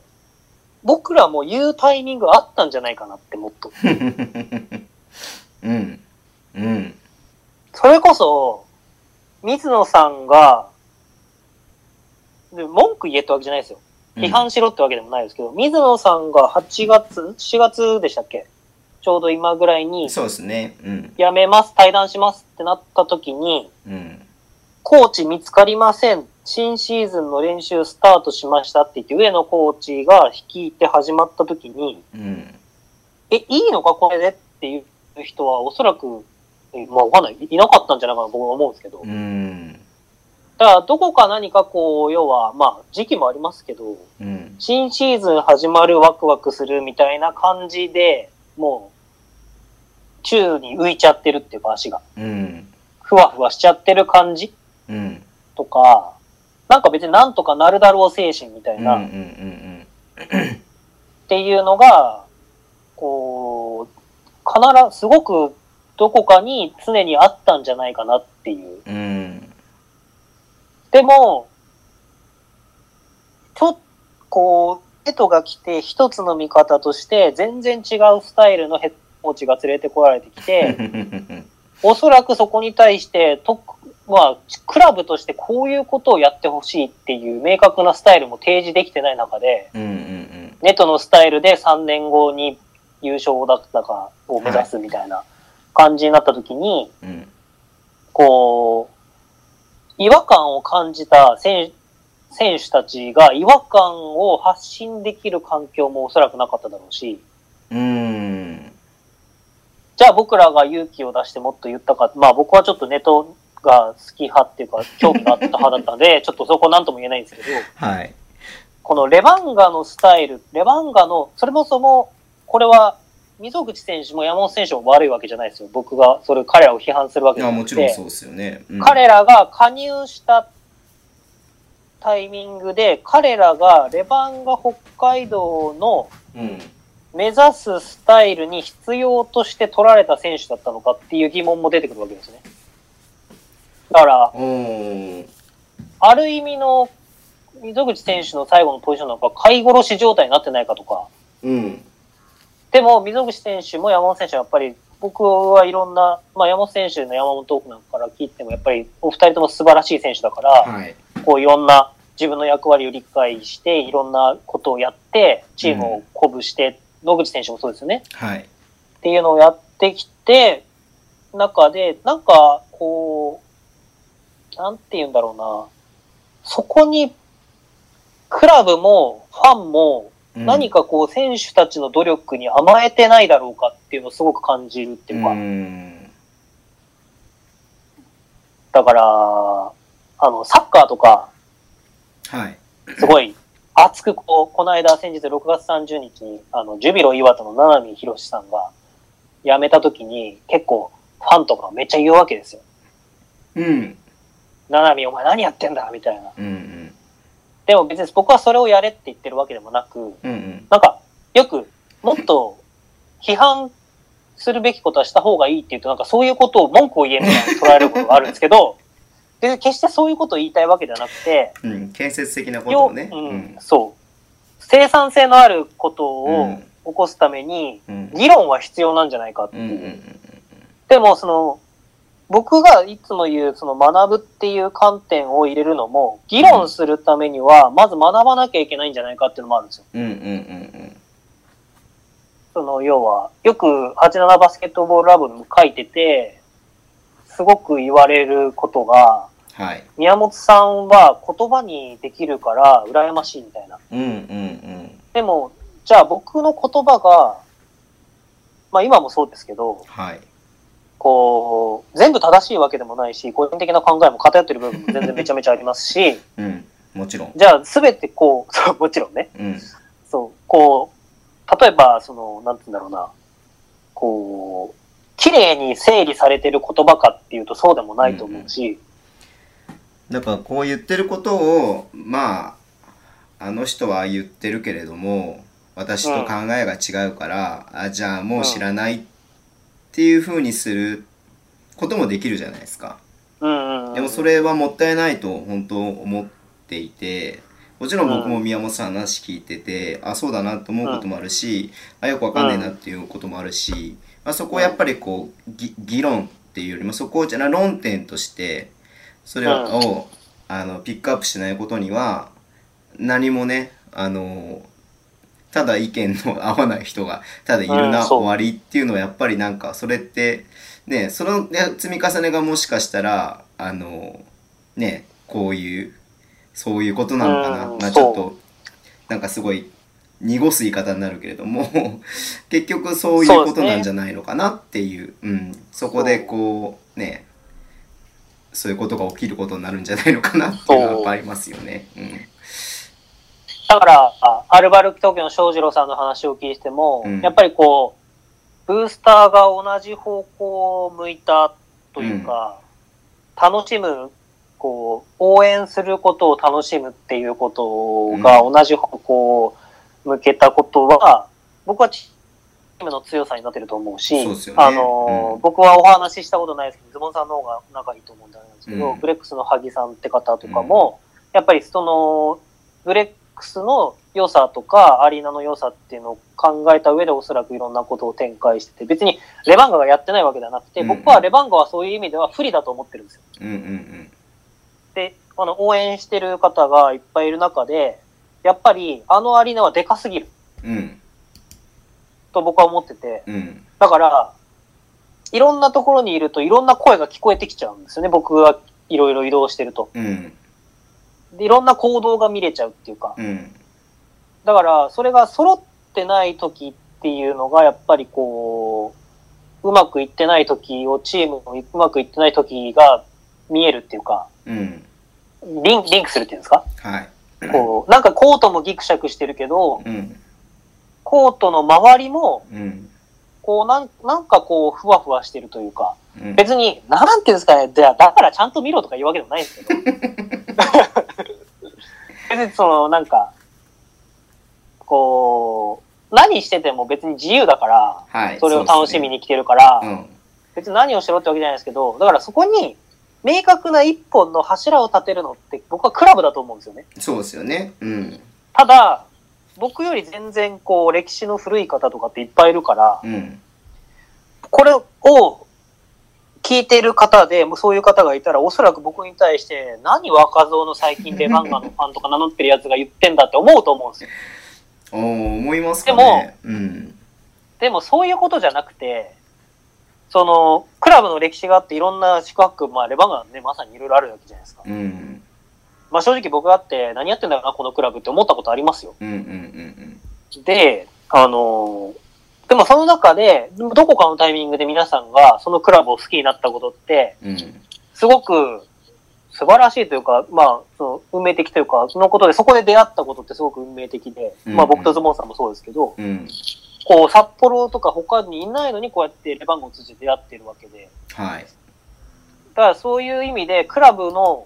僕らも言うタイミングあったんじゃないかなって、もっと。
うん。うん。
それこそ、水野さんが、で文句言えってわけじゃないですよ。批判しろってわけでもないですけど、水野さんが8月、4月でしたっけちょうど今ぐらいに、
そうですね。うん。
辞めます、対談しますってなった時に、
うん。
コーチ見つかりません。新シーズンの練習スタートしましたって言って、上野コーチが率いて始まった時に、
うん。
え、いいのかこれでっていう人は、おそらく、えまあわかんない、いなかったんじゃないかな僕は思うんですけど。
うん。
だから、どこか何かこう、要は、まあ、時期もありますけど、
うん。
新シーズン始まるワクワクするみたいな感じで、もう、宙に浮いちゃってるっていうか、足が。
うん。
ふわふわしちゃってる感じ
うん。
とか、なんか別になんとかなるだろう精神みた
う
い
ん。
な、
う
っ
ん。
ていうのが、こう、必ず、すごくどこかに常にあったんじゃないかなっていう。
うん。うん。
でも、ちょっと、こう、ヘトが来て一つの見方として、全然違うスタイルのヘッドコーチが連れてこられて きて、おそらくそこに対して、とまあ、クラブとしてこういうことをやってほしいっていう明確なスタイルも提示できてない中で、
うん。うん。
ネトのスタイルで3年後に優勝だったかを目指すみたいな感じになった時に、
うん。
こう、違和感を感じた選手選手たちが違和感を発信できる環境もおそらくなかっただろうし、
うん。
じゃあ僕らが勇気を出してもっと言ったか、まあ僕はちょっとネトが好き派っていうか、興味があった派だったんで、 ちょっとそこなんとも言えないんですけど、
はい。
このレバンガのスタイル、レバンガの、それもそも、これは、溝口選手も山本選手も悪いわけじゃないですよ。僕が、それ、彼らを批判するわけ
い
じゃ
や、
な
も
く
ちろん
て
そ、うですよね。うん
彼らが加入したタイミングで、彼らがレバンガ北海道の
うん。
目指すスタイルに必要として取られた選手だったのかっていう疑問も出てくるわけですね。だから、
おー。
ある意味の溝口選手の最後のポジションなんか、買い殺し状態になってないかとか、
うん。
でも、溝口選手も山本選手はやっぱり、僕はいろんな、まあ、山本選手の山本トークなんかから聞いても、やっぱりお二人とも素晴らしい選手だから、
はい。
こういろんな自分の役割を理解して、いろんなことをやって、チームを鼓舞して、野口選手もそうですよね。
はい。
っていうのをやってきて、中で、なんか、こう、なんて言うんだろうな。そこに、クラブもファンも
うん
何かこう選手たちの努力に甘えてないだろうかっていうのをすごく感じるっていうか、
うん。
だから、あの、サッカーとか、
はい。
すごい熱くこう、この間先日6月30日に、あの、ジュビロ岩田の七海博さんが辞めた時に結構ファンとかめっちゃ言うわけですよ。
うん。
七海お前何やってんだみたいな。
うん。うん。
でも別に僕はそれをやれって言ってるわけでもなく、
うん。うん。
なんかよくもっと批判するべきことはした方がいいって言うとなんかそういうことを文句を言えみたいに捉えることがあるんですけど、別に決してそういうことを言いたいわけではなくて、
うん。建設的なこと
よ
をね。
うんそう生産性のあることを起こすために
うん。
議論は必要なんじゃないかって
う
い
ん。うん。
う、
うん。
でもその僕がいつも言うその学ぶっていう観点を入れるのも議論するためにはまず学ばなきゃいけないんじゃないかっていうのもあるんですよ
うん。うん。うん。
その要はよく87バスケットボールラボでも書いててすごく言われることが
はい。
宮本さんは言葉にできるから羨ましいみたいな
うん。うん。
でも、じゃあ僕の言葉が、まあ今もそうですけど、
はい。
こう、全部正しいわけでもないし、個人的な考えも偏ってる部分も全然めちゃめちゃありま すし、
うん。もちろん。
じゃあ全てこう、そうもちろんね、
うん。
そう、こう、例えば、その、なんて言うんだろうな、こう、綺麗に整理されてる言葉かっていうとそうでもないと思うし、
なんかこう言ってることをまああの人は言ってるけれども私と考えが違うから、あじゃあもう知らないっていうふうにすることもできるじゃないですか。
うん、うん。
でもそ、れはもったいないと本当思っていてもちろん僕も宮本さんの話聞いてて、あそうだなと思うこともあるし、あよくわかんねえなっていうこともあるし、まあ、そこをやっぱりこうぎ議論っていうよりもそこをじゃな論点としてそれを、あのピックアップしないことには何もねあのただ意見の合わない人がただいるな、
うんそう
終わりっていうのはやっぱりなんかそれってねそのね積み重ねがもしかしたらあのね、こういう、そういうことなのかな。
うん
まあち
そ
ょ
う
っと、なんかすごい、濁す言い方になるけれども、 結局そういうことなんじゃないのかなっていう、うん。そこでこう、ね、そういうことが起きることになるんじゃないのかなっていうのはやっぱありますよね。う
だから、あアルバルク東京の翔士郎さんの話を聞いても、
うん
やっぱりこう、ブースターが同じ方向を向いたというか、楽しむ、こう、応援することを楽しむっていうことが同じ方向を向けたことは、僕はチームの強さになってると思うし、
そうですよね
あのー
うん
僕はお話ししたことないですけど、ズボンさんの方が仲いいと思うんであれなんですけど、
うん
ブレックスの萩さんって方とかも、やっぱりその、ブレックスの良さとか、アリーナの良さっていうのを考えた上で、おそらくいろんなことを展開してて、別にレバンガがやってないわけではなくて、
うん
僕はレバンガはそういう意味では不利だと思ってるんです
ん。
よ。
うんうん
で、あの、応援してる方がいっぱいいる中で、やっぱりあのアリーナはでかすぎる
うん。うん。
と僕は思ってて、
うん。
だから、いろんなところにいるといろんな声が聞こえてきちゃうんですよね、僕はいろいろ移動してると。
うん。
で、いろんな行動が見れちゃうっていうか。
うん。
だから、それが揃ってない時っていうのが、やっぱりこう、うまくいってない時を、チームのうまくいってない時が見えるっていうか、
うん。
リンリンクするっていうんですか
はい。
こう、なんかコートもギクシャクしてるけど、
うん。
コートの周りも、
うん。
こうなん、なんかこう、ふわふわしてるというか、
うん。
別に、なんていうんですかね、じゃあだからちゃんと見ろとか言うわけでもないんで すけど。別にその、なんか、こう、何してても別に自由だから、
はい。
それを楽しみ
に。
に来てるから、
うん。
別に何をしろってわけじゃないですけど、だからそこに、明確な一本の柱を立てるのって、僕はクラブだと思うんですよね。
そうですよね。うん。
ただ、僕より全然こう、歴史の古い方とかっていっぱいいるから、
うん。
これを聞いてる方で、もうそういう方がいたら、おそらく僕に対して、何若造の最近で漫画のファンとか名乗ってるやつが言ってんだって思うと思うんですよ。
おー思いますか
でも
ね。うん。
でもそういうことじゃなくて、その、クラブの歴史があっていろんな宿泊、まあレバンガね、まさにいろいろあるわけじゃないですか。
うん。
まあ正直僕だって何やってんだろうな、このクラブって思ったことありますよ。
うんうんうん
で、あのーでもその中で、どこかのタイミングで皆さんがそのクラブを好きになったことって、
うん。うん。
すごく素晴らしいというか、まあ、その運命的というか、そのことで、そこで出会ったことってすごく運命的で、
うん
まあ僕とズボンさんもそうですけど、
うん。
こう、札幌とか他にいないのに、こうやってレバンゴを通じて出会ってるわけで、
はい。
だからそういう意味で、クラブの、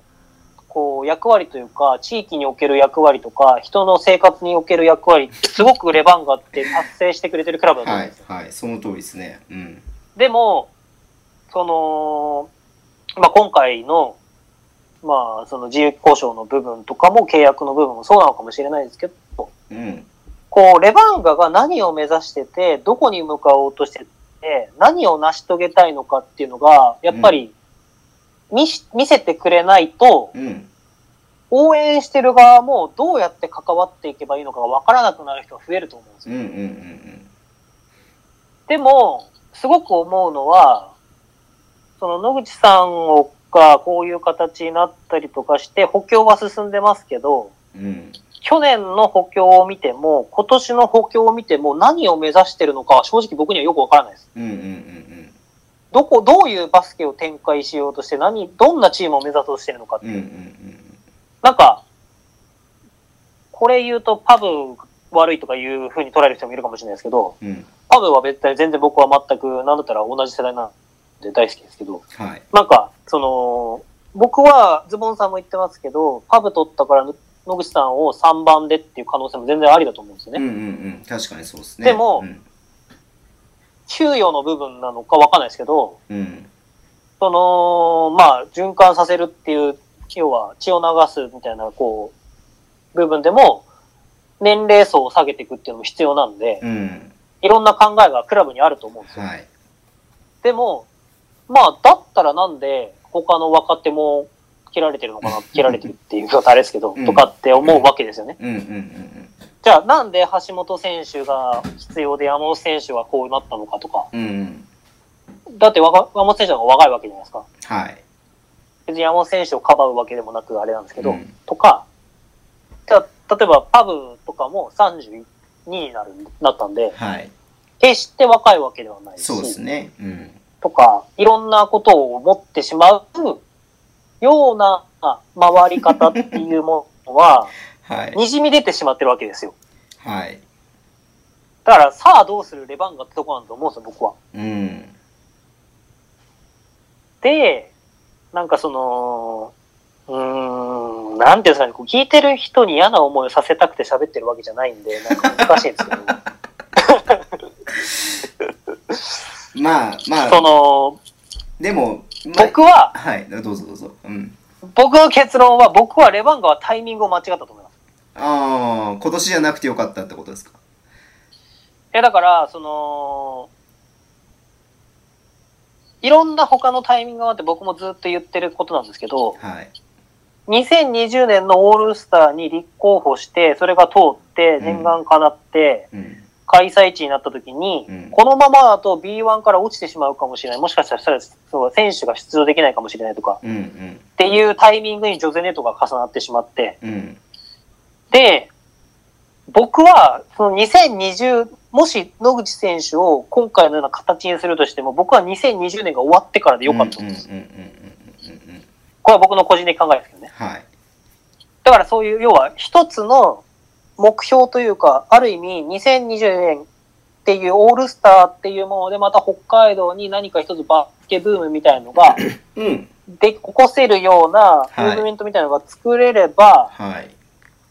こう、役割というか、地域における役割とか、人の生活における役割って、すごくレバンガって達成してくれてるクラブだと思
は
うん
い
ですよ。。
はい。その通りですね。うん。
でも、その、まあ、今回の、まあ、その自由交渉の部分とかも契約の部分もそうなのかもしれないですけど、
うん。
こう、レバンガが何を目指してて、どこに向かおうとしてて、何を成し遂げたいのかっていうのが、やっぱり、見し、見せてくれないと、
うん。
応援してる側もどうやって関わっていけばいいのかが分からなくなる人が増えると思うんですよ
うん。うん。うん。
でも、すごく思うのは、その野口さんをがこういう形になったりとかして、補強は進んでますけど、
うん。
去年の補強を見ても、今年の補強を見ても、何を目指してるのかは正直僕にはよくわからないです。
うん。うん。うん。
どこ、どういうバスケを展開しようとして、何、どんなチームを目指そうとしてるのかって
うん。うん。うん。
なんか、これ言うとパブ悪いとかいう風に捉える人もいるかもしれないですけど、
うん。うん。
パブは別に全然僕は全く、なんだったら同じ世代なんで大好きですけど、
はい。
なんか、その、僕はズボンさんも言ってますけど、パブ取ったから野口さんを3番でっていう可能性も全然ありだと思うんですよ
う
ね。
ん。うん。うん。確かにそうですね。
でも
うん。
給与の部分なのかわかんないですけど、
うん。
その、まあ、循環させるっていう、要は血を流すみたいな、こう、部分でも、年齢層を下げていくっていうのも必要なんで、
うん。
いろんな考えがクラブにあると思うんですよ。
はい。
でも、まあ、だったらなんで、他の若手も切られてるの かな、切られてるっていう言い方あれですけど、
うん
とかって思うわけですよね。
うん。うん。うん。
じゃあ、なんで橋本選手が必要で山本選手はこうなったのかとか、
うん。うん。
だって若山本選手の方が若いわけじゃないですか。
はい。
別に山本選手をかばうわけでもなくあれなんですけど、
うん
とか、じゃあ例えばパブとかも32になる、なったんで、
はい。
決して若いわけではないし、
そうですね。うん。
とか、いろんなことを思ってしまうようなあ回り方っていうものは、
はい。
にじみ出てしまってるわけですよ。
はい。
だから、さあどうするレバンガってとこなんだと思うんですよ、僕は。
うん。
で、なんかその、うーん、なんていうんですかね、こう聞いてる人に嫌な思いをさせたくて喋ってるわけじゃないんで、なんか難しいんですけど、
まあま
そ
あ、
の、
でも、まあ
僕は、
はい。どうぞどうぞ。うん。
僕の結論は、僕はレバンガはタイミングを間違ったと思います。
ああ、今年じゃなくてよかったってことですか。
いや、だから、その、いろんな他のタイミングがあって僕もずっと言ってることなんですけど、
はい。
2020年のオールスターに立候補して、それが通って、
ん
念願叶って、
うん。
開催地になった時に、
うん
このままだと B1 から落ちてしまうかもしれない。もしかしたらそう選手が出場できないかもしれないとか、
うんうん。
っていうタイミングにジョゼネトが重なってしまって。
うん。
で、僕は、その2020、もし野口選手を今回のような形にするとしても、僕は2020年が終わってからでよかった
う
と
ん
思
う
うん
うんん
で
うん
す。
うんうんうん。
これは僕の個人的考えですけどね。
はい。
だからそういう、要は一つの目標というか、ある意味2020年っていうオールスターっていうもので、また北海道に何か一つバスケブームみたいのが、
うん。
で、起こせるような
はい
ムーブメントみたいのが作れれば、
はい。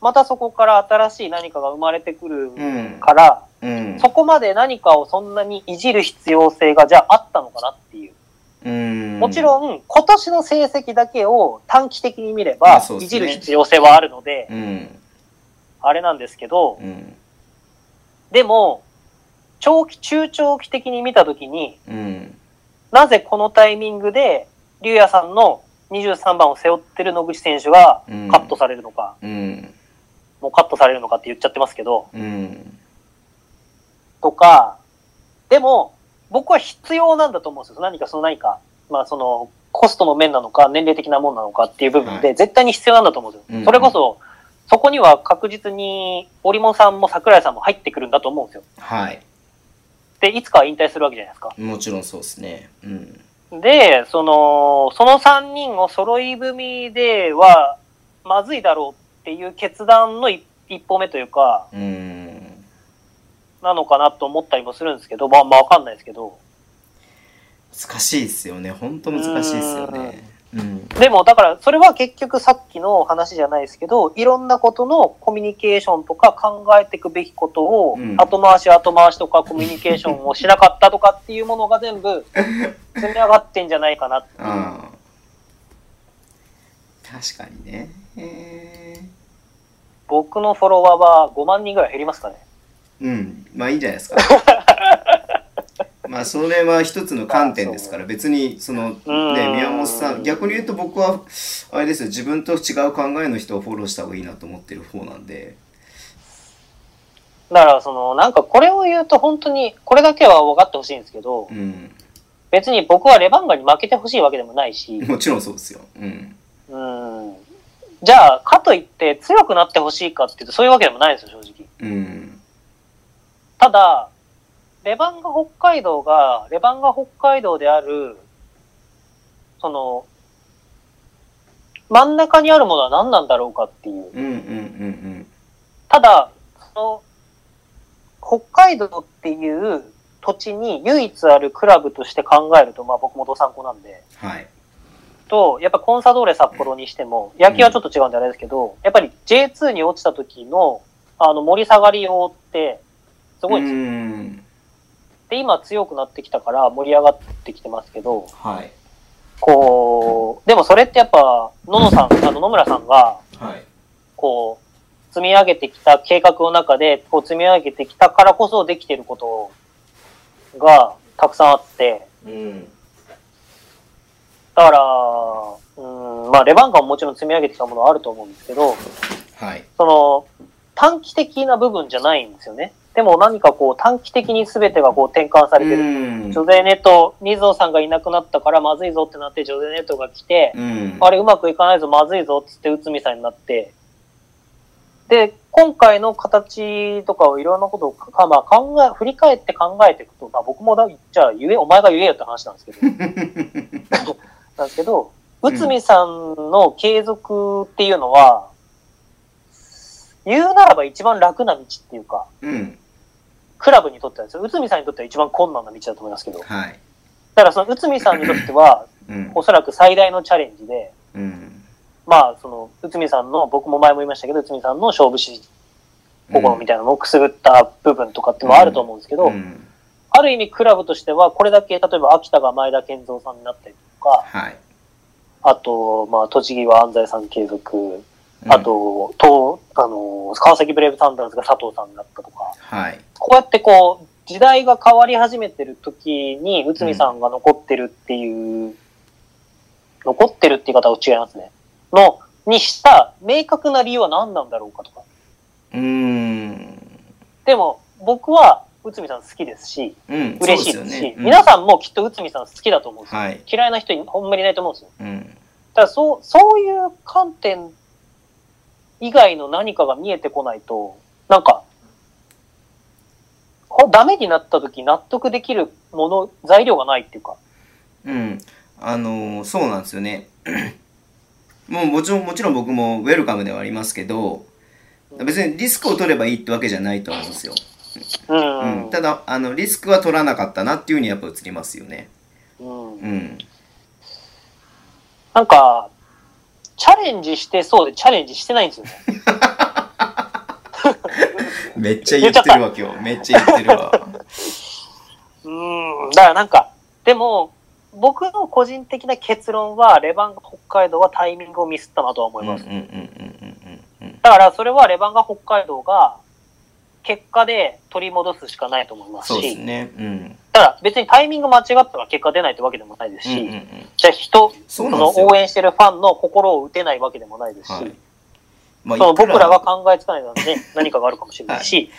またそこから新しい何かが生まれてくる
うん。
から、
うん。
そこまで何かをそんなにいじる必要性がじゃああったのかなっていう。
うん。
もちろん、今年の成績だけを短期的に見れ
ま
ば
あそう、
い
です
じ
ね
る必要性はあるので、
うん。
あれなんですけど、
うん。
でも、長期、中長期的に見たときに、
うん。
なぜこのタイミングで、竜也さんの23番を背負ってる野口選手が
うん
カットされるのか、
うん。
もうカットされるのかって言っちゃってますけど、
うん。
とか、でも、僕は必要なんだと思うんですよ。何かその何か、まあその、コストの面なのか、年齢的なもんなのかっていう部分
は
で、絶対に必要なんだと思うんです
うんう
よ。
ん
それこそ、そこには確実に、織物さんも桜井さんも入ってくるんだと思うんですよ。
はい。
で、いつかは引退するわけじゃないですか。
もちろんそうですね。うん。
で、その、その3人を揃い踏みでは、まずいだろうっていう決断の一一歩目というか、
うん。
なのかなと思ったりもするんですけど、まあまあわかんないですけど。
難しいですよね。本当難しいですよね。うん。
でも、だから、それは結局さっきの話じゃないですけど、いろんなことのコミュニケーションとか考えていくべきことを
うん、
後回し後回しとかコミュニケーションをしなかったとかっていうものが 全部積み上がってんじゃないかなっていう。
ああ。確かにね。えー
僕のフォロワーは5万人ぐらい減りますかね。
うん、まあいいんじゃないです か。まあそれは一つの観点ですから別にそのね
うん
宮本さん逆に言うと僕はあれですよ自分と違う考えの人をフォローした方がいいなと思ってる方なんで
だからそのなんかこれを言うと本当にこれだけは分かってほしいんですけど
うん
別に僕はレバンガに負けてほしいわけでもないし
もちろんそうですようん
うんじゃあかといって強くなってほしいかっていうとそういうわけでもないんですよ正直
うん
ただレバンガ北海道がレバンガ北海道であるその真ん中にあるものは何なんだろうかっていう
うんうんうん
ただ、その、北海道っていう土地に唯一あるクラブとして考えると、まあ僕もどさんこなんで、
うんはい
と、やっぱコンサドーレ札幌にしても、野球はちょっと違うんであれですけど、やっぱり J2 に落ちた時の、あの、盛り下がりをって、すごいんですよ。
うん
で、今強くなってきたから盛り上がってきてますけど、
はい
こう、でもそれってやっぱ、野々さん、あの野村さんが、
はい
こう、積み上げてきた計画の中で、こう積み上げてきたからこそできてることがたくさんあって、
うん
だから、うん、まあ、レバンガももちろん積み上げてきたものはあると思うんですけど、
はい
その、短期的な部分じゃないんですよね。でも何かこう短期的に全てがこう転換されて
う
る。
ん
ジョゼネと、ニゾさんがいなくなったからまずいぞってなって、ジョゼネトが来て、
うん
あれうまくいかないぞ、まずいぞっつって内海さんになって、で、今回の形とかをいろんなことをか、まあ、考え、振り返って考えていくと、まあ、僕もだ、じゃあ言え、お前が言えよって話なんですけど、なんですけど、
うん
内海さんの継続っていうのは、言うならば一番楽な道っていうか、
うん
クラブにとってはですよ。内海さんにとっては一番困難な道だと思いますけど、だ
はい
からその内海さんにとっては、
うん
おそらく最大のチャレンジで、
うん
まあ、その、内海さんの、僕も前も言いましたけど、内海さんの勝負師心みたいなのをくすぐった部分とかってもあると思うんですけど、
うん
ある意味クラブとしては、これだけ、例えば秋田が前田健三さんになったりとか、
はい
あと、まあ、栃木は安西さん継続、
うん
あと、東、あの、川崎ブレイブサンダーズが佐藤さんになったとか、
はい
こうやってこう、時代が変わり始めてる時に、内海さんが残ってるっていう、残ってるって言い方は違いますね。の、にした明確な理由は何なんだろうかとか。
うーん
でも、僕は内海さん好きですし、
うん
嬉しい
そう
です
よ
し、
ねうん
皆さんもきっと内海さん好きだと思うんですよ。
はい
嫌いな人にほんまにいないと思うんですよ。
うん
ただそう、そういう観点以外の何かが見えてこないと、なんか、こうダメになった時納得できるもの、材料がないっていうか。
うんあのーそうなんですよねもうもちろんもちろん僕もウェルカムではありますけど別にリスクを取ればいいってわけじゃないと思うんですよ、
うん。
う
うん
ん、ただあのリスクは取らなかったなっていうふうにやっぱ映りますよねうん
なんか、チャレンジしてそうでチャレンジしてないんですよね。
めっちゃ言ってるわ今日めっちゃ言ってるわ
うん。だからなんか、でも、僕の個人的な結論は、レバンガ北海道はタイミングをミスったなとは 思
う
い
んうんう
ま
ん
す。
うんうんうん
だからそれはレバンガ北海道が結果で取り戻すしかないと思います
そうです
し、
ねうん
ただ別にタイミング間違ったら結果出ないってわけでもないです
うんう
し、
んうん
じゃあ人、
そうな
そ
んで
の
すよ
応援してるファンの心を打てないわけでもないですし、
はいまあ
その
いく
僕らが考えつかないので、 ね、何かがあるかもしれないし、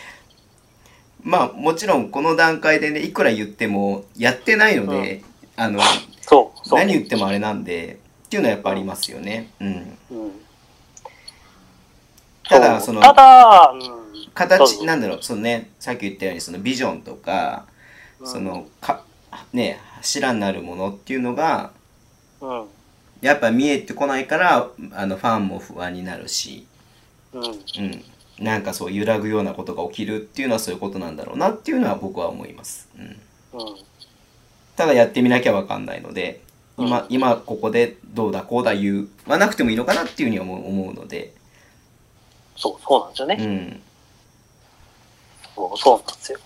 まあもちろんこの段階でねいくら言ってもやってないので、あの
そう、そう。
何言ってもあれなんでっていうのはやっぱありますよね、うん、
うん
ただ
う
その
ただ、うん
形
そう
なんだろうそのねさっき言ったようにそのビジョンとか
うん
そのかね柱になるものっていうのが
うん、
やっぱ見えてこないからあのファンも不安になるし、
うん、
うん、なんかそう揺らぐようなことが起きるっていうのはそういうことなんだろうなっていうのは僕は思います、うん、
うん。
ただやってみなきゃわかんないので今,、
うん
今ここでどうだこうだ言うはなくてもいいのかなっていうふうに思う思うので、
そう、そうなんですよね。
うん、
そうそうなん ですよ。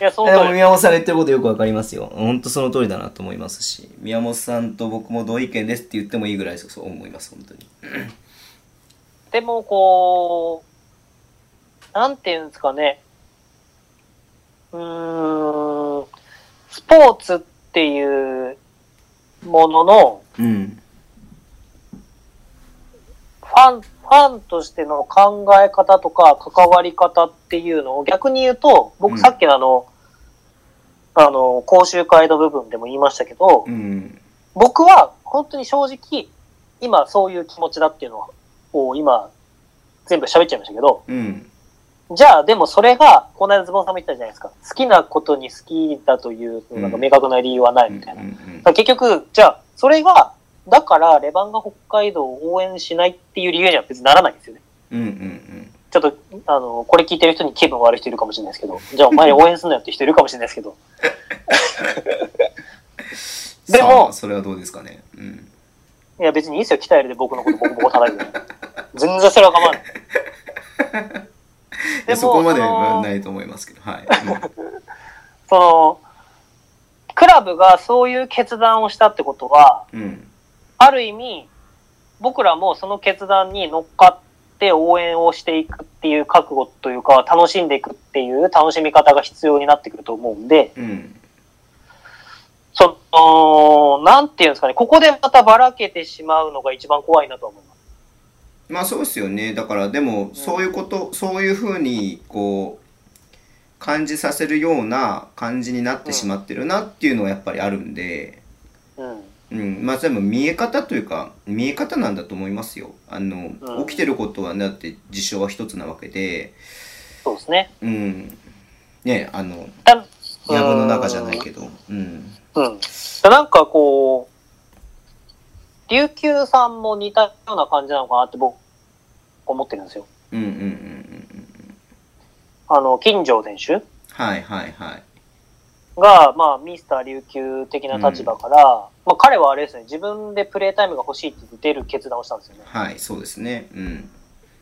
いや、そ
で
の通
も
り。
宮本さんが言ってることよくわかりますよ。本当その通りだなと思いますし、宮本さんと僕も同意見ですって言ってもいいぐらいそう思います、本当に。
でも、こう、なんていうんですかね。うーん、スポーツっていうものの、
うん。
ファン、ファンとしての考え方とか関わり方っていうのを逆に言うと、
う
僕
ん
さっきのあの、あの、講習会の部分でも言いましたけど、
うん。
僕は本当に正直、今そういう気持ちだっていうのを今、全部喋っちゃいましたけど、
うん。
じゃあでもそれが、この間ズボンさんも言ってたじゃないですか。好きなことに好きだという、
うん
なんか明確な理由はないみたいな。
う
だ
ん
から結局、じゃあ、それが、だから、レバンガ北海道を応援しないっていう理由には別にならないんですよね。
うんうん
ちょっと、あの、これ聞いてる人に気分悪い人いるかもしれないですけど、じゃあお前応援すんなよって人いるかもしれないですけど、
うん。
でも
さあそれはどうですかね。うん。
いや別にいいですよ、鍛えるで僕のことボコボコ叩いて。全然それは構わない。
いやそこまで
そ
は
の
ないと思いますけど、はい。
その、クラブがそういう決断をしたってことは、
うん。うん
ある意味、僕らもその決断に乗っかって応援をしていくっていう覚悟というか、楽しんでいくっていう楽しみ方が必要になってくると思うんで、
うん。
その、なんていうんですかね、ここでまたばらけてしまうのが一番怖いなとは思います。
まあそうですよねだからでもそういうこと、そういうふうにこう感じさせるような感じになってしまってるなっていうのはやっぱりあるんで、
うん。
うん、まあでも見え方というか見え方なんだと思いますよあの、
うん
起きてることはだって事象は一つなわけで
そうですね。
うんねあの
たうん
野暮の中じゃないけどうん
うん。なんかこう、琉球さんも似たような感じなのかなって僕、思ってるんですよ。
うんうんうんうんうん
あの、金城選手
はいはいはい
が、まあ、ミスター琉球的な立場から、まあ、彼はあれですね、自分でプレータイムが欲しいって言って出る決断をしたんですよね。
はいそうですねうん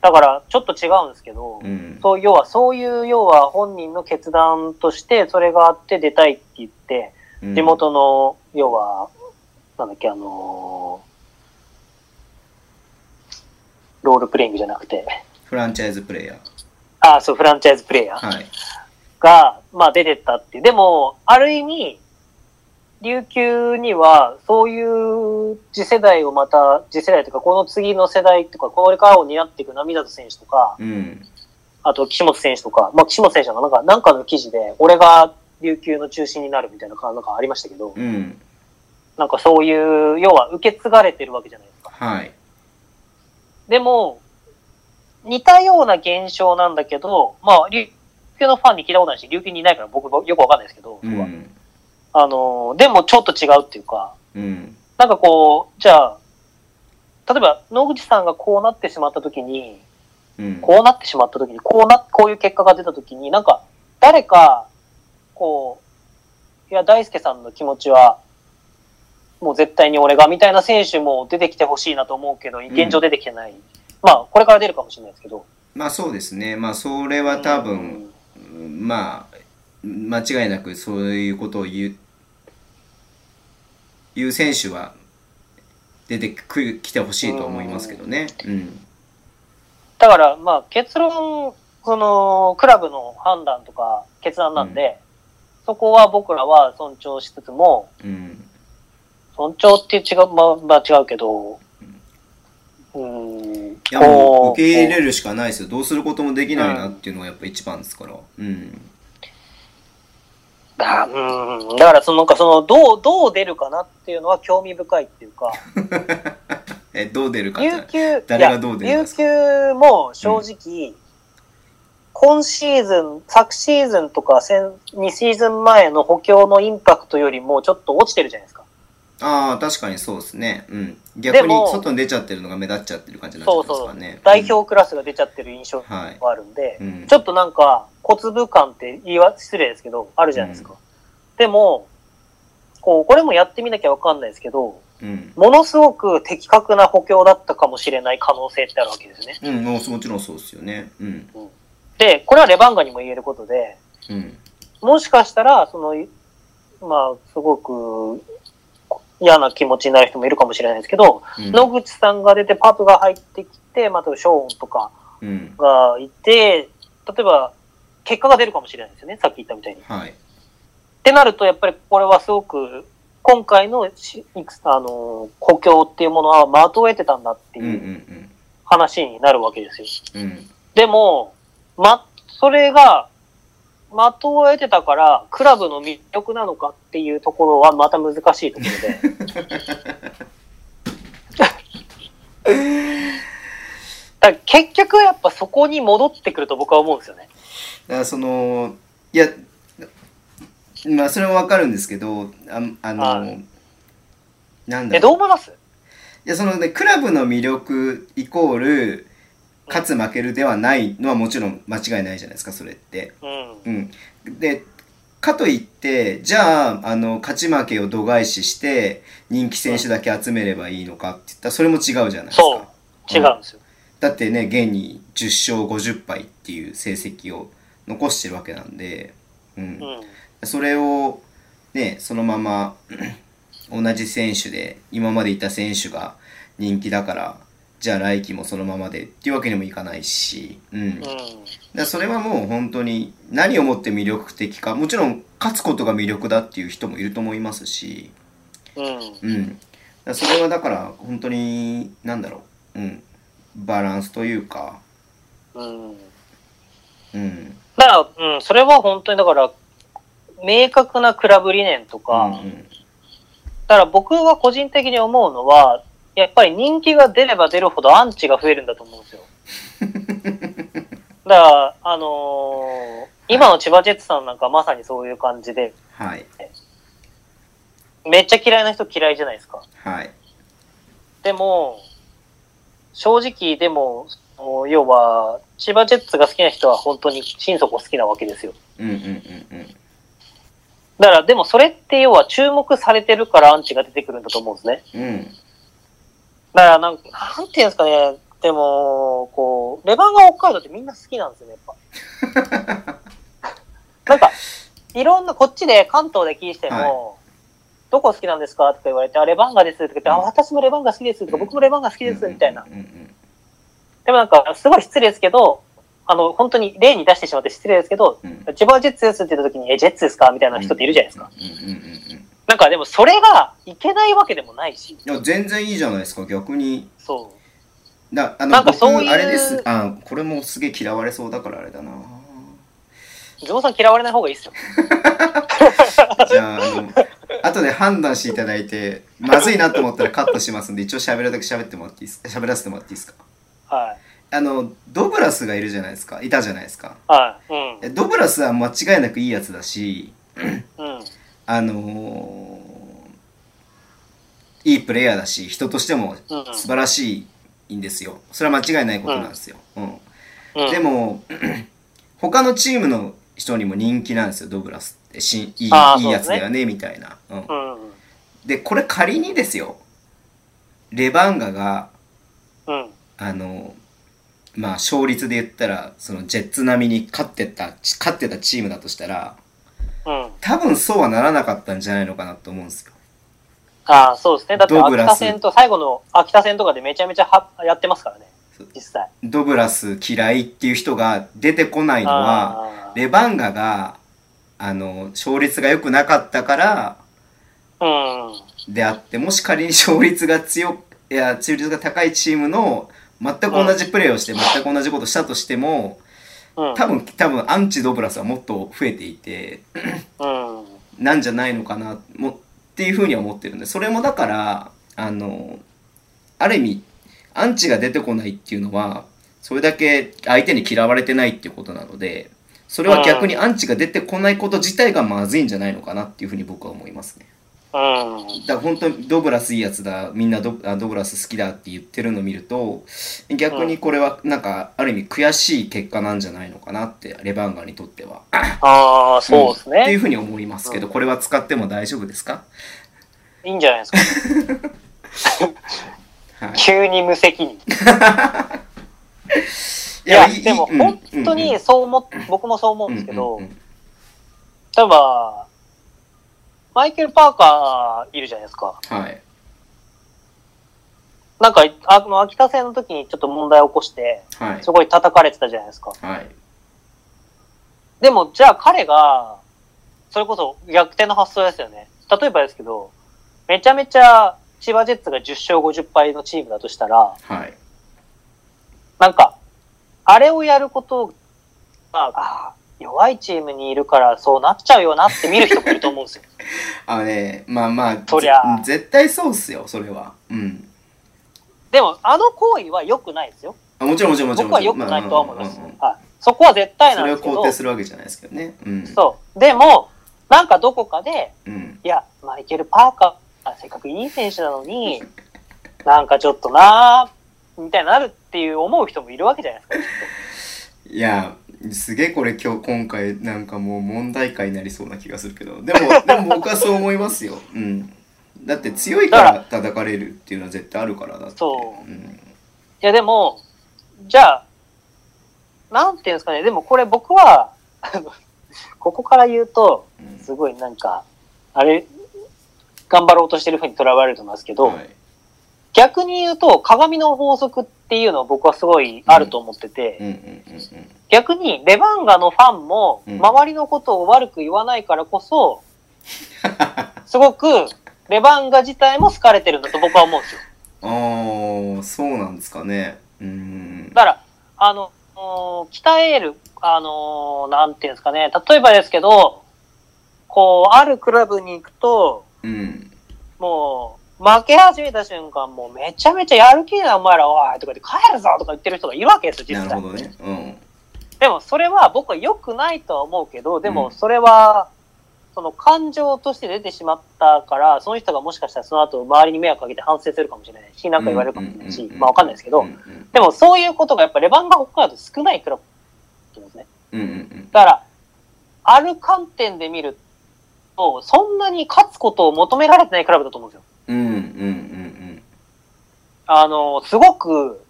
だから、ちょっと違うんですけど、
うん
そう、要は、そういう、要は本人の決断として、それがあって出たいって言って、
うん
地元の、要は、なんだっけ、あのーロールプレイングじゃなくて、
フランチャイズプレイヤー
あ、そう、フランチャイズプレイヤー
はい
が、まあ出てったっていう。でも、ある意味、琉球には、そういう次世代をまた、次世代というか、この次の世代とか、これからを担っていく浪里選手とか、
うん
あと、岸本選手とか、まあ、岸本選手はなんか、なんかの記事で、俺が琉球の中心になるみたいなか、なんかありましたけど、
うん
なんかそういう、要は受け継がれてるわけじゃないですか。
はい
でも、似たような現象なんだけど、まあ、琉球のファンに聞いたことないし、琉球にいないから僕もよくわかんないですけど、
うん
あの、でもちょっと違うっていうか、
うん
なんかこう、じゃあ、例えば野口さんがこうなってしまった時に、
うん
こうなってしまった時に、こうな、こういう結果が出た時に、なんか、誰か、こう、いや、大輔さんの気持ちは、もう絶対に俺が、みたいな選手も出てきてほしいなと思うけど、現状出てきてない。まあ、これから出るかもしれないですけど。
まあそうですねまあそれは多分、
うん
まあ間違いなくそういうことを言う言う選手は出てく来てほしいと思いますけどね。うん
だから、まあ、結論、その、クラブの判断とか決断なんで、そこは僕らは尊重しつつも、
うん
尊重って違う、まあ、まあ、違うけど、うん、
いやもう
こ
受け入れるしかないですよどうすることもできないなっていうのがやっぱ一番ですから。うん
だうんだからそのなんかそのどうどう出るかなっていうのは興味深いっていうか
えどう出るかって
琉球
誰がどう出
い
るかで
や琉
す
球も正直、今シーズン昨シーズンとか先2シーズン前の補強のインパクトよりもちょっと落ちてるじゃないですか。
ああ確かにそうですね。うん逆に
でも
外に出ちゃってるのが目立っちゃってる感じになっちゃってますからね。
代表クラスが出ちゃってる印象
うんはい。
があるんで、
うん
ちょっとなんか小粒感って言いは失礼ですけどあるじゃないですか。
う
でもこうこれもやってみなきゃわかんないですけど
うん
ものすごく的確な補強だったかもしれない可能性ってあるわけですよね。
うんもうもちろんそうですよね。うん
で、これはレバンガにも言えることで、
うん
もしかしたら、その、まあ、すごく嫌な気持ちになる人もいるかもしれないですけど、
うん
野口さんが出てパプが入ってきて、またショーンとか
うん
がいて、例えば、結果が出るかもしれないですよね、さっき言ったみたいに。っ
はい。
てなると、やっぱりこれはすごく、今回のし、いくつあの、補強っていうものは的を得てたんだって
うんう
い
ん
う話になるわけですよ。
うんうん
でも、ま、それが、的を得てたから、クラブの魅力なのかっていうところはまた難しいところで。だから結局やっぱそこに戻ってくると僕は思うんですよね。
だからそのいやまあそれもわかるんですけどああの、
はい
なんだ
え、どう
ろう
思います
いやそのねクラブの魅力イコール勝つ負けるではないのはもちろん間違いないじゃないですかそれって。
うん。
うん、でかといってじゃああの勝ち負けを度外視して人気選手だけ集めればいいのかって言ったらそれも違うじゃないですか。
そう違うんですよ。
だってね現に10勝50敗っていう成績を残してるわけなんで、うん
うん。
それをねそのまま 同じ選手で今までいた選手が人気だからじゃあ来季もそのままでっていうわけにもいかないし、うん、
う
だか
ん。
らそれはもう本当に何をもって魅力的かもちろん勝つことが魅力だっていう人もいると思いますし、
うん。
うん、だからそれはだから本当に何だろう、うん、バランスというか、
うん。
うん。
だから、うん、それは本当にだから、明確なクラブ理念とか、
うん
だから僕は個人的に思うのは、やっぱり人気が出れば出るほどアンチが増えるんだと思うんですよ。だから、あのー今の千葉ジェッツさんなんかまさにそういう感じで、
はい。
めっちゃ嫌いな人嫌いじゃないですか。
はい。
でも、正直でも、その要は、千葉ジェッツが好きな人は本当に心底好きなわけですよ。
うんうんうんうん。
だから、でもそれって要は注目されてるからアンチが出てくるんだと思うんですね。
うん。
だからなんか、なんていうんですかね、でも、こう、レバンガ北海道ってみんな好きなんですよね、やっ ぱ。なんか、いろんな、こっちで関東で聞いても、どこ好きなんですかとか言われて、あ、レバンガですとか言って、あ、私もレバンガ好きですとか、僕もレバンガ好きですみたいな
うん。うん
でもなんか、すごい失礼ですけど、あの、本当に例に出してしまって失礼ですけど、
うんうん。
千葉ジェッツですって言った時に、え、ジェッツですかみたいな人っているじゃないですか。
うんうんうんうん。
なんかでもそれがいけないわけでもないし、
いや全然いいじゃないですか逆に
そう。
だあの
なんかそういう
僕あれですあこれもすげえ嫌われそうだからあれだな
ジョーさん嫌われない方がいいですよ。
じゃああの後で判断していただいてまずいなと思ったらカットしますんで一応喋るだけ喋ってもらっていいですか喋らせてもらっていいですか
はい。
あのドブラスがいるじゃないですかいたじゃないですか
はい。うん。
ドブラスは間違いなくいいやつだし
うん。
あのーいいプレイヤーだし人としても
うん
素晴らしいんですよそれは間違いないことなんですよ、うん、
うん。
でも 他のチームの人にも人気なんですよドブラスってしんいい
あー
いいやつ
そうですね
だよねみたいな、うん
うん。うん。
でこれ仮にですよレバンガが
うん。
あのまあ勝率で言ったらそのジェッツ並みに勝ってた勝ってたチームだとしたら
うん。
多分そうはならなかったんじゃないのかなと思うんですよ
ああ、そうですね。だって
ドブ
秋
ラス
田戦と、最後の秋田戦とかでめちゃめちゃはやってますからね
そう。
実際。
ドブラス嫌いっていう人が出てこないのは
あ
レバンガがあの勝率が良くなかったから
あ。うん。
であってもし仮に勝率が強いや勝率が高いチームの全く同じプレーをして全く同じことしたとしても
うん。
多分多分アンチドブラスはもっと増えていて
うん。
なんじゃないのかなもっていうふうには思ってるんでそれもだからあのある意味アンチが出てこないっていうのはそれだけ相手に嫌われてないっていうことなのでそれは逆にアンチが出てこないこと自体がまずいんじゃないのかなっていうふうに僕は思いますね。
うん。
だから本当にドブラスいいやつだみんなドあドブラス好きだって言ってるのを見ると逆にこれはなんかある意味悔しい結果なんじゃないのかなってレバンガにとっては。
ああ、そうです
んっていう
ね。
ふうに思いますけど、
うん
これは使っても大丈夫ですか
いいんじゃないですか。
はい。
急に無責任。い
い
や、
いい
でも
うん
本当にそう思っ、僕もそう思
う
うんんですけど
うんう、ん
例えば、マイケル・パーカーいるじゃないですか。
うんはい
なんか、あの、秋田戦の時にちょっと問題を起こして、
はい
すごい叩かれてたじゃないですか。
はい
でも、じゃあ彼が、それこそ逆転の発想ですよね。例えばですけど、めちゃめちゃ千葉ジェッツが10勝50敗のチームだとしたら、
はい
なんか、あれをやることが、あー弱いチームにいるからそうなっちゃうよなって見る人もいると思うんですよ。
あのねまあまあ
そりゃ
ぜ絶対そうっすよそれはうん
でも、あの行為は良くないですよ。
あもちろんもちろんもちろん
僕は良くないとは思います
ああああ。
はい。そこは絶対
そ
なん
れを
ですけど。
肯定するわけじゃないですけどねうん
そう。でも、なんかどこかで、
うん
いや、マイケル・パーカー、せっかくいい選手なのに、なんかちょっとなぁ、みたいになるっていう思う人もいるわけじゃないですか。
いやすげえこれ今日今回なんかもう問題解になりそうな気がするけどで もでも僕はそう思いますよ、うん、だって強いから叩かれるっていうのは絶対あるからだって、
そうんいや、でも、じゃあ、なんていうんですかね、でもこれ僕は、 あのここから言うと、
うん
すごいなんか、あれ、頑張ろうとしてる風にとらわれると思いますけど、
はい
逆に言うと、鏡の法則っていうのは僕はすごいあると思ってて、
うんうんうんうん
逆にレバンガのファンも
うん
周りのことを悪く言わないからこそ、 すごくレバンガ自体も好かれてるんだと僕は思うんですよ。
ああそうなんですかねうん。
だから、あの、うん鍛える、あの、なんていうんですかね、例えばですけど、こう、あるクラブに行くと、
うん。
もう、負け始めた瞬間、もうめちゃめちゃやる気な、お前ら、おいとかで帰るぞとか言ってる人がいるわけですよ、実
な
際。
るほどね。うん。
でも、それは僕は良くないとは思うけど、で
うん
も、それは、その感情として出てしまったから、その人がもしかしたらその後、周りに迷惑かけて反省するかもしれないし、なんか言われるかもしれない
うんう
し
んうん、うん
まあわかんないですけ
う
ど
ん、うん
でもそういうことがやっぱレバンガ北海道少ないクラブなんですね。
うんうん
だから、ある観点で見ると、そんなに勝つことを求められてないクラブだと思うんですよ。
うんうんうん
あの、すごく、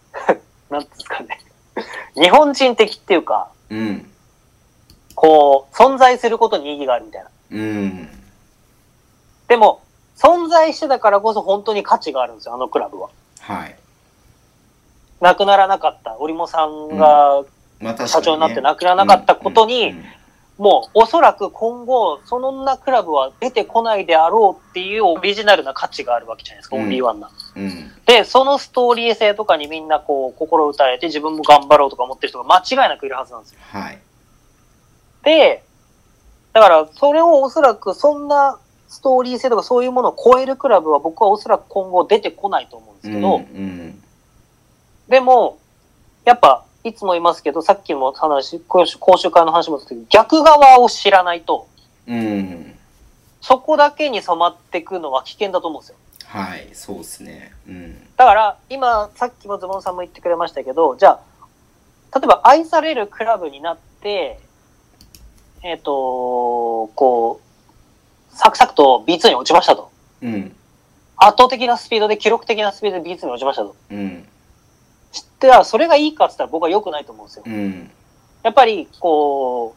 なんていうんですかね、日本人的っていうか、
うんうん
こう、存在することに意義があるみたいな。
うん
でも、存在してたからこそ本当に価値があるんですよ、あのクラブは。
はい
なくならなかった、折茂さんが
まあ確かにね
社長になってなくならなかったことに、
うんうんうん
もうおそらく今後、そんなクラブは出てこないであろうっていうオリジナルな価値があるわけじゃないですか、
うん
オンリーワンな。
うん
で、そのストーリー性とかにみんなこう、心打たれて自分も頑張ろうとか思ってる人が間違いなくいるはずなんですよ。
はい
で、だからそれをおそらくそんなストーリー性とかそういうものを超えるクラブは僕はおそらく今後出てこないと思うんですけど、
うんうん
でも、やっぱ、いつも言いますけど、さっきも話、講習講習会の話もですけど、逆側を知らないと、
うん
そこだけに染まっていくのは危険だと思うんですよ。
はいそうっすねうん
だから、今、さっきもズボンさんも言ってくれましたけど、じゃあ、例えば愛されるクラブになって、えっ、と、こう、サクサクと B2 に落ちましたと。
うん
圧倒的なスピードで、記録的なスピードで B2 に落ちましたと。
うん
知っては、それがいいかって言ったら僕は良くないと思うんですよ。
うん
やっぱり、こ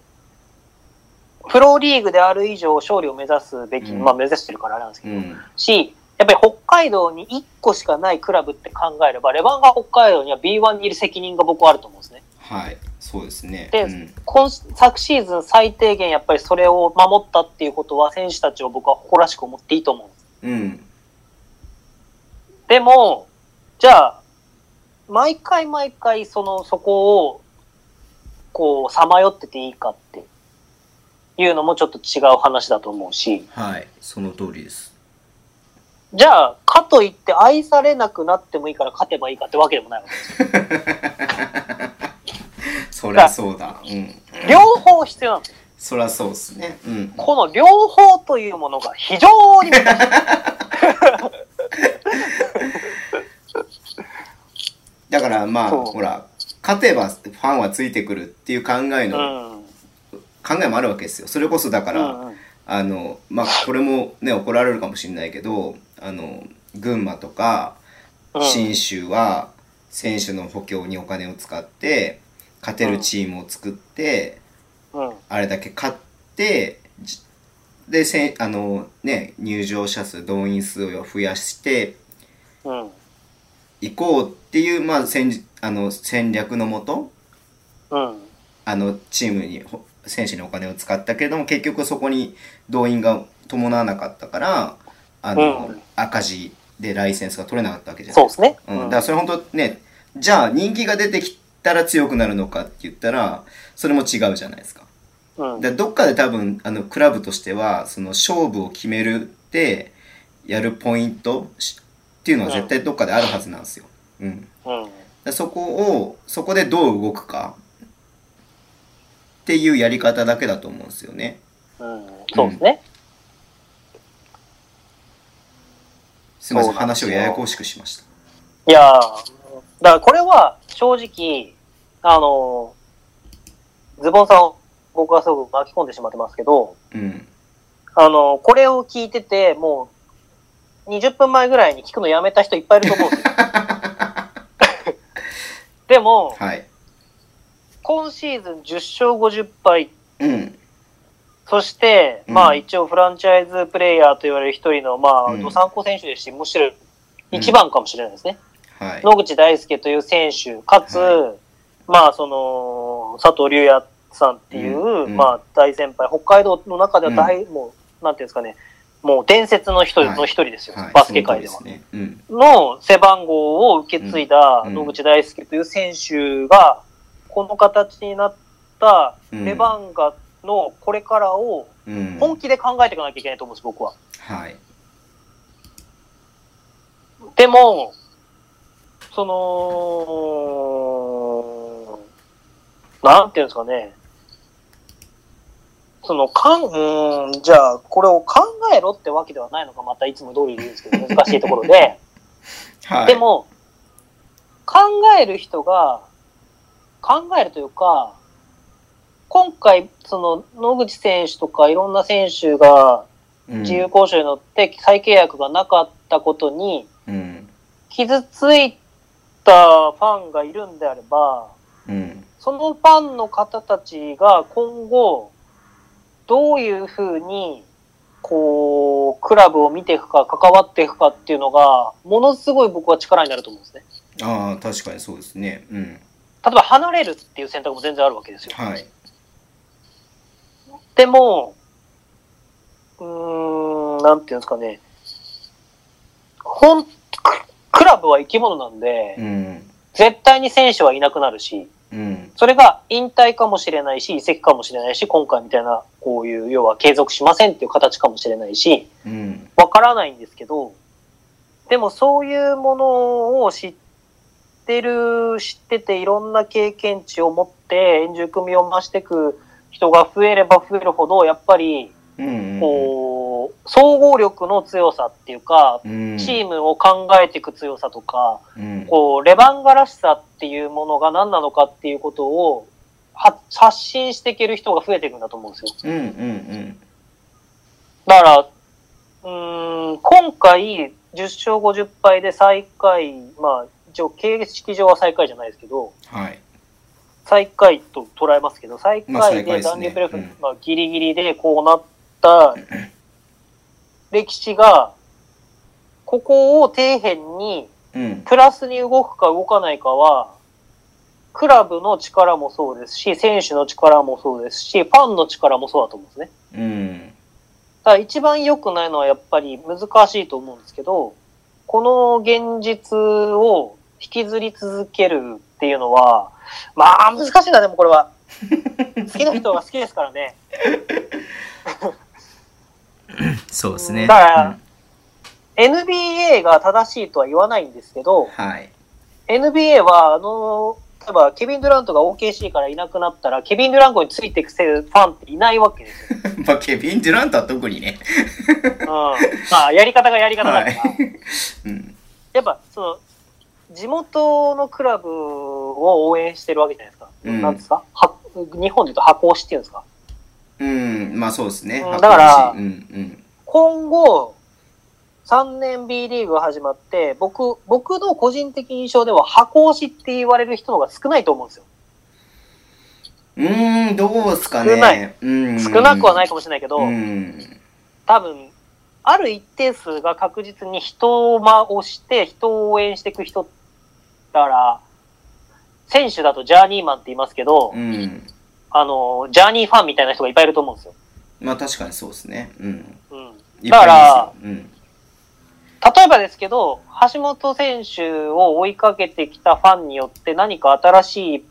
う、プロリーグである以上勝利を目指すべき、
うん
まあ目指してるからあれなんですけ
う
ど、
ん
し、やっぱり北海道に1個しかないクラブって考えれば、レバンガ北海道には B1 にいる責任が僕はあると思うんですね。
はいそうですね
で
うん
今昨シーズン最低限やっぱりそれを守ったっていうことは選手たちを僕は誇らしく思っていいと思うんです。
うん
でも、じゃあ、毎回毎回その、そこを、こう、さまよってていいかっていうのもちょっと違う話だと思うし、
はいその通りです
じゃあ、かといって愛されなくなってもいいから勝てばいいかってわけでもないわけです。
そりゃそうだうん
両方必要なんですよ。
そりゃそうっすねうん
この両方というものが非常 に難しい。
だからまあ
そう
ほら勝てばファンはついてくるっていう考え
う
の、
ん。
考えもあるわけですよそれこそだから、
うんうん
あのまあこれもね怒られるかもしれないけどあの群馬とか
うん
信州は選手の補強にお金を使って勝てるチームを作って、
うん。
あれだけ勝ってじでせんあの、ね、入場者数動員数を増やして
うん。
いこうっていう、まあ、戦あの戦略のもと
うん。
あのチームにほ選手にお金を使ったけれども結局そこに動員が伴わなかったからあの、
うん
赤字でライセンスが取れなかったわけじゃな
そ
いう
ですね。
うん、だからそれ本当ねじゃあ人気が出てきたら強くなるのかって言ったらそれも違うじゃないですか。
うん。
だからどっかで多分あのクラブとしてはその勝負を決めるってやるポイントしっていうのは絶対どっかであるはずなんですよ。うん、だか
うん。
らそこをそこでどう動くかっていうやり方だけだと思うんですよね。
うん。そうですね。
すみません
そうなんで
話
す
を
よ
ややこしくしました。
いやーだからこれは正直、あのーズボンさんを僕はすごく巻き込んでしまってますけど、
うん
あのーこれを聞いてて、もう、20分前ぐらいに聞くのやめた人いっぱいいると思うん ですよ。でも、
はい。
今シーズン10勝50敗、
うん
そして、
うん
まあ一応フランチャイズプレイヤーと言われる一人の、ま
う
あ、
ん
ドサンコ選手ですし、むしろ一番かもしれないですね。
はい。
野口大輔という選手、かつ、
は
まあその、佐藤龍也さんっていう、
うんうん
まあ大先輩、北海道の中では大、もう、なんていうんですかね、もう伝説の人の一人ですよ、
はい、
バスケ界では
そ。の通りすね。うん。
の背番号を受け継いだ
うん
野口大輔という選手が、この形になった
うん
レバンガのこれからを
うん、
本気で考えていかなきゃいけないと思うんです、僕は。
はい。
でも、その、なんていうんですかね。その、かん、うーん、じゃあ、これを考えろってわけではないのか、またいつも通りでいいん ですけど、難しいところで。
はい。
で、も、考える人が、考えるというか、今回、その、野口選手とかいろんな選手が
うん、
自由交渉に乗って再契約がなかったことに、
うん。
傷ついたファンがいるんであれば、
うん。
そのファンの方たちが今後、どういうふうに、こう、クラブを見ていくか、関わっていくかっていうのが、ものすごい僕は力になると思うんですね。
ああ、確かにそうですね。うん。
例えば離れるっていう選択も全然あるわけですよ。
はい。
でも、うーん、なんていうんですかね。ほん、ククラブは生き物なんで、
うん。
絶対に選手はいなくなるし、
うん。
それが引退かもしれないし、移籍かもしれないし、今回みたいな、こういう、要は継続しませんっていう形かもしれないし、
うん。
わからないんですけど、でもそういうものを知ってる、知ってていろんな経験値を持って、円熟味を増していく人が増えれば増えるほど、やっぱり、
うん。
こう、総合力の強さっていうか、
うん。
チームを考えていく強さとか、
うん。
こう、レバンガらしさっていうものが何なのかっていうことを、は発信していける人が増えていくんだと思うんですよ。
うん。うん。
だから、うーん、今回、10勝50敗で最下位、まあ、一応、形式上は最下位じゃないですけど、
はい。
最下位と捉えますけど、最
まあ
下
最
位
下位
で
です
残
ね
留プレーオフ、
うん
まあ、ギリギリでこうな った歴史が、ここを底辺に
うん。
プラスに動くか動かないかは、クラブの力もそうですし、選手の力もそうですし、ファンの力もそうだと思うんですね。
うん。
ただ一番良くないのはやっぱり難しいと思うんですけど、この現実を引きずり続けるっていうのは、まあ難しいな、でもこれは。好きな人が好きですからね。
そうですね。
だから、NBA が正しいとは言わないんですけど
うん、はい。
NBA は、あの、例えば、ケビン・ドゥラントが OKC からいなくなったら、ケビン・ドゥラントについてくせるファンっていないわ けですよ。
まあ、ケビン・デュラントは特にね。
うん。まあ、やり方がやり方だから。
はいうん。
やっぱ、その、地元のクラブを応援してるわけじゃないですか。
うん
なんですかは日本で言うと箱押しっていうんですか。
うん。まあ、そうですね。
うんだから
うん。うん。
今後、3年 B リーグが始まって、僕、僕の個人的印象では箱押しって言われる人の方が少ないと思うんですよ。
うーん、どうすかね。
少ない
うん、
少なくはない
け
かもしれないけど、
うん。
多分、ある一定数が確実に人を間をして、人を応援していく人、だから、選手だとジャーニーマンって言いますけど、
うん。
あの、ジャーニーファンみたいな人がいっぱいいると思うんですよ。
まあ、確かにそうですね。うん。
うん。
いっぱいいますようん。
例えばですけど、橋本選手を追いかけてきたファンによって何か新しい、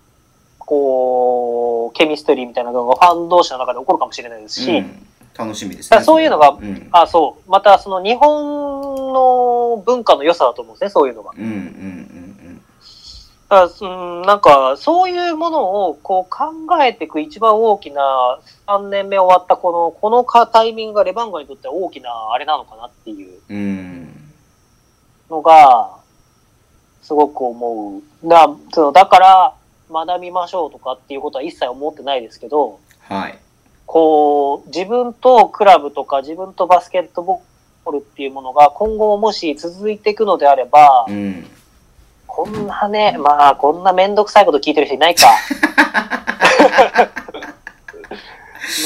こう、ケミストリーみたいなのがファン同士の中で起こるかもしれないですし、
うん楽しみです
だ
ね。
からそういうのが
うん。
あ、そう。また、その日本の文化の良さだと思うんですね、そういうのが。
うんうんうん
だからうん、なんか、そういうものをこう考えていく一番大きな3年目終わったこの、このかタイミングがレバンガにとっては大きなあれなのかなっていう
うん。うん。
のが、すごく思う。な、その、だから、学びましょうとかっていうことは一切思ってないですけど、
はい。
こう、自分とクラブとか自分とバスケットボールっていうものが今後ももし続いていくのであれば、
うん。
こんなね、まあ、こんなめんどくさいこと聞いてる人いないか。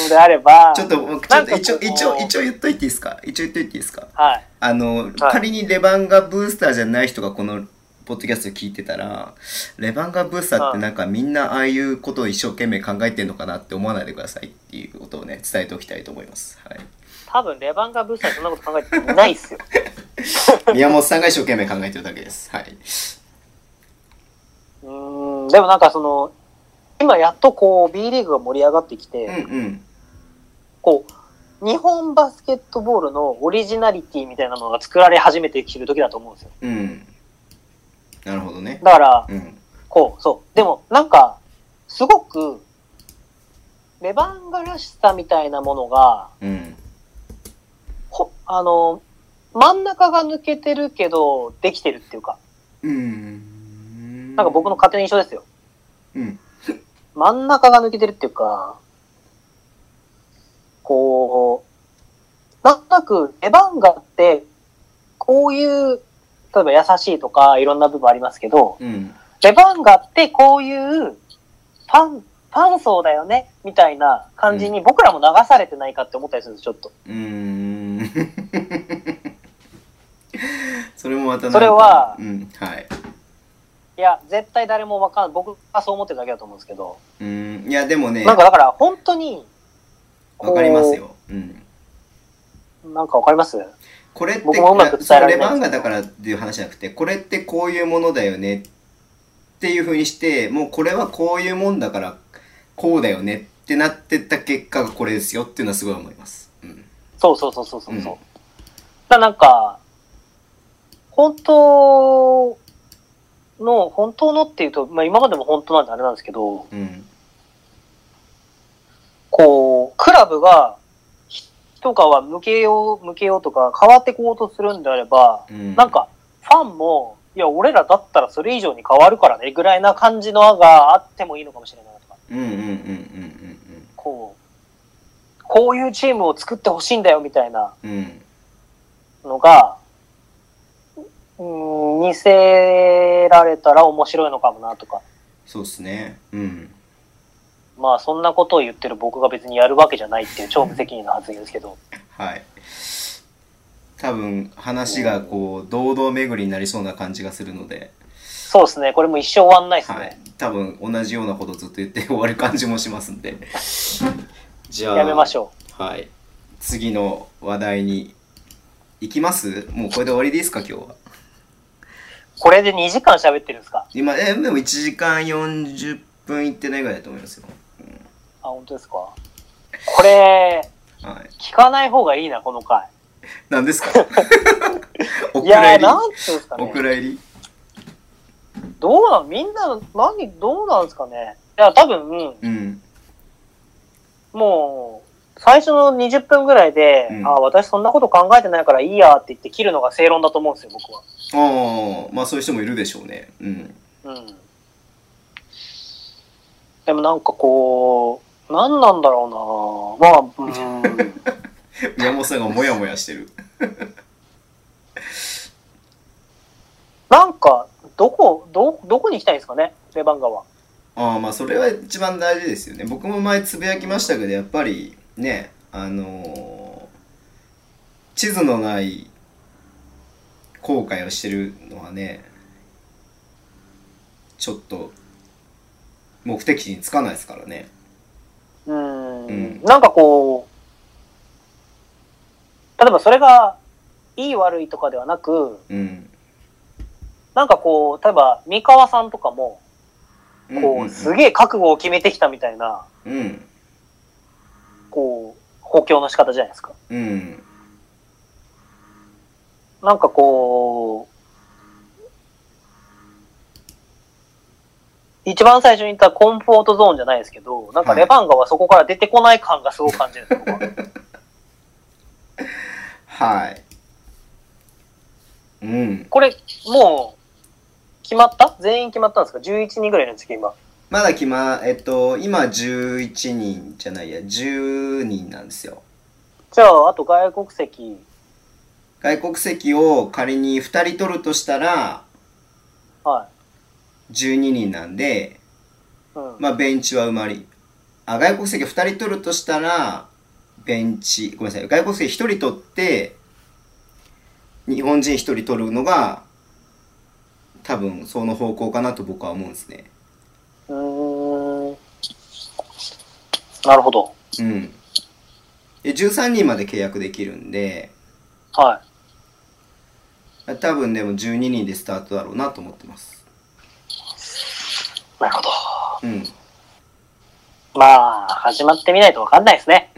のであれば、
ちょっと、僕ちょ
な
っ
ん
と
か
一応、
こう
一応、一応言っといていいですか一応言っといていいですか
はい。
あの、
はい
仮にレバンガブースターじゃない人がこのポッドキャスト聞いてたら、レバンガブースターってなんかみんなああいうことを一生懸命考えてんのかなって思わないでくださいっていうことをね、伝えておきたいと思います。 はい。
多分レバンガブースターそんなこと考えてないっすよ。
宮本さんが一生懸命考えてるだけです。はい。
うーん、でもなんかその、今やっとこう B リーグが盛り上がってきて、
うんうん。
こう、日本バスケットボールのオリジナリティみたいなのが作られ始めてきてる時だと思うんですよ。
うん。なるほどね。
だから、
うん。
こう、そう。でも、なんか、すごく、レバンガらしさみたいなものが、
うん。
ほあの、真ん中が抜けてるけど、できてるっていうか、
うん。
なんか僕の勝手な印象ですよ。
うん。
真ん中が抜けてるっていうか、こう、なんとなく、レバンガって、こういう、例えば優しいとか、いろんな部分ありますけど、
うん。
レバンガってこういう、ファン、ファン層だよね、みたいな感じに僕らも流されてないかって思ったりするんです、ちょっと。
うーんそれもまたなんか
それは
うん、はい。
いや、絶対誰もわかんない。僕がそう思ってるだけだと思うんですけど。
うん、いや、でもね、
な
わ
んかだから、本当に、こう
かります。よ。うん。
なんかわかります
これって、
僕もうまく伝えられ
そレ
ない
バンガだからっていう話じゃなくて、これってこういうものだよねっていうふうにして、もうこれはこういうもんだから、こうだよねってなってった結果がこれですよっていうのはすごい思います。うん。
そうそうそうそうそう。う
うん
だからなんか、本当の、本当のっていうと、まあ今までも本当なんであれなんですけど、
うん。
こう、クラブが、とかは向けよう、向けようとか、変わってこうとするんであれば、
うん、
なん、か、ファンも、いや、俺らだったらそれ以上に変わるからね、ぐらいな感じの案があってもいいのかもしれないなとか、
うんうんうんうんうん
こう、こういうチームを作ってほしいんだよみたいな
うん。うん。
のが、うーん、見せられたら面白いのかもなとか、
そうっすね。うん。
まあそんなことを言ってる僕が別にやるわけじゃないっていう超無責任な発言ですけど、
はい。多分話がこう堂々巡りになりそうな感じがするので、
そうですね、これも一生終わんないですね。
はい。多分同じようなことずっと言って終わる感じもしますんで。 じゃあ、
やめましょう。
はい。次の話題に行きますもうこれで終わりでいいですか、今日は。
これで2時間喋ってるんですか
今、え、でも1時間40分いってないぐらいだと思いますよ。
あ、本当ですかこれ、
はい。
聞かない方がいいな、この回。
何 ですかお
い
蔵入
やー、
り
なんつうんですか
お
ね。
蔵入り
どうなん、みんな、何、どうなんですかね。いや、多分、
うん。
もう、最初の20分ぐらいで、
うん
あ私そんなこと考えてないからいいやって言って切るのが正論だと思うんですよ、僕は。
ああ、まあそういう人もいるでしょうね。うん。
うん。でもなんかこう、何なんだろう なまあ、うん。
宮本さんがモヤモヤしてる。
なんか、どこ、ど、どこに行きたいんですかね、レバンガは。
ああまあそれは一番大事ですよね僕も前つぶやきましたけどやっぱりねあのー地図のない後悔をしてるのはねちょっと目的地につかないですからね
うー
うん
んなんかこう、例えばそれが、いい悪いとかではなく、
うん
なんかこう、例えば、三河さんとかも、
うんうん
こう、すげえ覚悟を決めてきたみたいな、
うん
こう、補強の仕方じゃないですか。
うん
なんかこう、一番最初に言ったコンフォートゾーンじゃないですけど、なんかレバンガはそこから出てこない感がすごく感じるんです、僕は。
はいうん
これ、もう、決まった全員決まったんですか ?11 人ぐらいいるんですけど、今。
まだ決まえっと今11人じゃないや10人なんですよ
じゃあ、あと外国籍。
外国籍を仮に2人取るとしたら
は
12人なんで、
い。うん。
まあ、ベンチは埋まりあ外国籍2人取るとしたらベンチごめんなさい外国籍1人取って日本人1人取るのが多分その方向かなと僕は思うんですね。
うーん。なるほど。
うん。で13人まで契約できるんで、
は
多分でも12人でスタートだろうなと思ってます。
い。なるほど。
うん。
まあ、始まってみないとわかんないですね。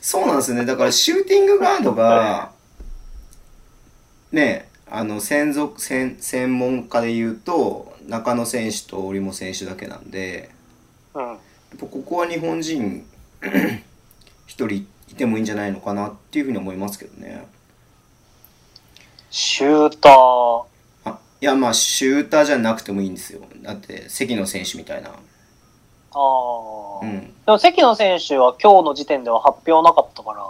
そうなんですよね。だからシューティングガードが、ね、あの専属専、専門家で言うと、中野選手と織茂選手だけなんで、
うん。
やっぱここは日本人 一人いてもいいんじゃないのかなっていうふうに思いますけどね。
シューター。
あいやまあシューターじゃなくてもいいんですよ。だって関野選手みたいな。
ああ。
う
で
ん。
も関野選手は今日の時点では発表なかったから。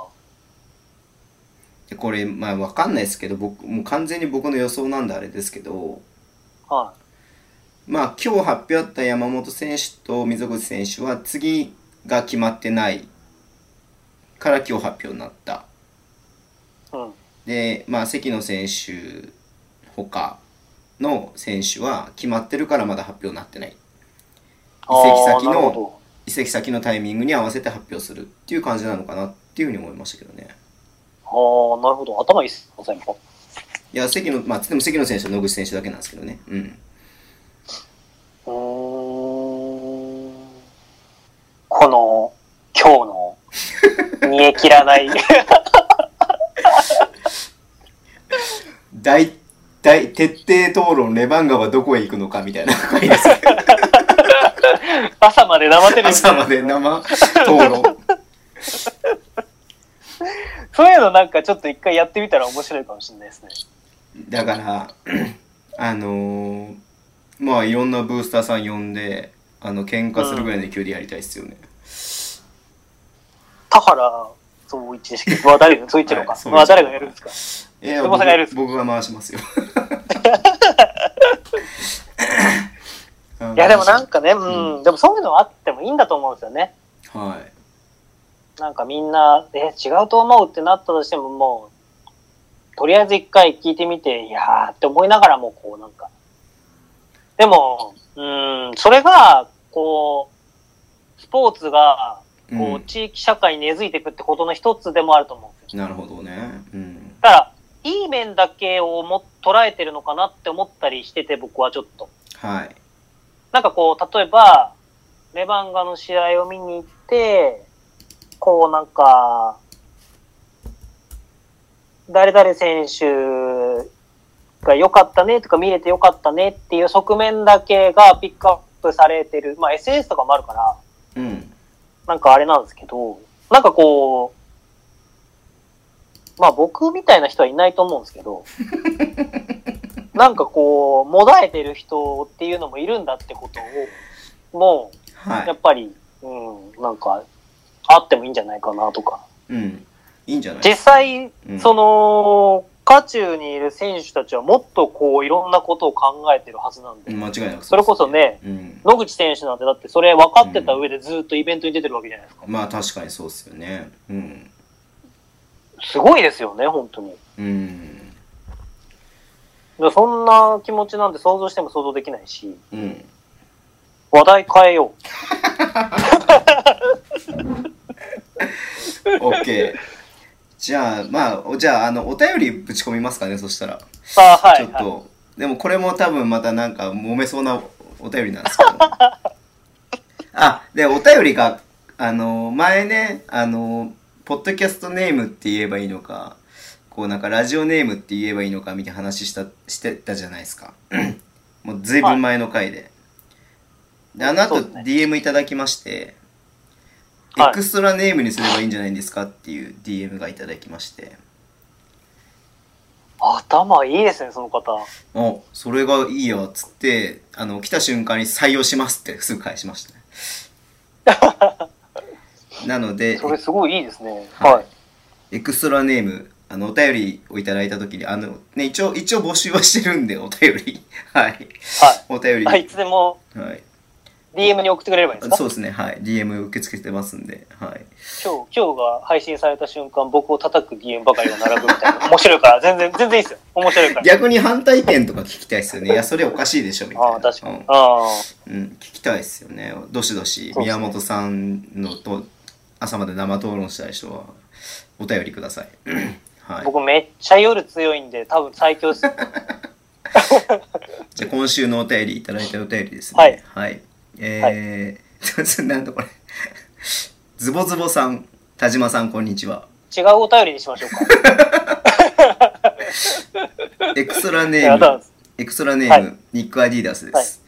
でこれまあわかんないですけど僕もう完全に僕の予想なんであれですけど、
は
まあ今日発表あった山本選手と溝口選手は次が決まってないから今日発表になった。
い。うん。
で、まあ、関野選手他の選手は決まってるからまだ発表になってない移籍先
あーなる
の
ほ
移籍先のタイミングに合わせて発表するっていう感じなのかなっていうふうに思いましたけどね
ど。ああ、なるほど。頭いいっすね、先輩。
いや関野まあでも関野選手と野口選手だけなんですけどねうん
うーん。この、今 日の、煮え切らない。
大大徹底討論レバンガはどこへ行くのかみたいな回ですけど
朝まで生テレビ
朝まで生討論
そういうのなんかちょっと一回やってみたら面白いかもしれないですね。
だから あのーまあいろんなブースターさん呼んであの喧嘩するぐらいの勢いでやりたいですよね、
田原総一でしたっけまあ誰が、総一郎か。
はい
まあ誰がやるんですか。
え
久保さんがやるんです
僕僕が回し ますよ
いやでもなん
ん
かね、うん、でもそういうのはあってもいいんだと思うんですよね。
はい
なんかみんな、え、違うと思うってなったとしてももう、とりあえず一回聞いてみて、いやーって思いながらもこうなんか。でも、うん、それが、こう、スポーツが、こ
う
う、
ん
地域社会に根付いていくってことの一つでもあると思うんですよ。
なるほどねうん
だから、いい面だけをも捉えてるのかなって思ったりしてて、僕はちょっと。
はい
なんかこう、例えば、レバンガの試合を見に行って、こうなんか、誰々選手が良かったねとか見れて良かったねっていう側面だけがピックアップされてる。まあ SNS とかもあるから、
うん
なんかあれなんですけど、なんかこう、まあ僕みたいな人はいないと思うんです けど、なんかこう、もだえてる人っていうのもいるんだってことを、も
は
う、や
い
っぱり、うん、なんか、あってもいいんじゃないかなとか。
うんいいんじゃない
実際、
うん
その、渦中にいる選手たちはもっとこう、いろんなことを考えてるはずな
う
んで
ん、間違いなくうです
それこそね、
うん
野口選手なんてだってそれ分かってた上でずっとイベントに出てるわけじゃないですか。
まあ確かにそうですよねうん
すごいですよね、本当に。
うん
でそんな気持ちなんて想像しても想像できないし、
うん
話題変えよ
OK じゃあまあじゃああのお便りぶち込みますかねそしたら
う。さあ、は
ち
い
ょっ。
はい
と、でもこれも多分またなんか揉めそうなお便りなんですけど。 あ、で、お便りが、あの、前ね、あの、ポッドキャストネームって言えばいいのか、こうなんかラジオネームって言えばいいのかみたいな話した、してたじゃないですか。もうずいぶん前の回で。で、あの後
そうですね
DM いただきまして、
はい
エクストラネームにすればいいんじゃないんですかっていう DM がいただきまして。
頭いいですね、その方。
あそれがいいよっつってあの来た瞬間に採用しますってすぐ返しましたね なので
それすごいいいですね。
はい
はい。
エクストラネームあのお便りをいただいた時にあの、ね、一応一応募集はしてるんでお便りはい
は
お便り
い。はい、いつでも、
はい
DM に送ってくれればいいんです
そ
か
うですね、はい。DM 受け付けてますんで、はい。
今日、今日が配信された瞬間、僕を叩く DM ばかりが並ぶみたいな。面白 いから、全然、全然いいですよ。面白 いから。
逆に反対意見とか聞きたいですよね。いや、それおかしいでしょ、みたいな。
ああ、確か
う
に
ん。
ああ、
うん、聞きたいですよね。どしどし、
そうで
宮
すね
本さんのと朝まで生討論したい人は、お便りくだ さい。はい。
僕めっちゃ夜強いんで、多分最強です。
じゃあ今週のお便りいただいたお便りですね。
はい。
えー、 なんだこれ。ズボズボさん、田島さん、こんにち は。
違うお便りにしましょうか。
エクストラ
い
ネ
や
ー
だ
ム、エクストラネーム、
はい
ニック・アディダスです。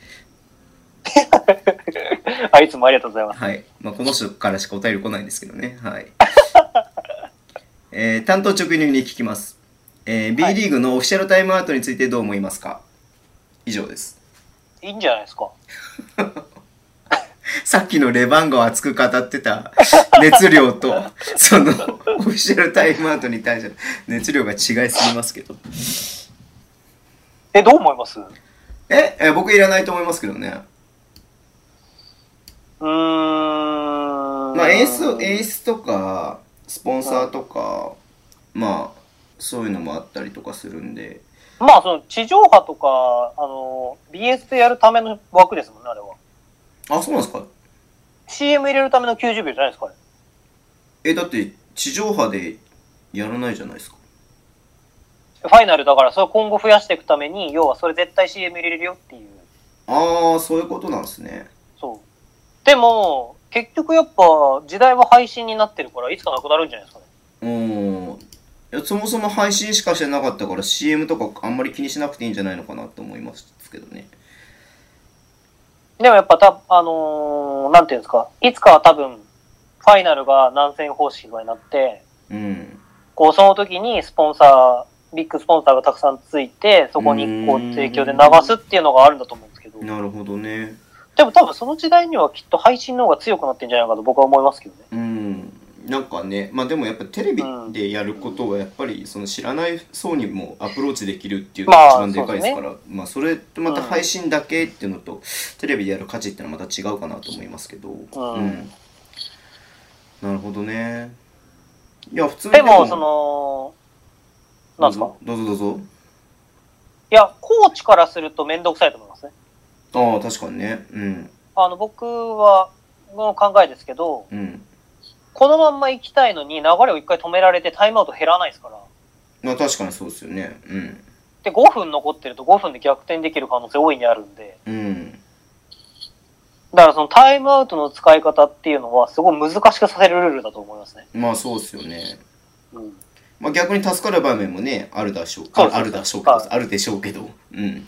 あ、いつもありがとうございます。
はい。まあ、この人からしかお便り来ないんですけどね。 はい。えー担当直入に聞きます。えー、B
はい
リーグのオフィシャルタイムアウトについてどう思いますか以上です。
いいんじゃないですか。
さっきのレバンガを熱く語ってた熱量 と、そのオフィシャルタイムアウトに対しての熱量が違いすぎますけど。
え、どう思いますう
え、え僕いらないと思いますけどね。
ーん。
まあ演出、演出とか、スポンサーとか、まあ、そういうのもあったりとかするんで、
まあ、その、地上波とか、あの、BS でやるための枠ですもんね、あれは。
あ、そうなんですか
CM 入れるための90秒じゃないですか、ね、
え、だって地上波でやらないじゃないですか。
ファイナルだから、それを今後増やしていくために、要はそれ絶対 CM 入れれるよっていう。
ああ、そういうことなんですね。
そう。でも、結局やっぱ、時代は配信になってるから、いつかなくなるんじゃないですかね。
うん。いやそもそも配信しかしてなかったから CM とかあんまり気にしなくていいんじゃないのかなと思いますけどね。
でもやっぱた、あのーなんていうんですか、いつかは多分、ファイナルが何戦方式になって、
うん。
こう、その時にスポンサー、ビッグスポンサーがたくさんついて、そこにこう
うーん
提供で流すっていうのがあるんだと思うんですけど、
なるほどね。
でも多分その時代にはきっと配信の方が強くなってんじゃないかと僕は思いますけどね。
うん。なんかね、まあでもやっぱテレビでやることはやっぱりその知らない層にもアプローチできるっていうのが
まあ
一番でかいですから、まあそれとまた
うん
配信だけっていうのとテレビでやる価値っていうのはまた違うかなと思いますけど。
ん
なるほどね。いや、普通に
でも、その、なんですか
どうぞどうぞ
いや、コーチからするとめんどくさいと思いますね。
どうぞ。ああ、確かにね。うん。
あの、僕は、の考えですけど、
うん。
このまんま行きたいのに流れを一回止められてタイムアウト減らないですから。
まあ確かにそうですよね。うん。
で、5分残ってると5分で逆転できる可能性大いにあるんで。
うん。
だからそのタイムアウトの使い方っていうのはすごい難しくさせるルールだと思いますね。
まあそうですよね。
うん。
まあ逆に助かる場面もね、あるでしょう。
そうそう
ああるでしょうけど
はい、
あるでしょうけど。うん。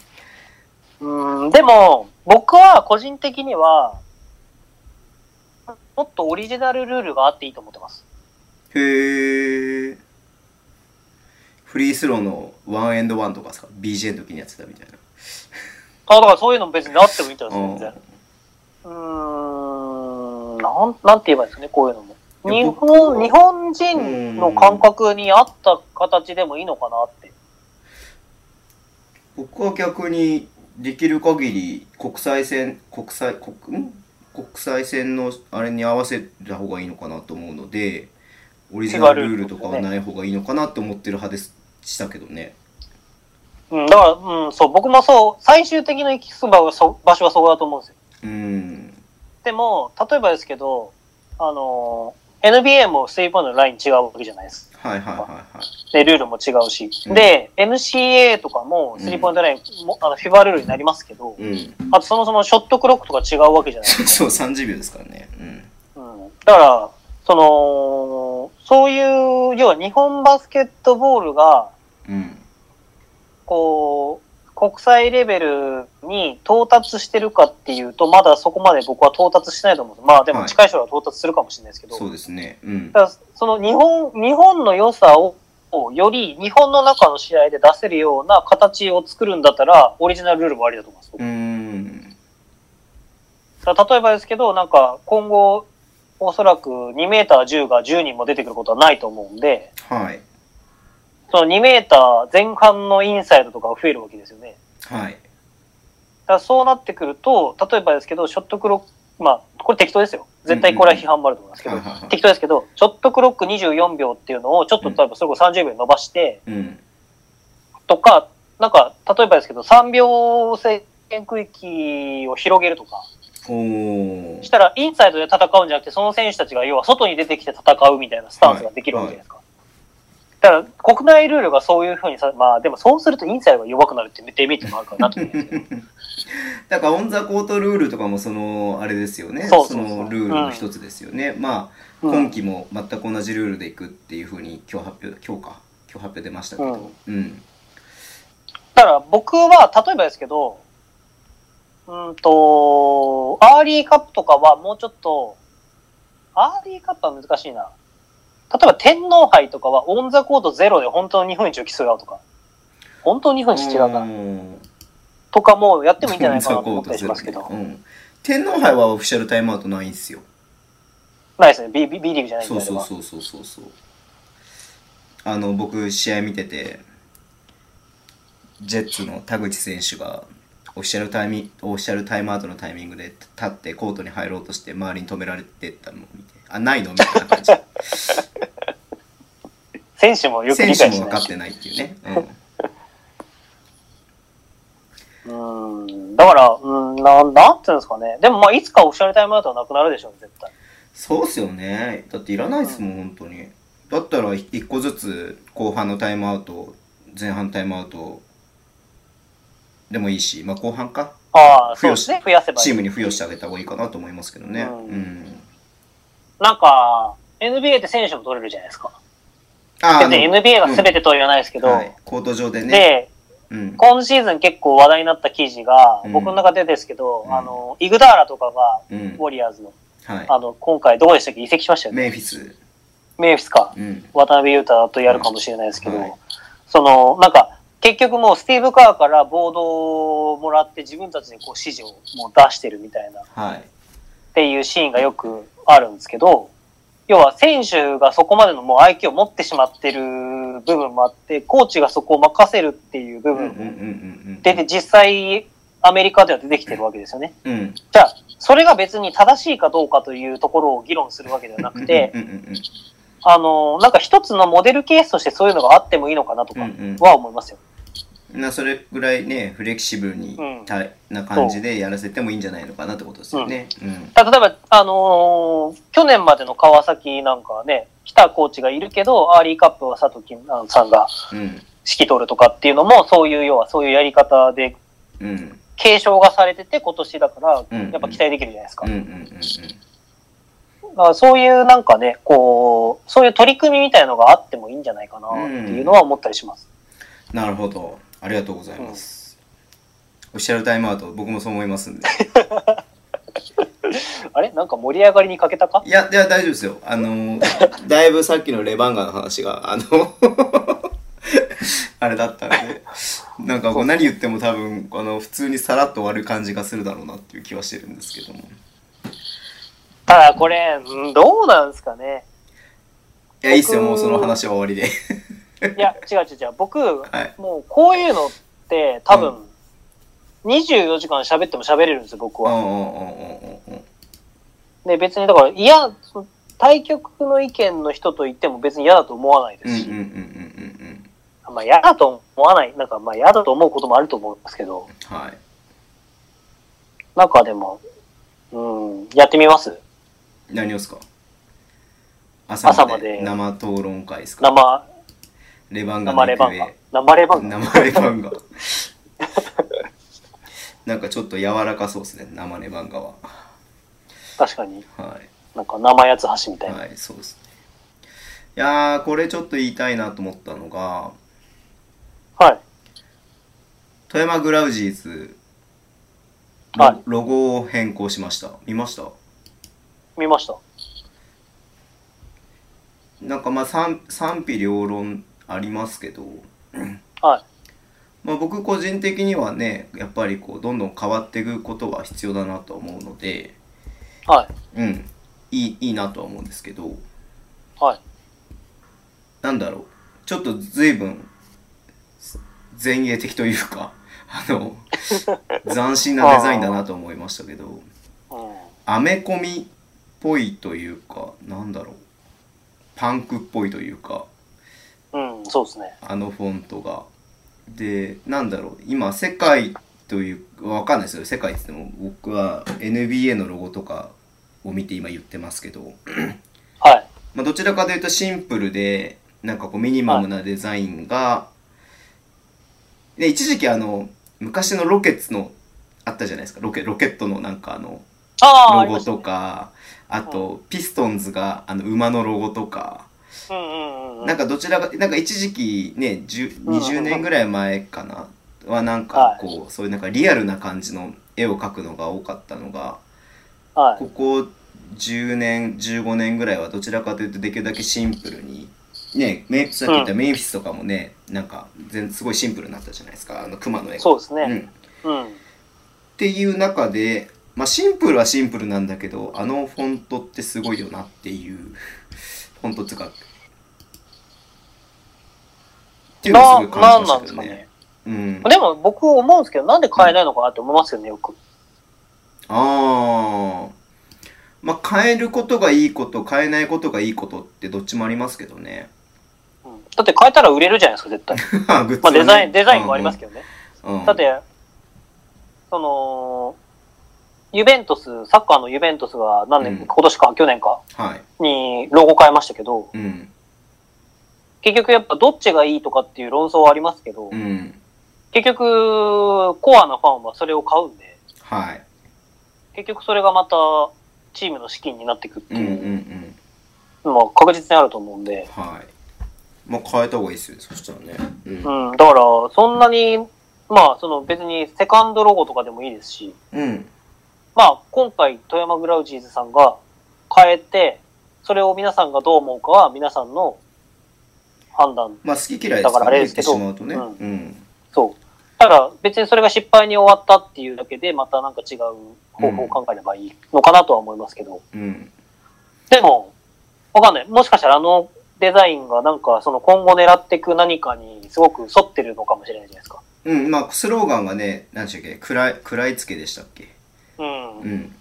うん、でも、僕は個人的には、もっとオリジナルルールがあっていいと思ってます。
へえ。フリースローのワンエンドワンとかさ、BJ の時にやってたみたいな。
あ、だからそういうのも別にあってもいいんじゃないですか、全然。
う
うーんなん、なんて言えばいいですかね、こういうのも。
いや
日
僕は
本、日本人の感覚に合った形でもいいのかなって。
ん僕は逆にできる限り国際線、国際、国、ん国際線のあれに合わせた方がいいのかなと思うので、オリジナルルールとかはない方がいいのかなって思ってる派ですしたけどね。
うん、だから、うん、そう、僕もそう、最終的な行き着く場所場所はそこだと思うんですよ。
うん。
でも、例えばですけど、あのー NBA もスリーポイントのライン違うわけじゃないです。
はいはいはいはい。
で、ルールも違うし。
うん
で、NCA とかもスリーポイントライン、もあの、フィバルールになりますけど、
うん。
あとそもそもショットクロックとか違うわけじゃないですか
そう、30秒ですからね。うん。
うんだから、その、そういう、要は日本バスケットボールが、
うん。
こう、国際レベルに到達してるかっていうと、まだそこまで僕は到達してないと思うんです。まあでも
はい
近い将来は到達するかもしれないですけど、
そうですね。うん。
だからその日本、日本の良さを、をより日本の中の試合で出せるような形を作るんだったら、オリジナルルールもありだと思います。
うーん。
だから例えばですけど、なんか今後、おそらく2メーター10が10人も出てくることはないと思うんで、
はい。
その2メーター前半のインサイドとかが増えるわけですよね。
はい。
からそうなってくると、例えばですけど、ショットクロック、まあ、これ適当ですよ。絶対これは批判もあると思いますけど、
はいはいはい
適当ですけど、ショットクロック24秒っていうのを、ちょっと例えばそれこそ30秒に伸ばして、
うん
とか、なんか、例えばですけど、3秒制限区域を広げるとか、
おー
したらインサイドで戦うんじゃなくて、その選手たちが要は外に出てきて戦うみたいなスタンスができるわけじゃないですか。だから、国内ルールがそういうふうにさ、まあ、でもそうするとインサイドが弱くなるってデメリットもあるかなと思うんですけど。
だからオン・ザ・コートルールとかもそのあれですよね
そうそうそう
のルールの一つですよね、まあ
うん
今期も全く同じルールでいくっていうふうに今日発表今日か今日発表出ましたけどうん
だから僕は、例えばですけど、うーんと、アーリーカップとかはもうちょっと、アーリーカップは難しいな。例えば天皇杯とかはオンザコートゼロで本当の日本一を競い合うとか、本当の日本一違う
う
な、
ん
とかもやってもいいんじゃないかなと思ったりします
オ
け
ンザ
ど
コート、ゼロねうん天皇杯はオフィシャルタイムアウトないんですよ
ないですね、B, B, B リーグじゃないん
そう
であれ
そう
ば。
そうそうそうそうあの僕試合見ててジェッツの田口選手がオフィシャルタイミオフィシャルタイムアウトのタイミングで立ってコートに入ろうとして周りに止められてったのを見てあないのみたいな感 じ
選手もよく
選
理解
手
し
も分
てな
か
い
っ。
して
ないっていうね、うん、
うーん、だから、うーん、なん、なんていうんですかね。でもまあ、いつかオフィシャルタイムアウトはなくなるでしょう、絶対。
そうっすよねだっていらないっすもん本当にだったら一個ずつ後半のタイムアウト前半タイムアウトでもいいしまあ後半か
ああ、
付
そ
与
うで
し
すね、増やせばいい。
チームに付与してあげた方がいいかなと思いますけどね。う
うん
ん。
なんか、NBA って選手も取れるじゃないですか。
あ
別に NBA が全てとは言わないですけ
け
ど、
コート上でね。
で、
うん。
今シーズン結構話題になった記事が
う、ん
僕の中でですけど、
うん
あの、イグダーラとかが、
うん
ウ。ォリアーズの、
は
あの、今回どこでしたっけ移籍しました
い。
よね。
メンフィス。
メイフィスか。
うん。
渡辺裕太とやるかもしれないですけど、
はい
その、なんか、結局もうスティーブ・カーからボードをもらって自分たちでこう指示をもう出してるみたいな
はい。
っていうシーンがよくあるんですけど、要は選手がそこまでのもう IQ を持ってしまってる部分もあって、コーチがそこを任せるっていう部
うんうんうんう
分も
ん
出て、実際アメリカでは出てきてるわけですよね。
うん。うん。
じゃあ、それが別に正しいかどうかというところを議論するわけではなくて、
うんうんうん
あの、なんか一つのモデルケースとしてそういうのがあってもいいのかなと
うん
か
うん
は思いますよ。
うん。なそれぐらいね、フレキシブルに
うん
たな感じでやらせてもいいんじゃないのかなってことですよね。うん。
だから例えば、あのー去年までの川崎なんかはね、来たコーチがいるけど、アーリーカップは佐藤金さんが
うん。
指揮取るとかっていうのも、そういう、要はそういうやり方で
うん。うん
継承がされてて、今年だから、
うん
やっぱ期待できるじゃないですか。
うんうんうん
だからそういうなんかね、こう、そういう取り組みみたいのがあってもいいんじゃないかなっていうのは思ったりします。
なるほど。ありがとうございます。オフィシャルタイムアウト、僕もそう思いますんで。
あれなんか盛り上がりに欠けたか
いや、いや、大丈夫ですよ。あの、だいぶさっきのレバンガの話が、あの、 あれだったんで、なんかこう何言っても多分、あの、普通にさらっと終わる感じがするだろうなっていう気はしてるんですけども。い
ただこれ、うんどうなんですかね。
や、いいっすよ、もうその話は終わりで。
いや、違う違う違う。僕、
はい
もうこういうのって多分、24時間喋っても喋れるんですよ、僕
うんう
は。
んうんうんうんうん。
で、別にだから、嫌、その対局の意見の人と言っても別に嫌だと思わないで
うんう
す
ん
し、
うんうんうん
まあ嫌だと思わない、なんかまあ嫌だと思うこともあると思うんですけど、
うん。はい。
なんかでも、うん、やってみます
何をっすか朝まで
朝まで
生討論会ですか
生、
レバンガの
生レ
行
バンガ
方。
生レバンガ。
生レバンガなんかちょっと柔らかそうですね生レバンガは
確かに。
は
なんか生八つ橋みた
い
いな。
はいそうですねいやーこれちょっと言いたいなと思ったのが
はい。
富山グラウジーズロ,、
はい
ロゴを変更しました見ました
見ました。
なんかまあ賛賛否両論ありますけど、
はい。
まあ、僕個人的にはねやっぱりこうどんどん変わっていくことは必要だなと思うので
はい。
うんいいいいなとは思うんですけど、
はい。
なんだろう ちょっと随分前衛的というかあの斬新なデザインだなと思いましたけど
うん
アメコミっぽいというかなんだろうパンクっぽいというか
うん、そうですね。
あのフォントがでなんだろう今世界というわかんないですよ世界って言っても僕は NBA のロゴとかを見て今言ってますけど、
はい。
まあ、どちらかというとシンプルでなんかこうミニマムなデザインが、で一時期あの昔のロケッツのあったじゃないですかロケロケットのなんかあの
ああ、あ
ロ
り
ゴ
ました
と
ね。
かあ,、とピストンズがあの馬のロゴとか、
うんうんうん。
なんかどちらかなんか一時期ね10 20年ぐらい前かなはなんかこう、そういうなんかリアルな感じの絵を描くのが多かったのが
はい。
ここ10年15年ぐらいはどちらかというとできるだけシンプルに。ね、メさっき言ったメンフィスとかもね、なんか全すごいシンプルになったじゃないですかあの熊の絵が
そうです
う
ね。
ん、
うん。
っていう中で、まあ、シンプルはシンプルなんだけどあのフォントってすごいよなっていうフォントっていうかっていうのをすごい
な、
感
なん
じましたけど
なんですか
ね
ね。
うん、あ
でも僕思うんですけど、なんで変えないのかなって思いますよね、よく。
あーまあ変えることがいいこと変えないことがいいことってどっちもありますけどね
うんだって変えたら売れるじゃないですか、絶対。
グッズはね
まあデザイン、デザインもありますけどね。
ど、うんうん
だって、その、ユベントス、サッカーのユベントスが何年、
うん
今年か、去年か
はい
にロゴ変えましたけど、
うん
結局やっぱどっちがいいとかっていう論争はありますけど、
うん
結局、コアなファンはそれを買うんで、
はい
結局それがまたチームの資金になっていくって
うんうんう
いうんのは確実にあると思うんで、
はいまあ変えた方がいいですよそしたらねうん
うん、だからそんなに、まあその別にセカンドロゴとかでもいいですし、
うん
まあ、今回、富山グラウジーズさんが変えて、それを皆さんがどう思うかは皆さんの判断。
まあ好き嫌い
だからあれ
で
ですす
け
け
ど
ど
しまうとね。う
うん
ん。
そう。ただ、別にそれが失敗に終わったっていうだけで、またなんか違う方法を考えればいいのかなとは思いますけど。
うん。
でも、わかんない。もしかしたらあのデザインがなんかその今後狙っていく何かにすごく沿ってるのかもしれないじゃないですか。
うん。まあスローガンがね、何でしたっけ、くらい、くらいつけでしたっけ。
うん。
うん。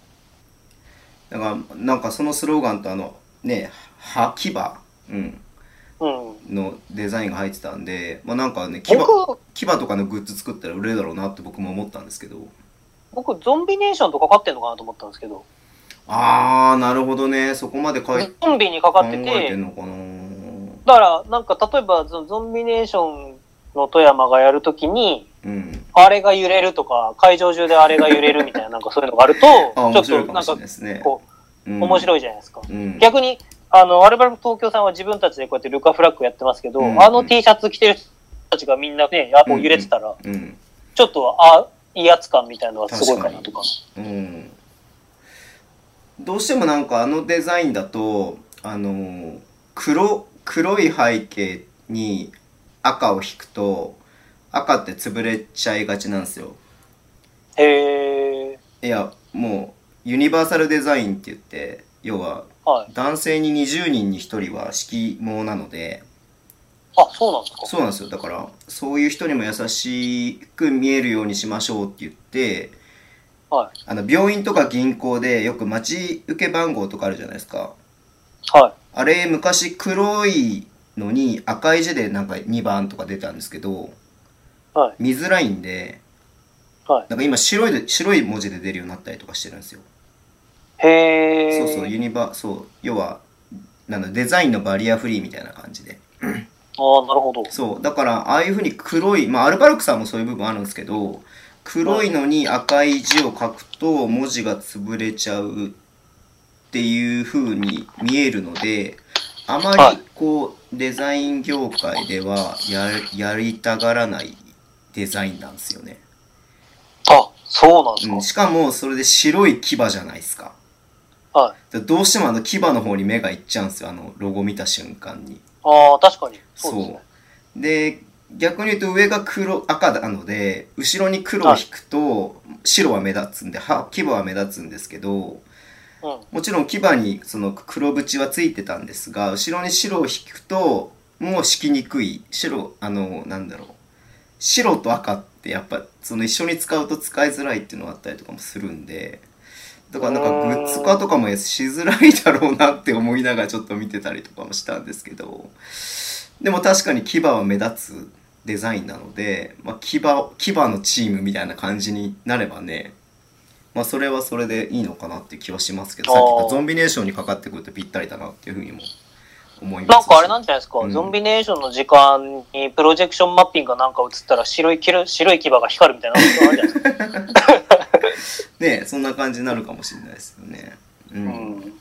だから、なんかそのスローガンとあの、ね、は、牙、うん、
うん。
のデザインが入ってたんで、まあなんかね、牙、
僕、
牙とかのグッズ作ったら売れるだろうなって僕も思ったんですけど。
僕、ゾンビネーションとかかってんのかなと思ったんですけど、
あー、なるほどね。そこまで書い
ゾンビにかか
考
って
え
て
て、んのかな
だから、なんか、例えば、ゾゾンビネーションの富山がやるときに、
うん。
あれが揺れるとか、会場中であれが揺れるみたいな、なんかそういうのがあると、
あ、面
ちょ
白
っ
いかも
と、なん
しれ
か
ない、ですね。
こ
う
う、
ん
面白いじゃないですか。
うん。
逆に、あの、我々も東京さんは自分たちでこうやってルカフラッグやってますけど、
うん
あの T シャツ着てる人たちがみんなね、やこう揺れてたら、
うん。
ちょっと、あ、威圧感みたいなのはすごいかなとか。
うん、どうしてもなんかあのデザインだとあの黒黒い背景に赤を引くと赤って潰れちゃいがちなんですよ
へえ、
いやもうユニバーサルデザインって言って要は
はい。
男性に20人に1人は色盲なので
あ、そうなんですか。
そうなんですよだからそういう人にも優しく見えるようにしましょうって言って
はい。
あの病院とか銀行でよく待ち受け番号とかあるじゃないですか
はい。
あれ昔黒いのに赤い字でなんか2番とか出たんですけど
はい。
見づらいんで
はい。
なんか今白いで白い文字で出るようになったりとかしてるんですよ。
へえ。
そうそうユニバそう要はなんだデザインのバリアフリーみたいな感じで
ああ、なるほど。
そうだからああいうふうに黒いまあアルバルクさんもそういう部分あるんですけど黒いのに赤い字を書くと文字が潰れちゃうっていうふうに見えるのであま
はい
りこうデザイン業界ではややりたがらないデザインなんですよね、
あ、そうなんですか。
うん、しかもそれで白い牙じゃないですか
はい。
だからどうしてもあの牙の方に目がいっちゃうんですよあのロゴ見た瞬間に
ああ、確かに。
そ
そううですね。
で逆に言うと上が黒赤なので後ろに黒を引くと白は目立つんでは牙は目立つんですけど
うん。
もちろん牙にその黒縁はついてたんですが後ろに白を引くともう敷きにくい白あのなんだろう白と赤ってやっぱその一緒に使うと使いづらいっていうのがあったりとかもするんでだからなんかグッズ化とかもしづらいだろうなって思いながらちょっと見てたりとかもしたんですけどでも確かに牙は目立つデザインなので、まあ、牙牙のチームみたいな感じになればねまあそれはそれでいいのかなって気はしますけどさっき言ったゾンビネーションにかかってくるとぴったりだなっていうふうにも思います
なんかあれなんじゃないですか、
うん
ゾンビネーションの時間にプロジェクションマッピングがなんか映ったら白いきる白い牙が光るみたいなことあるじゃないですか。
ねそんな感じになるかもしれないですよね。う、
うんん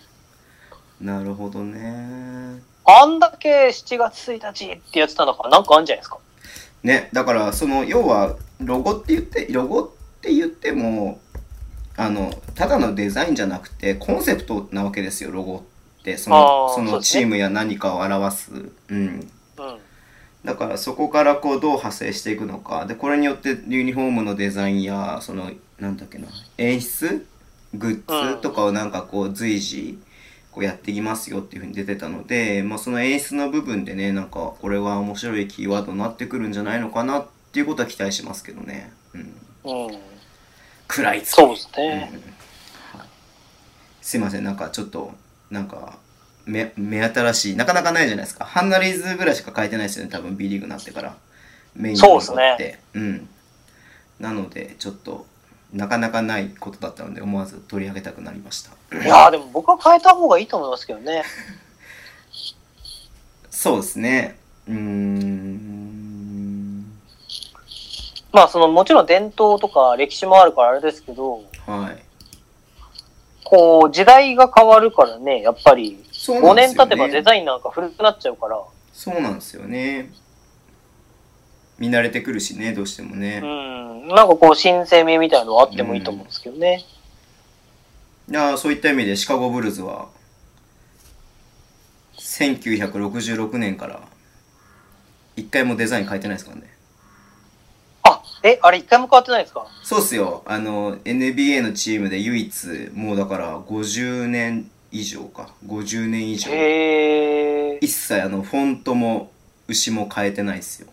なるほどね。
あんだけ7月1日ってやってたのからなんかあるんじゃないですか。
ねだからその要はロゴって言ってロゴって言ってもあのただのデザインじゃなくてコンセプトなわけですよロゴってそ
あ
の
ー
そ
そう
の
です
チ
ね
ームや何かを表す。うん
うん。
だからそこからこうどう派生していくのかでこれによってユニフォームのデザインやそのなんだっけな演出グッズとかをなんかこう随時こうやっていきますよっていうふうに出てたので、まあ、その演出の部分でねなんかこれは面白いキーワードになってくるんじゃないのかなっていうことは期待しますけどね。うん、
うん、
食らいつき
そうです
うん
ね。
すいませんなんかちょっとなんか目目新しいなかなかないじゃないですかハンナリーズぐらいしか書いてないですよね多分 B リーグになってからメイン
そうっすね
てうんなのでちょっとなかなかないことだったので思わず取り上げたくなりました
いやーでも僕は変えた方がいいと思いますけどね。
そうですねうーん
まあそのもちろん伝統とか歴史もあるからあれですけど、
はい
こう時代が変わるからね、やっぱり
そうな
5
んで
年
すよ
経
ね
てばデザインなんか古くなっちゃうから、
そうなんですよね見慣れてくるしねどうしてもね、
うん、なんかこう新鮮味みたいなのはあってもいいと思うんですけどね。
いやーそういった意味でシカゴブルーズは1966年から一回もデザイン変えてないですからね
あ、え、あれ一回も変わってないですか
そうっすよあの NBA のチームで唯一もうだから50年以上か50年以上
へえ。
一切あのフォントも牛も変えてないっすよ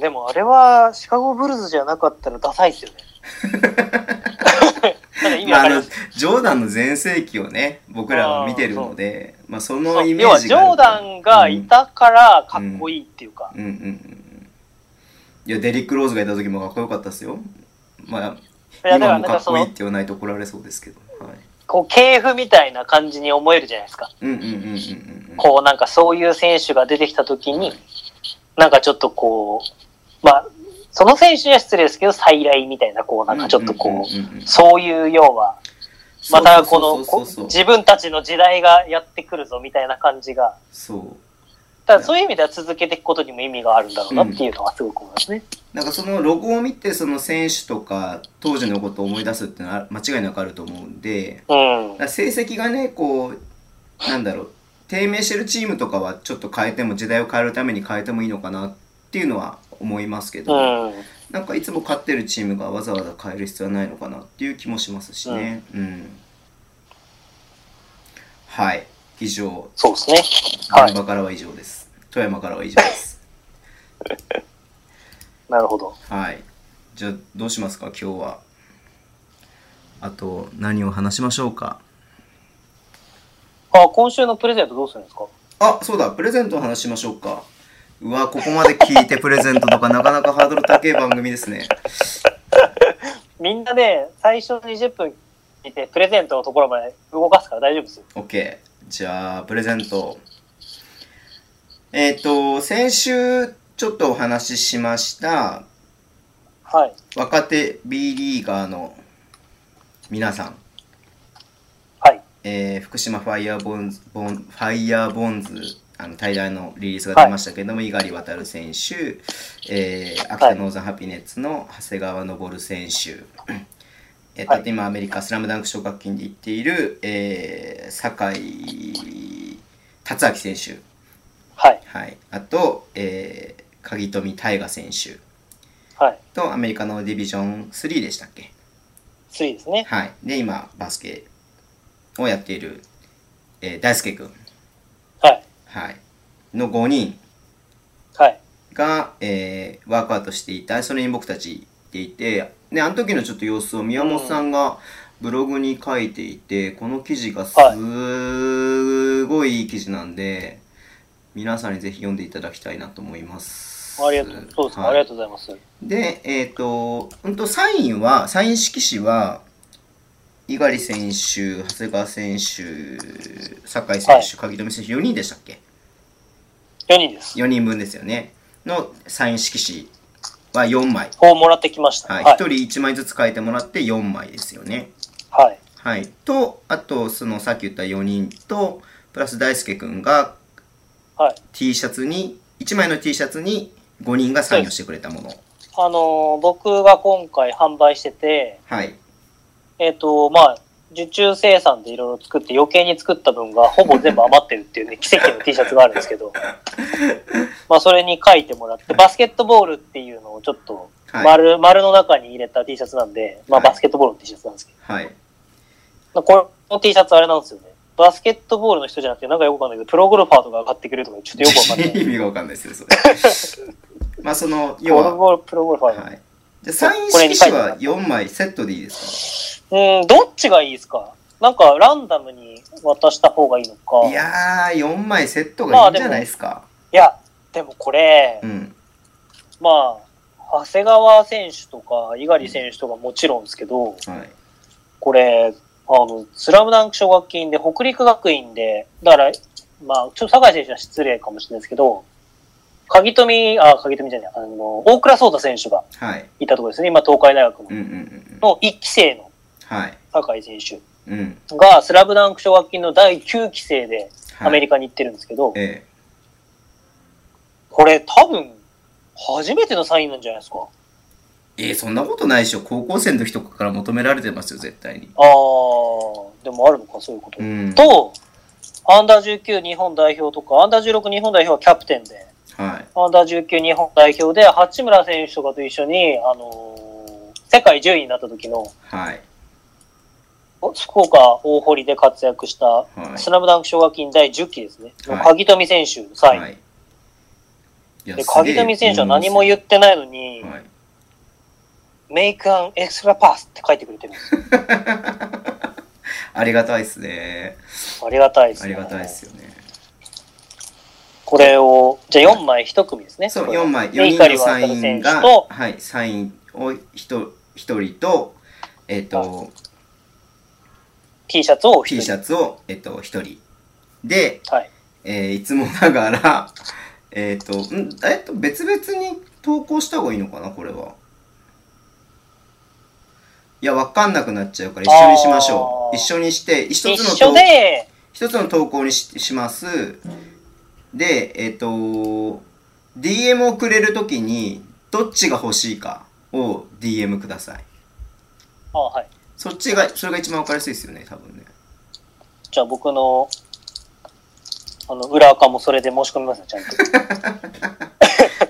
でもあれはシカゴブルーズじゃなかったらダサいですよ ね。なんか意味
ま
わ
あ、あ
かり
の
ます
ジョーダンの全盛期をね僕らは見てるのでまあそのイメ
要
ー
は
ジ
ジ
が
ョ
あ
ー
るから
ダンがいたからかっこいいっていうか、
うんうんうんうんいやデリック・ローズがいた時もかっこよかったですよま
いや
あ
だから
今
なん
もか
か
っ
そ
こいいっ
の
て言わないと怒られそうですけど、はい、
こう系譜みたいな感じに思えるじゃないですか、
うんうんうんうんうんうん
こうなんかそういう選手が出てきた時に、なんかちょっとこうまあその選手には失礼ですけど再来みたいなこうなんかちょっとこう,、
んんんんん
そういう要はまたこの
そう
こ
そうそうそう
自分たちの時代がやってくるぞみたいな感じが
そう
だからそういう意味では続けていくことにも意味があるんだろうなっていうのはすごく思いますね。
なんかそのロゴを見てその選手とか当時のことを思い出すっていうのは間違いなくあると思うんで
うん、
だから成績がねこうなんだろう低迷してるチームとかはちょっと変えても時代を変えるために変えてもいいのかなっていうのは思いますけど、
うん
なんかいつも勝ってるチームがわざわざ変える必要はないのかなっていう気もしますしね。うん。はい。以上。
そうですね。はい
現場からは以上です。富山からは以上です。
なるほど。
はい。じゃあどうしますか今日は。あと何を話しましょうか。
あ、今週のプレゼントどうするんですか
あ、そうだ。プレゼントの話しましょうか。うわ、ここまで聞いてプレゼントとかなかなかハードル高い番組ですね。
みんなね、最初20分いて、プレゼントのところまで動かすから大丈夫ですよ。
OK。じゃあ、プレゼント。えっ、と、先週ちょっとお話ししました、
はい。
若手 B リーガーの皆さん、
はい。
えー福島ファイヤーボンズ、ボンファイヤーボンズ、あの、対談のリリースが出ましたけれども、猪狩渉選手、えー、秋田ノーザンハピネッツの長谷川昇選手、えっと、
はい
あと今アメリカスラムダンク奨学金で行っている、えー、酒井達明選手、
はい。
はい、あと、えー、鍵富大河選手
はい。
とアメリカのディビジョン3でしたっけ
次ですね。
はいで今バスケをやっている、えー、大輔君、
はい。
はい、の5人
はい。
が、えーワークアウトしていたそれに僕たち行っていてであの時のちょっと様子を宮本さんがブログに書いていてこの記事がすごいいい記事なんで皆さんにぜひ読んでいただきたいなと思います。
ありがとう。そうですか。
はい
ありがとうございます。
で、えっ、と、うんと、サインは、サイン色紙は、猪狩選手、長谷川選手、酒井選
はい
手、鍵留選手、4人でしたっけ
4人です。
?4 人分ですよね。のサイン色紙は4枚。
をもらってきました。
は。
はい
1
い。
人1枚ずつ書いてもらって4枚ですよね。
はい。
はい。と、あと、その、さっき言った4人と、プラス大輔くんが
はい。
T シャツに、1枚の T シャツに5人がサインをしてくれたもの。
あのー僕が今回販売してて、
はい。
えっ、と、まあ、受注生産でいろいろ作って余計に作った分がほぼ全部余ってるっ ていうね、奇跡の T シャツがあるんですけど、まあそれに書いてもらって、バスケットボールっていうのをちょっと
はい
丸、丸の中に入れた T シャツなんで、まあ
はい
バスケットボールの T シャツなんですけ
はい。
ど、この T シャツあれなんですよね。バスケットボールの人じゃなくて、なんかよくわかんないけど、プロゴルファーとかが買ってくれるとか、ちょっとよくわかんない。
意味がわ かんないですよ、それまあ、その、
プ
要
ロ
は、
ゴルプロゴルファー、
はい。じゃあ、サイン色紙は4枚セットでいいです
うん、どっちがいいですかなんかランダムに渡した方がいいのか。
かいやー、4枚セットがいいんじゃないですか。
いや、でもこれ、
うん。
まあ、長谷川選手とか、猪狩選手とかもちろんですけど、
はい。
これ、あの、スラムダンク奨学金で、北陸学院で、だから、まあ、ちょっと酒井選手は失礼かもしれないですけど、鍵富、あ、鍵富じゃない、あの、大倉壮太選手が
はい。
いたところですね、今、東海大学の
うんうんうんうん。
の1期生の
はい。
酒井選
うん。
手が、スラムダンク奨学金の第9期生で、
はい、
アメリカに行ってるんですけど、
え
これ多分、初めてのサインなんじゃないですか。
えええそんなことないでしょ。高校生の時とかから求められてますよ、絶対に。
あー、でもあるのか、そういうこと。
うん。
と、アンダー19日本代表とか、アンダー16日本代表はキャプテンで、
はい。
アンダー19日本代表で、八村選手とかと一緒に、あのー世界10位になった時の、
はい。
福岡大堀で活躍した、
はい。
スラムダンク奨学金第10期ですね。
はい
鍵富選手のサイン。
はい。いや
で、鍵富選手は何も言
っ
ってないのに、
はい。
メイクアンエクストラパスって書いてくれてるんですよ。
ありがたいですね。
ありがたいです
あ
ね。
りがたいですよね。
これを、じゃあ4枚1組ですね。
そう、
これ
4
は
枚、
で
4人のサイ
碇
ン
渡選手
が、
と、
はい、サインを1人と、えっ、と、
T シャツを
T シ
ャ
ャツを、えっ、と、1人。で、
ツ。はい。
えーいつもながら、 えっ、と、んえっと、別々に投稿した方がいいのかな、これは。いや、わかんなくなっちゃうから、一緒にしましょ
あ
う。
ー
一緒にして、一つの
一
投
緒で、
一つの投稿にしします。で、えっ、と、DM をくれるときに、どっちが欲しいかを DM ください。
あはい。
そっちが、それが一番わかりやすいですよね、多分ね。
じゃあ僕の、あの、裏垢もそれで申し込みますね、ちゃんと。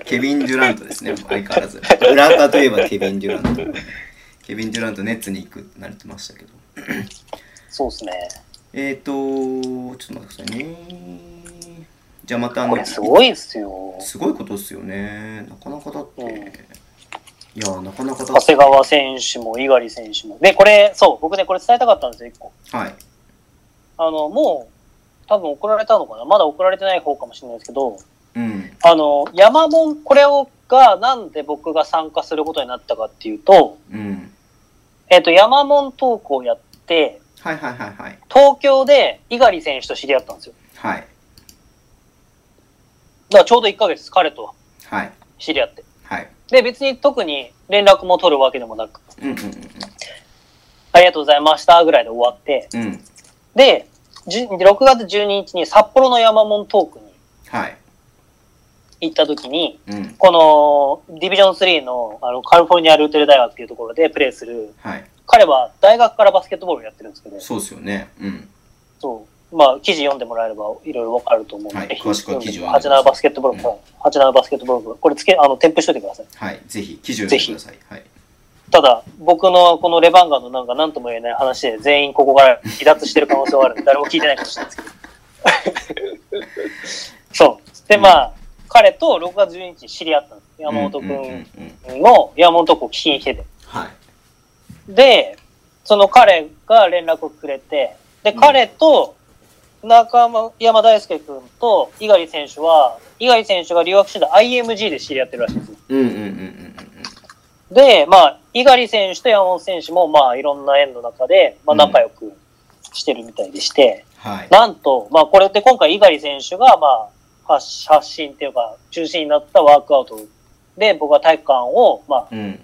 ケビン・デュラントですね、相変わらず。裏方といえばケビン・デュラント。ケビン・デュラント、ネッツに行くってなってましたけど。
そうですね。
えっ、と、ちょっと待ってくださいね。じゃあまたあ
こ
の、
れすごいっすよ。
すごいことですよね。なかなかだって。
うん
いや、なかなかだ
長
って
谷。川選手も、猪狩選手も。で、これ、そう、僕ね、これ伝えたかったんですよ、一個。
はい。
あの、もう、多分送られたのかなまだ送られてない方かもしれないですけど、
うん。
あの、山門、これを、が、なんで僕が参加することになったかっていうと、
うん。
えっ、と、山門トークをやって、
はいはいはいはい。
東京で猪狩選手と知り合ったんですよ。
はい。
だからちょうど1ヶ月、彼と
はい。
知り合って。
はい。
で、別に特に連絡も取るわけでもなく、
うんうん
ありがとうございましたぐらいで終わって、
うん。うん。
で、じゅ6月12日に札幌の山門トークに
はい。
行った時に、
うん。
このディビジョン3のあのカリフォルニアルーテル大学っていうところでプレーする、
はい。
彼は大学からバスケットボールやってるんですけど、
そうですよね。うん。
そう。まあ、記事読んでもらえればいろいろわかると思うの
はい
で、ぜひ
詳しくは記事を
ハチナーバスケットボールも、ハチナーバスケットボールも、これつけ、あの、添付しといてください。
はい。ぜひ、記事を読んでください。はい。
ただ、僕のこのレバンガのなんか何とも言えない話で、全員ここから離脱してる可能性はあるんで、誰も聞いてないかもしれないですけど。そう。で、まあ、彼と6月12日に知り合ったんです。山本
うんうんうんうん
君の山本君を聞きに来てて。
はい。
で、その彼が連絡をくれて、で、
うん
彼と中山大輔君と猪狩選手は、猪狩選手が留学してた IMG で知り合ってるらしいんですよ。
うんうんうんうんうん
で、まあ、猪狩選手と山本選手も、まあ、いろんな縁の中で、まあ、
うん
仲良くしてるみたいでして、
はい。
なんと、まあ、これで今回猪狩選手が、まあ、発発信っていうか、中心になったワークアウトで、僕は体育館を、まあ、
うん。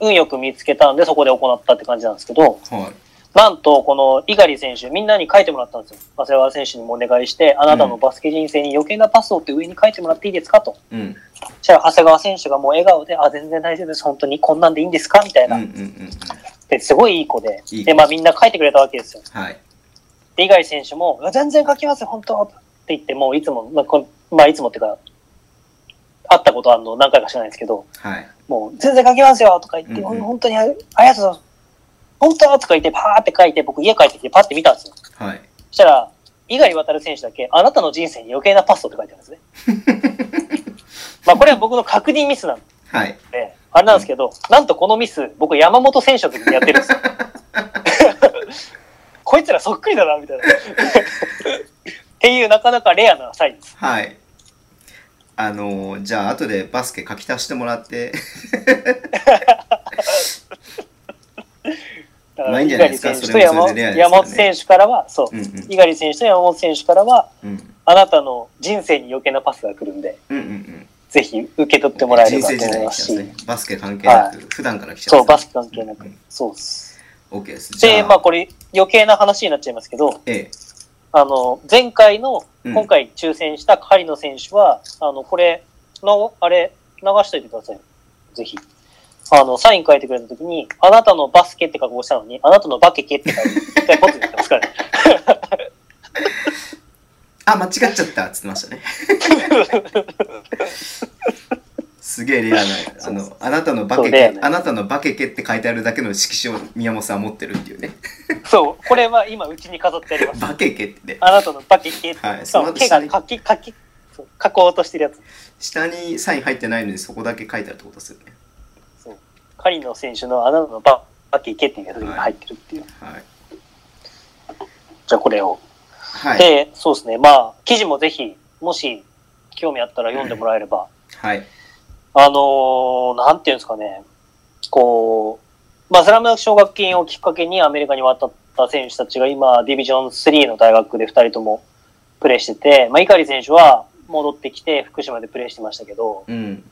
運よく見つけたんで、そこで行ったって感じなんですけど、
はい。
なんと、この猪狩選手、みんなに書いてもらったんですよ。長谷川選手にもお願いして、あなたのバスケ人生に余計なパスをって上に書いてもらっていいですかと。
うん。
そしたら長谷川選手がもう笑顔で、あ、全然大丈夫です。本当にこんなんでいいんですかみたい
うんう
な。
んうんうん。
ですごいいい子で。
いい子
で、まあみんな書いてくれたわけですよ。
はい。
で、猪狩選手も、いや全然書きますよ、本当って言って、もういつも、まあ、こまあ、いつもっていうか、会ったことあるの何回か知らないですけど、
はい。
もう全然書きますよとか言って、
うんうん
本当にありがとうございます。本当とか言って、パーって書いて、僕家帰ってきてパって見たんですよ。
はい。
そしたら、猪狩渡選手だけ、あなたの人生に余計なパスをって書いてあるんですね。 まあこれは僕の確認ミスなん
はい。
で、あれなんですけど、なんとこのミス、僕山本選手の時にやってるんですよ。 こいつらそっくりだな、みたいな。っていう、なかなかレアなサインです。
はい。あのーじゃあ、後でバスケ書き足してもらって、
だ
まあ
から
いいんじゃないで
猪
すか
狩選手と山
それもそれでレアですよね
山本選手からは、そうう。
んうん
猪狩選手と山本選手からは、
うん。
あなたの人生に余計なパスが来るんで、
うんうんうん。
ぜひ受け取ってもらえれ
人
ばと
生時代
思
に
いま
来
す
ちゃう
し
ね。。バスケ関係なく、普段から来ちゃ
そう、バス
ケ。
ケ関係なく
うん。
そうっす。
OK です。じ
で、
ゃ
まあ
あ、
これ余計な話になっちゃいますけど、
ええ。
あの、前回の、
うん
今回抽選した狩野選手は、あの、これの、あれ、流しといてください。ぜひ。あの、サイン書いてくれたときに、あなたのバスケって覚悟したのに、あなたのバケケって書いて、一回ボツになってます からね。
あ、間違っちゃったっつってま したね。すげえレアな、あの、あなたのバ
そ
ケ
うレア
ケ、
ね
あなたのバケケって書いてあるだけの色紙を宮本さんは持ってるっていうね。
そう、これは今うちに飾ってあります。
バケケってね、
あなたのバケケって、
はい
そう
その
毛
下に
がかき、かき、そう書こうとしてるやつ。
下にサイン入ってないのにそこだけ書いてあるってことですよね。
そう。狩野選手のあなたのババケケっていうのが入ってるっていう。
はい。
じゃあこれを。
はい。
で、そうですね。まあ、記事もぜひ、もし、興味あったら読んでもらえれば、
はい。
あのーなんていうんですかね、こう、まあ、スラムダンク奨学金をきっかけにアメリカに渡った選手たちが今、ディビジョン3の大学で2人ともプレーしてて、まあ、碇選手は戻ってきて、福島でプレーしてましたけど、
うん。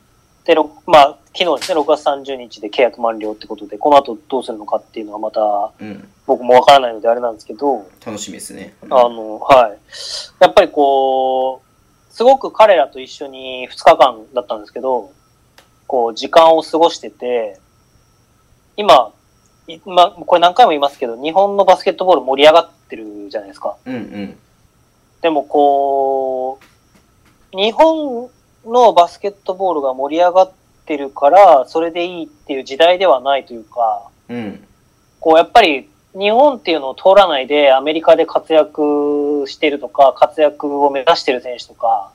で、ろまあ、昨日ですね、6月30日で契約満了ってことで、この後どうするのかっていうのはまた、
うん。
僕もわからないのであれなんですけど、
楽しみですね。
あの、はい。やっぱりこう、すごく彼らと一緒に2日間だったんですけど、こう、時間を過ごしてて、今、いま、これ何回も言いますけど、日本のバスケットボール盛り上がってるじゃないですか。
うんうん。
でもこう、日本のバスケットボールが盛り上がってるから、それでいいっていう時代ではないというか、
うん。
こうやっぱり日本っていうのを通らないでアメリカで活躍してるとか活躍を目指してる選手とか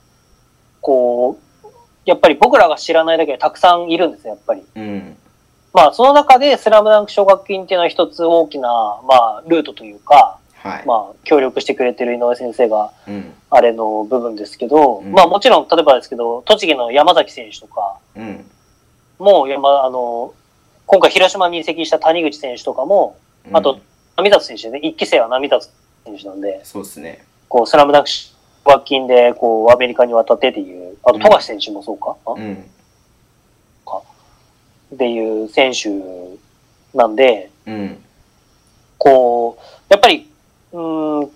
こうやっぱり僕らが知らないだけでたくさんいるんですねやっぱり。
うん。
まあその中で「スラムダンク奨学金っていうのは一つ大きな、まあ、ルートというか、
はい。
まあ、協力してくれてる井上先生が
うん。
あれの部分ですけど、
うん
まあもちろん例えばですけど栃木の山崎選手とか
うん。
も山あの今回広島に移籍した谷口選手とかも
うん
あと、波達選手ね、一期生は波達選手なんで、
そうですね。
こう、スラムダンク奨学金で、こう、アメリカに渡ってっていう、あと、富樫選手もそうか、あ
うん。
っていう選手なんで、
うん。
こう、やっぱり、うーん、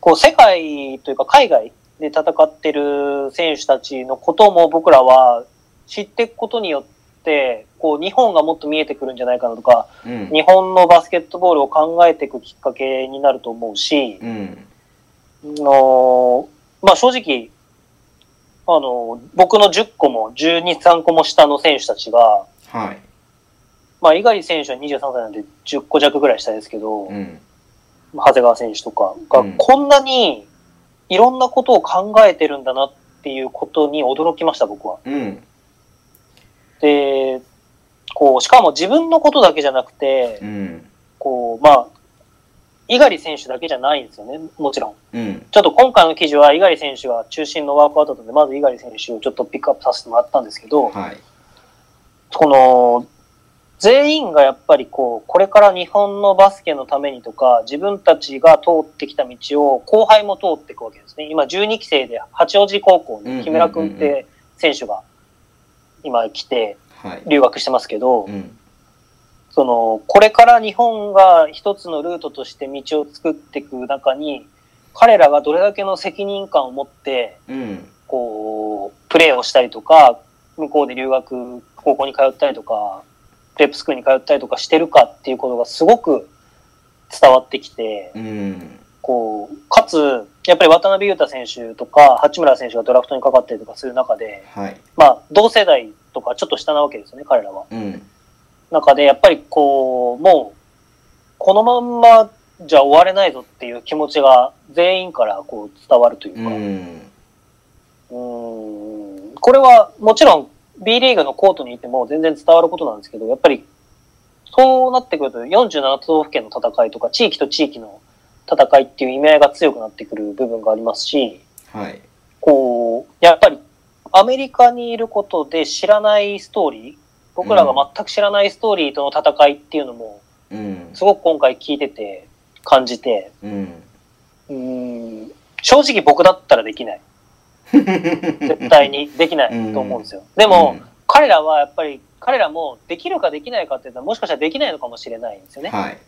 こう、世界というか海外で戦ってる選手たちのことも僕らは知っていくことによって、こう、日本がもっと見えてくるんじゃないかなとか、
うん。
日本のバスケットボールを考えていくきっかけになると思うし、
うん。
のまあ正直、あの、僕の10個も12、3個も下の選手たちが、
はい。
まあ、猪狩選手は23歳なんで10個弱ぐらい下ですけど、
うん。
長谷川選手とか
う
が
ん
こんなにいろんなことを考えてるんだなっっていうことに驚きました、僕は。
うん。
で、こう、しかも自分のことだけじゃなくて
う、ん。
こう、まあ、猪狩選手だけじゃないんですよね、もちろん。
うん。
ちょっと今回の記事は猪狩選手が中心のワークアウトなので、まず猪狩選手をちょっとピックアップさせてもらったんですけど、
はい。
この、全員がやっぱりこう、これから日本のバスケのためにとか、自分たちが通ってきた道を後輩も通っていくわけですね。今12期生で八王子高校
うんうんうんう
に
ん
木村君って選手が今来て
はい。
留学してますけど
う、ん。
その、これから日本が一つのルートとして道を作っていく中に、彼らがどれだけの責任感を持って、
うん。
こう、プレーをしたりとか、向こうで留学、高校に通ったりとか、プレップスクールに通ったりとかしてるかっていうことがすごく伝わってきて、
うん。
こう、かつ、やっぱり渡辺裕太選手とか、八村選手がドラフトにかかったりとかする中で、
はい。
まあ、同世代とかちょっと下なわけですよね、彼らは。
うん。
中で、やっぱりこう、もう、このまんまじゃ終われないぞっていう気持ちが全員からこう伝わるという
う
か、
ん。
うーんこれはもちろん B リーグのコートにいても全然伝わることなんですけど、やっぱりそうなってくると47都道府県の戦いとか地域と地域の戦いっていう意味合いが強くなってくる部分がありますし、
はい。
こう、やっぱりアメリカにいることで知らないストーリー、僕らが全く知らないストーリーとの戦いっていうのも
うん。
すごく今回聞いてて感じて、
うん。
うーん正直僕だったらできない。絶対にできないと思うんですよ。でも、彼らはやっぱり彼らもできるかできないかって言ったらもしかしたらできないのかもしれないんですよ
うん、
ね。
はい。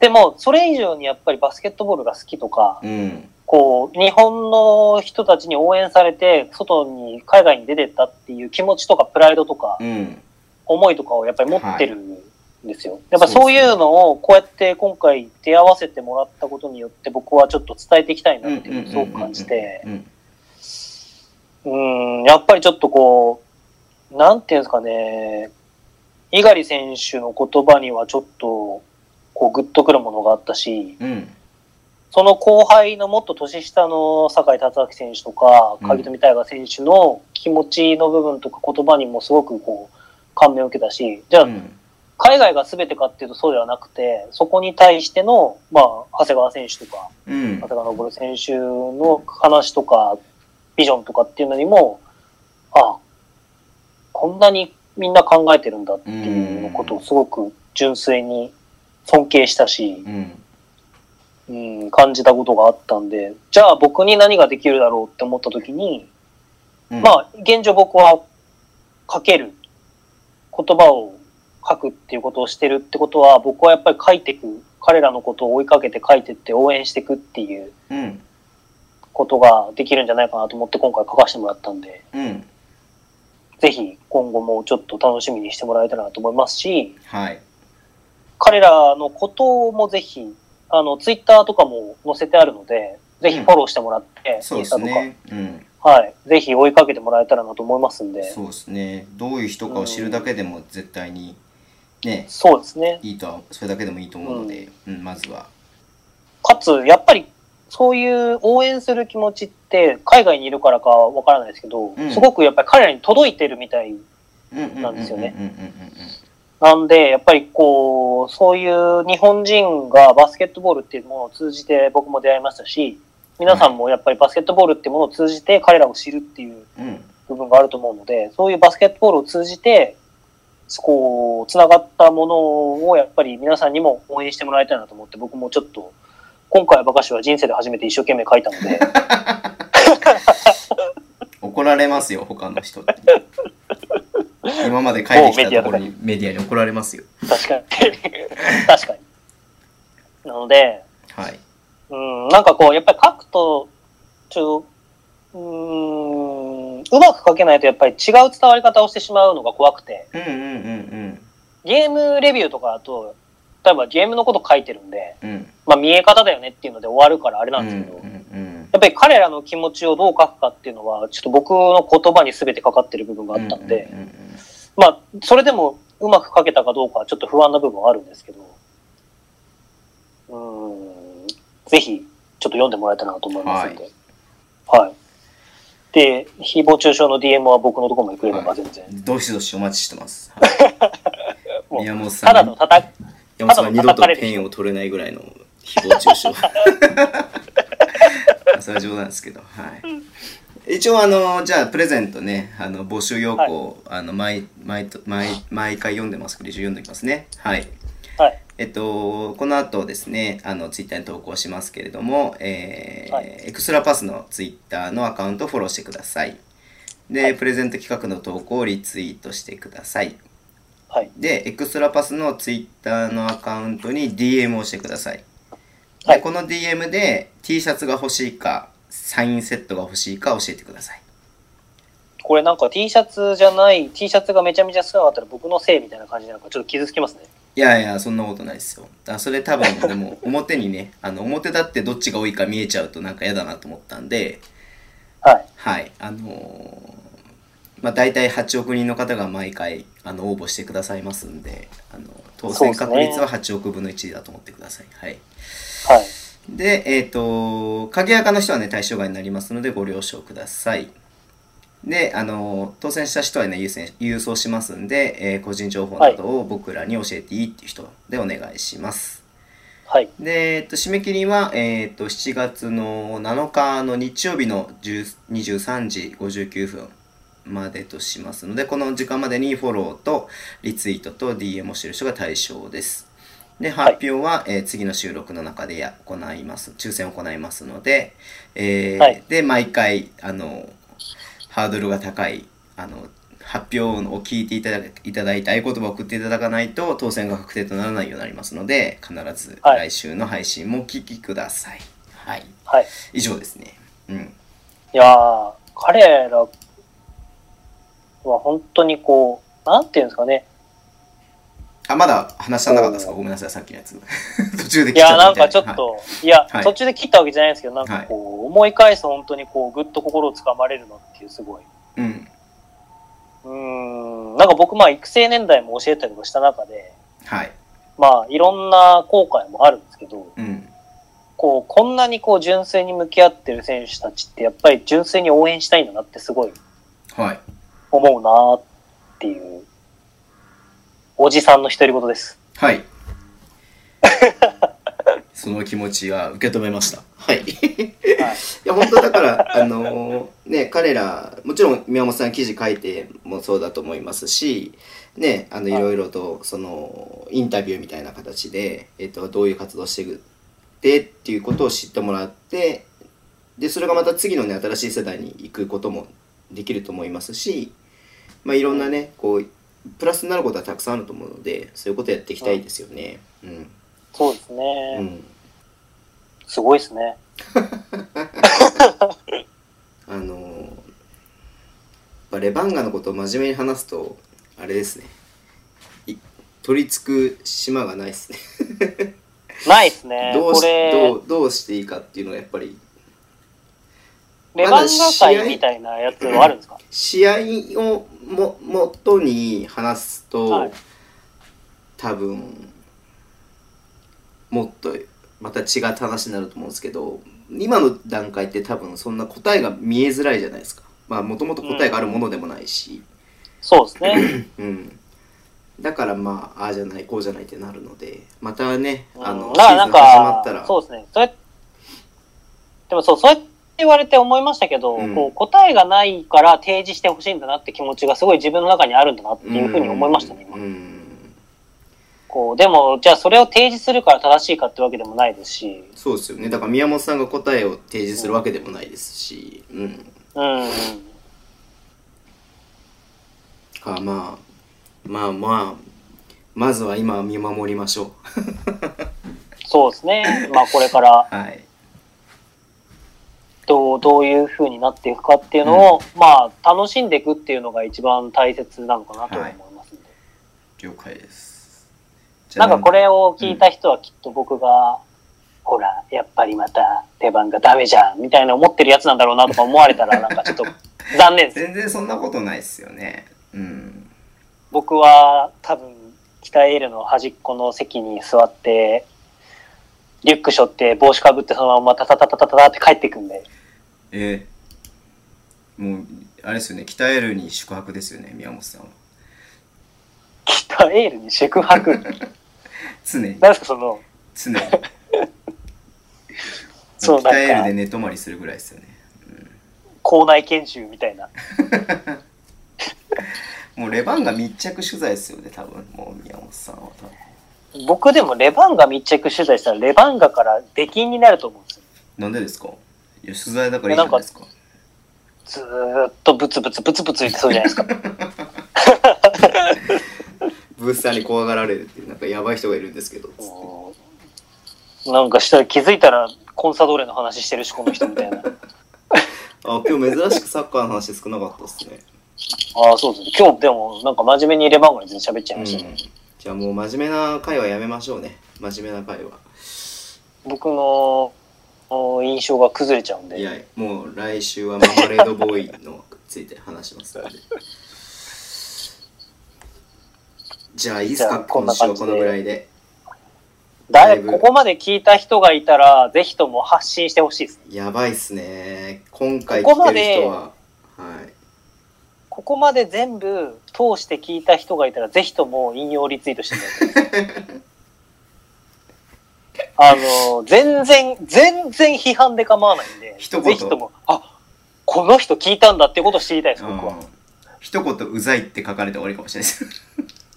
でもそれ以上にやっぱりバスケットボールが好きとか、
うん。
こう日本の人たちに応援されて外に海外に出てったっていう気持ちとかプライドとか
うん。
思いとかをやっぱり持ってるんですよ。やっぱそういうのをこうやって今回出会わせてもらったことによって僕はちょっと伝えていきたいなっていうのをすごく感じて。
うん。
うーん、やっぱりちょっとこう、なんていうんですかね、猪狩選手の言葉にはちょっと、こう、グッとくるものがあったし、
うん。
その後輩のもっと年下の酒井達明選手とか、
うん
鍵富大河選手の気持ちの部分とか言葉にもすごくこう、感銘を受けたし、じゃ
う
あ、
ん。
海外が全てかっていうとそうではなくて、そこに対しての、まあ、長谷川選手とか、
うん
長。谷川昇選手の話とか、ビジョンとかっていうのにも、あこんなにみんな考えてるんだっていうことをすごく純粋に尊敬したし、
うん。
うん、感じたことがあったんで、じゃあ僕に何ができるだろうって思った時に、
うん
まあ、現状僕は書ける。言葉を書くっていうことをしてるってことは、僕はやっぱり書いてく。彼らのことを追いかけて書いてって応援してくっていう
うん。
ことができるんじゃないかなと思って今回書かせてもらったんで、
うん。
ぜひ今後もちょっと楽しみにしてもらえたらなと思いますし、
はい。
彼らのこともぜひ、あの、ツイッターとかも載せてあるので、ぜひフォローしてもらって、
そう
イン
で
スタ
す
とか、
ね。うん。
はい、ぜひ追いかけてもらえたらなと思いますんで、そう
そうですね。どういう人かを知るだけでも絶対に、ね、
ですね。
いいとは、それだけでもいいと思うので、うん、まずは。
かつ、やっぱり、そういう応援する気持ちって、海外にいるからかわからないですけど、
うん
すごくやっぱり彼らに届いてるみたい
な
なんですよね。
うんうん
なんで、やっぱりこう、そういう日本人がバスケットボールっていうものを通じて僕も出会いましたし、皆さんもやっぱりバスケットボールっていうものを通じて彼らを知るっていう
うんうんうん。
部分があると思うので、そういうバスケットボールを通じて、こう、つながったものをやっぱり皆さんにも応援してもらいたいなと思って、僕もちょっと、今回ばかしは人生で初めて一生懸命書いたので、
怒られますよ、他の人って。今まで書いてきたところにメディアに怒られますよ。
確かに。確かに。なので、
はい。
うん、なんかこう、やっぱり書くと、ちょっと、うーん、うまく書けないとやっぱり違う伝わり方をしてしまうのが怖くて、
うんうんうん
ゲームレビューとかだと、例えばゲームのこと書いてるんで、
うん。うん。
まあ見え方だよねっていうので終わるからあれ
う
なん
んう
で
ん
すけど、
う
や
ん。
っぱり彼らの気持ちをどう書くかっていうのは、ちょっと僕の言葉に全てかかってる部分があったんで、
うんうんうん
まあ、それでもうまく書けたかどうかはちょっと不安な部分はあるんですけど、うーん、ぜひ、ちょっと読んでもらえたらなと思いますので。はい。で、誹謗中傷の DM は僕のところもくれれば全然。
どしどしお待ちしてます。はい
もう
宮本さ
ただ
ん
の、たた、
山本さんは二度
ただの叩か
と
れる
ペンを取れないぐらいの誹謗中 傷それは冗談ですけど、はい、一応あのじゃあプレゼントねあの募集要項、あの毎毎毎毎回読んでますから一応読んでおきますねはい
はい。
えっと、この後ですね、あの、ツイッターに投稿しますけれども、えー
はい
エクストラパスのツイッターのアカウントをフォローしてください。で、プレゼント企画の投稿をリツイートしてください。
はい。
で、エクストラパスのツイッターのアカウントに DM をしてください。で、
はい
この DM で T シャツが欲しいか、サインセットが欲しいか教えてください。
これなんか T シャツじゃない、T シャツがめちゃめちゃ少なかったら僕のせいみたいな感じなのかちょっと傷つきますね。
いやいや、そんなことないですよ。だからそれ多分、でも、表にね、あの、表だってどっちが多いか見えちゃうとなんか嫌だなと思ったんで、
はい。
はい、あのーまあ、大体8億人の方が毎回あの応募してくださいますんで、あの当選確率は8億分の1だと思ってください。はい、
はい。
で、えっ、と、鍵アカの人はね、対象外になりますので、ご了承ください。で、あのー当選した人はね、優先郵送しますんで、えー個人情報などを僕らに教えていいっていう人でお願いします。
はい。
で、えっと、締め切りは、えっと、7月の7日の日曜日の10 23時59分までとしますので、この時間までにフォローとリツイートと DM をしている人が対象です。で、発表は、えー次の収録の中でや行います。抽選を行いますので、えー
はい
で、毎回、あの、ハードルが高い、あの、発表を聞いていただいただいて合言葉を送っていただかないと当選が確定とならないようになりますので必ず
はい
来週の配信もお聞きください。はい、
はい。
以上ですね。うん、
いやー、彼らは本当にこう、なんていうんですかね。
あまだ話しなかったですかごめんなさいさっきのやつ 途中で
い
切っち
や
ゃ
ー、
った
なん
みたい
かちょっ
はい
と、い、や、
はい
途中で切ったわけじゃないんですけど、なんかこう、思い返すと本当にこう、ぐっと心をつかまれるのっていうすごい。
うん
うーん、なんか僕、まあ、育成年代も教えたりとかした中で、
はい
まあ、いろんな後悔もあるんですけど、
うん
こう、こんなにこう、純粋に向き合ってる選手たちって、やっぱり純粋に応援したいんだなってすごい
はい
思うなーっていう、おじさんの独り言です。
はい その気持ちは受け止めました。はい
はい。
いや本当だからあのね彼らもちろん宮本さん記事書いてもそうだと思いますしねあのい
はい
ろいろとそのインタビューみたいな形で、えっと、どういう活動してくってっていうことを知ってもらってでそれがまた次のね新しい世代に行くこともできると思いますし、まあ、いろんなねこうプラスになることはたくさんあると思うのでそういうことやっていきたいですよね。うん、
そうです
う
ね。
ん
すごいですね。
あのーやっぱレバンガのことを真面目に話すとあれですねい取り付く島がないですね
ないですね。
どうし
これ、
どうどうしていいかっていうのがやっぱり
レバンガ会みたいなやつはあるんですか
試合をももとに話すと、
はい
多分もっとまた違った話になると思うんですけど今の段階って多分そんな答えが見えづらいじゃないですかまあもともと答えがあるものでもないし、
そうですね。
うん、だからまあああじゃないこうじゃないってなるのでまたね
うん
あの、シ
だか
ー
らな
ズン
ん
始まった、
からそうですね。それ、でもそう、そうやって言われて思いましたけど、
うん
こう答えがないから提示してほしいんだなって気持ちがすごい自分の中にあるんだなっていうふうに思いましたね、今
うんうん
こうでも、じゃあそれを提示するから正しいかってわけでもないですし、
そうですよねだから宮本さんが答えを提示するわけでもないですし、うん、
うん、
かまあまあまあまずは今は見守りましょ
そうで すね。まあこれから
うはい
どうどういうふうになっていくかっていうのを、まあ楽しんでいくっていうのが一番大切なのかなと思いますんで。
了解ですじゃ
な
あ
んかこれを聞いた人はきっと僕が、ほら、やっぱりまた出番がダメじゃんみたいな思ってるやつなんだろうなとか思われたらなんかちょっと残念です。
全然そんなことないですよねうん
僕は多分北エールの端っこの席に座って、リュック背負って帽子かぶってそのままタタタタタタって帰ってくんで、
えもう、あれですよね、鍛えるに宿泊ですよね、宮本さんは。
北エールに宿泊。
常に、
なんすかその、
常に。
そう
鍛え
な
る
んか
で寝泊まりするぐらいですよね。
校内研修みたいな。
もうレバンが密着取材ですよね、多分。もう宮本さんは多分。
僕でもレバンガ密着取材したらレバンガから出禁になると思うんですよ。
なんでですかいや、取材だからいいじゃないですか。
ずーっとブツブツブツブツ言ってそうじゃないですか。
ブースターに怖がられるっていう、なんかやばい人がいるんですけど、つって
うんなんかしたら気づいたらコンサドーレの話してるし、この人み たいな。
あ、今日珍しくサッカーの話少なかったですね。
ああ、そうですね。今日でもなんか真面目にレバンガに全然喋っちゃいうま
ん。
したね。
じゃあもう真面目な会はやめましょうね。真面目な会は。
僕のお印象が崩れちゃうん
い
で。
や、もう来週はマーマレードボーイのついて話しますので。じゃあいいです
じゃ
か
あこん
今
な
週
感
は
じ
こ
で
のぐらいで。だ
だ
い
い
ぶ
ここまで聞いた人がいたら、ぜひとも発信してほしいです。
やばいっすね。今回
ここ
来
ま
て
で
る人は。はい。
ここまで全部通して聞いた人がいたら、ぜひとも引用リツイートしてください。 あの、全然、全然批判で構わないんで、
一言
ぜひとも、あこの人聞いたんだってことを知りたいです、
うん
僕は。
一言うざいって書かれて終わりかもしれないです。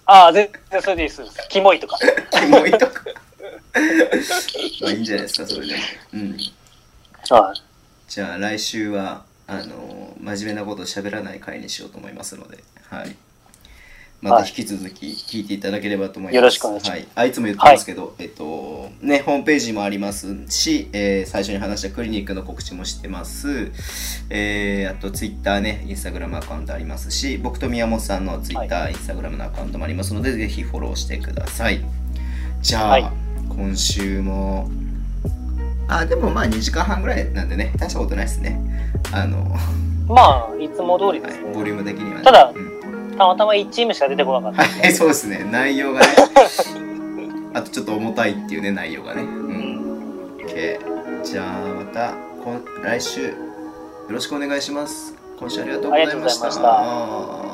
ああ、全然それでいいです。キモい とか。
キモいとか。 まあいいんじゃないですか、それで。うん。
はい。
じゃあ来週は、あのー真面目なこと喋らない回にしようと思いますので、はい。また
はい
引き続き聞いていただければと思います。
よろしくお願いします
はい。あいつも言ってますけど、えっと、ね、ホームページもありますし、えー最初に話したクリニックの告知もしてます。えーあと、ツイッターね、インスタグラムアカウントありますし、僕と宮本さんのツイッター、インスタグラムのアカウントもありますので、ぜひフォローしてください。じゃあ、
はい
今週も、あ、でもまあ2時間半ぐらいなんでね、大したことないですね。あの、は
まあ、いつも通りです
い、
ね。
ボリューム的にはね。
ただ
うん
たまたま1チームしか出てこなかった。
はい、そうですね。内容がね。 あとちょっと重たいっていうね、内容がね。うん。OK。じゃあ、また、こん来週、よろしくお願いします。今週ありがとうございました。
ありがとうございま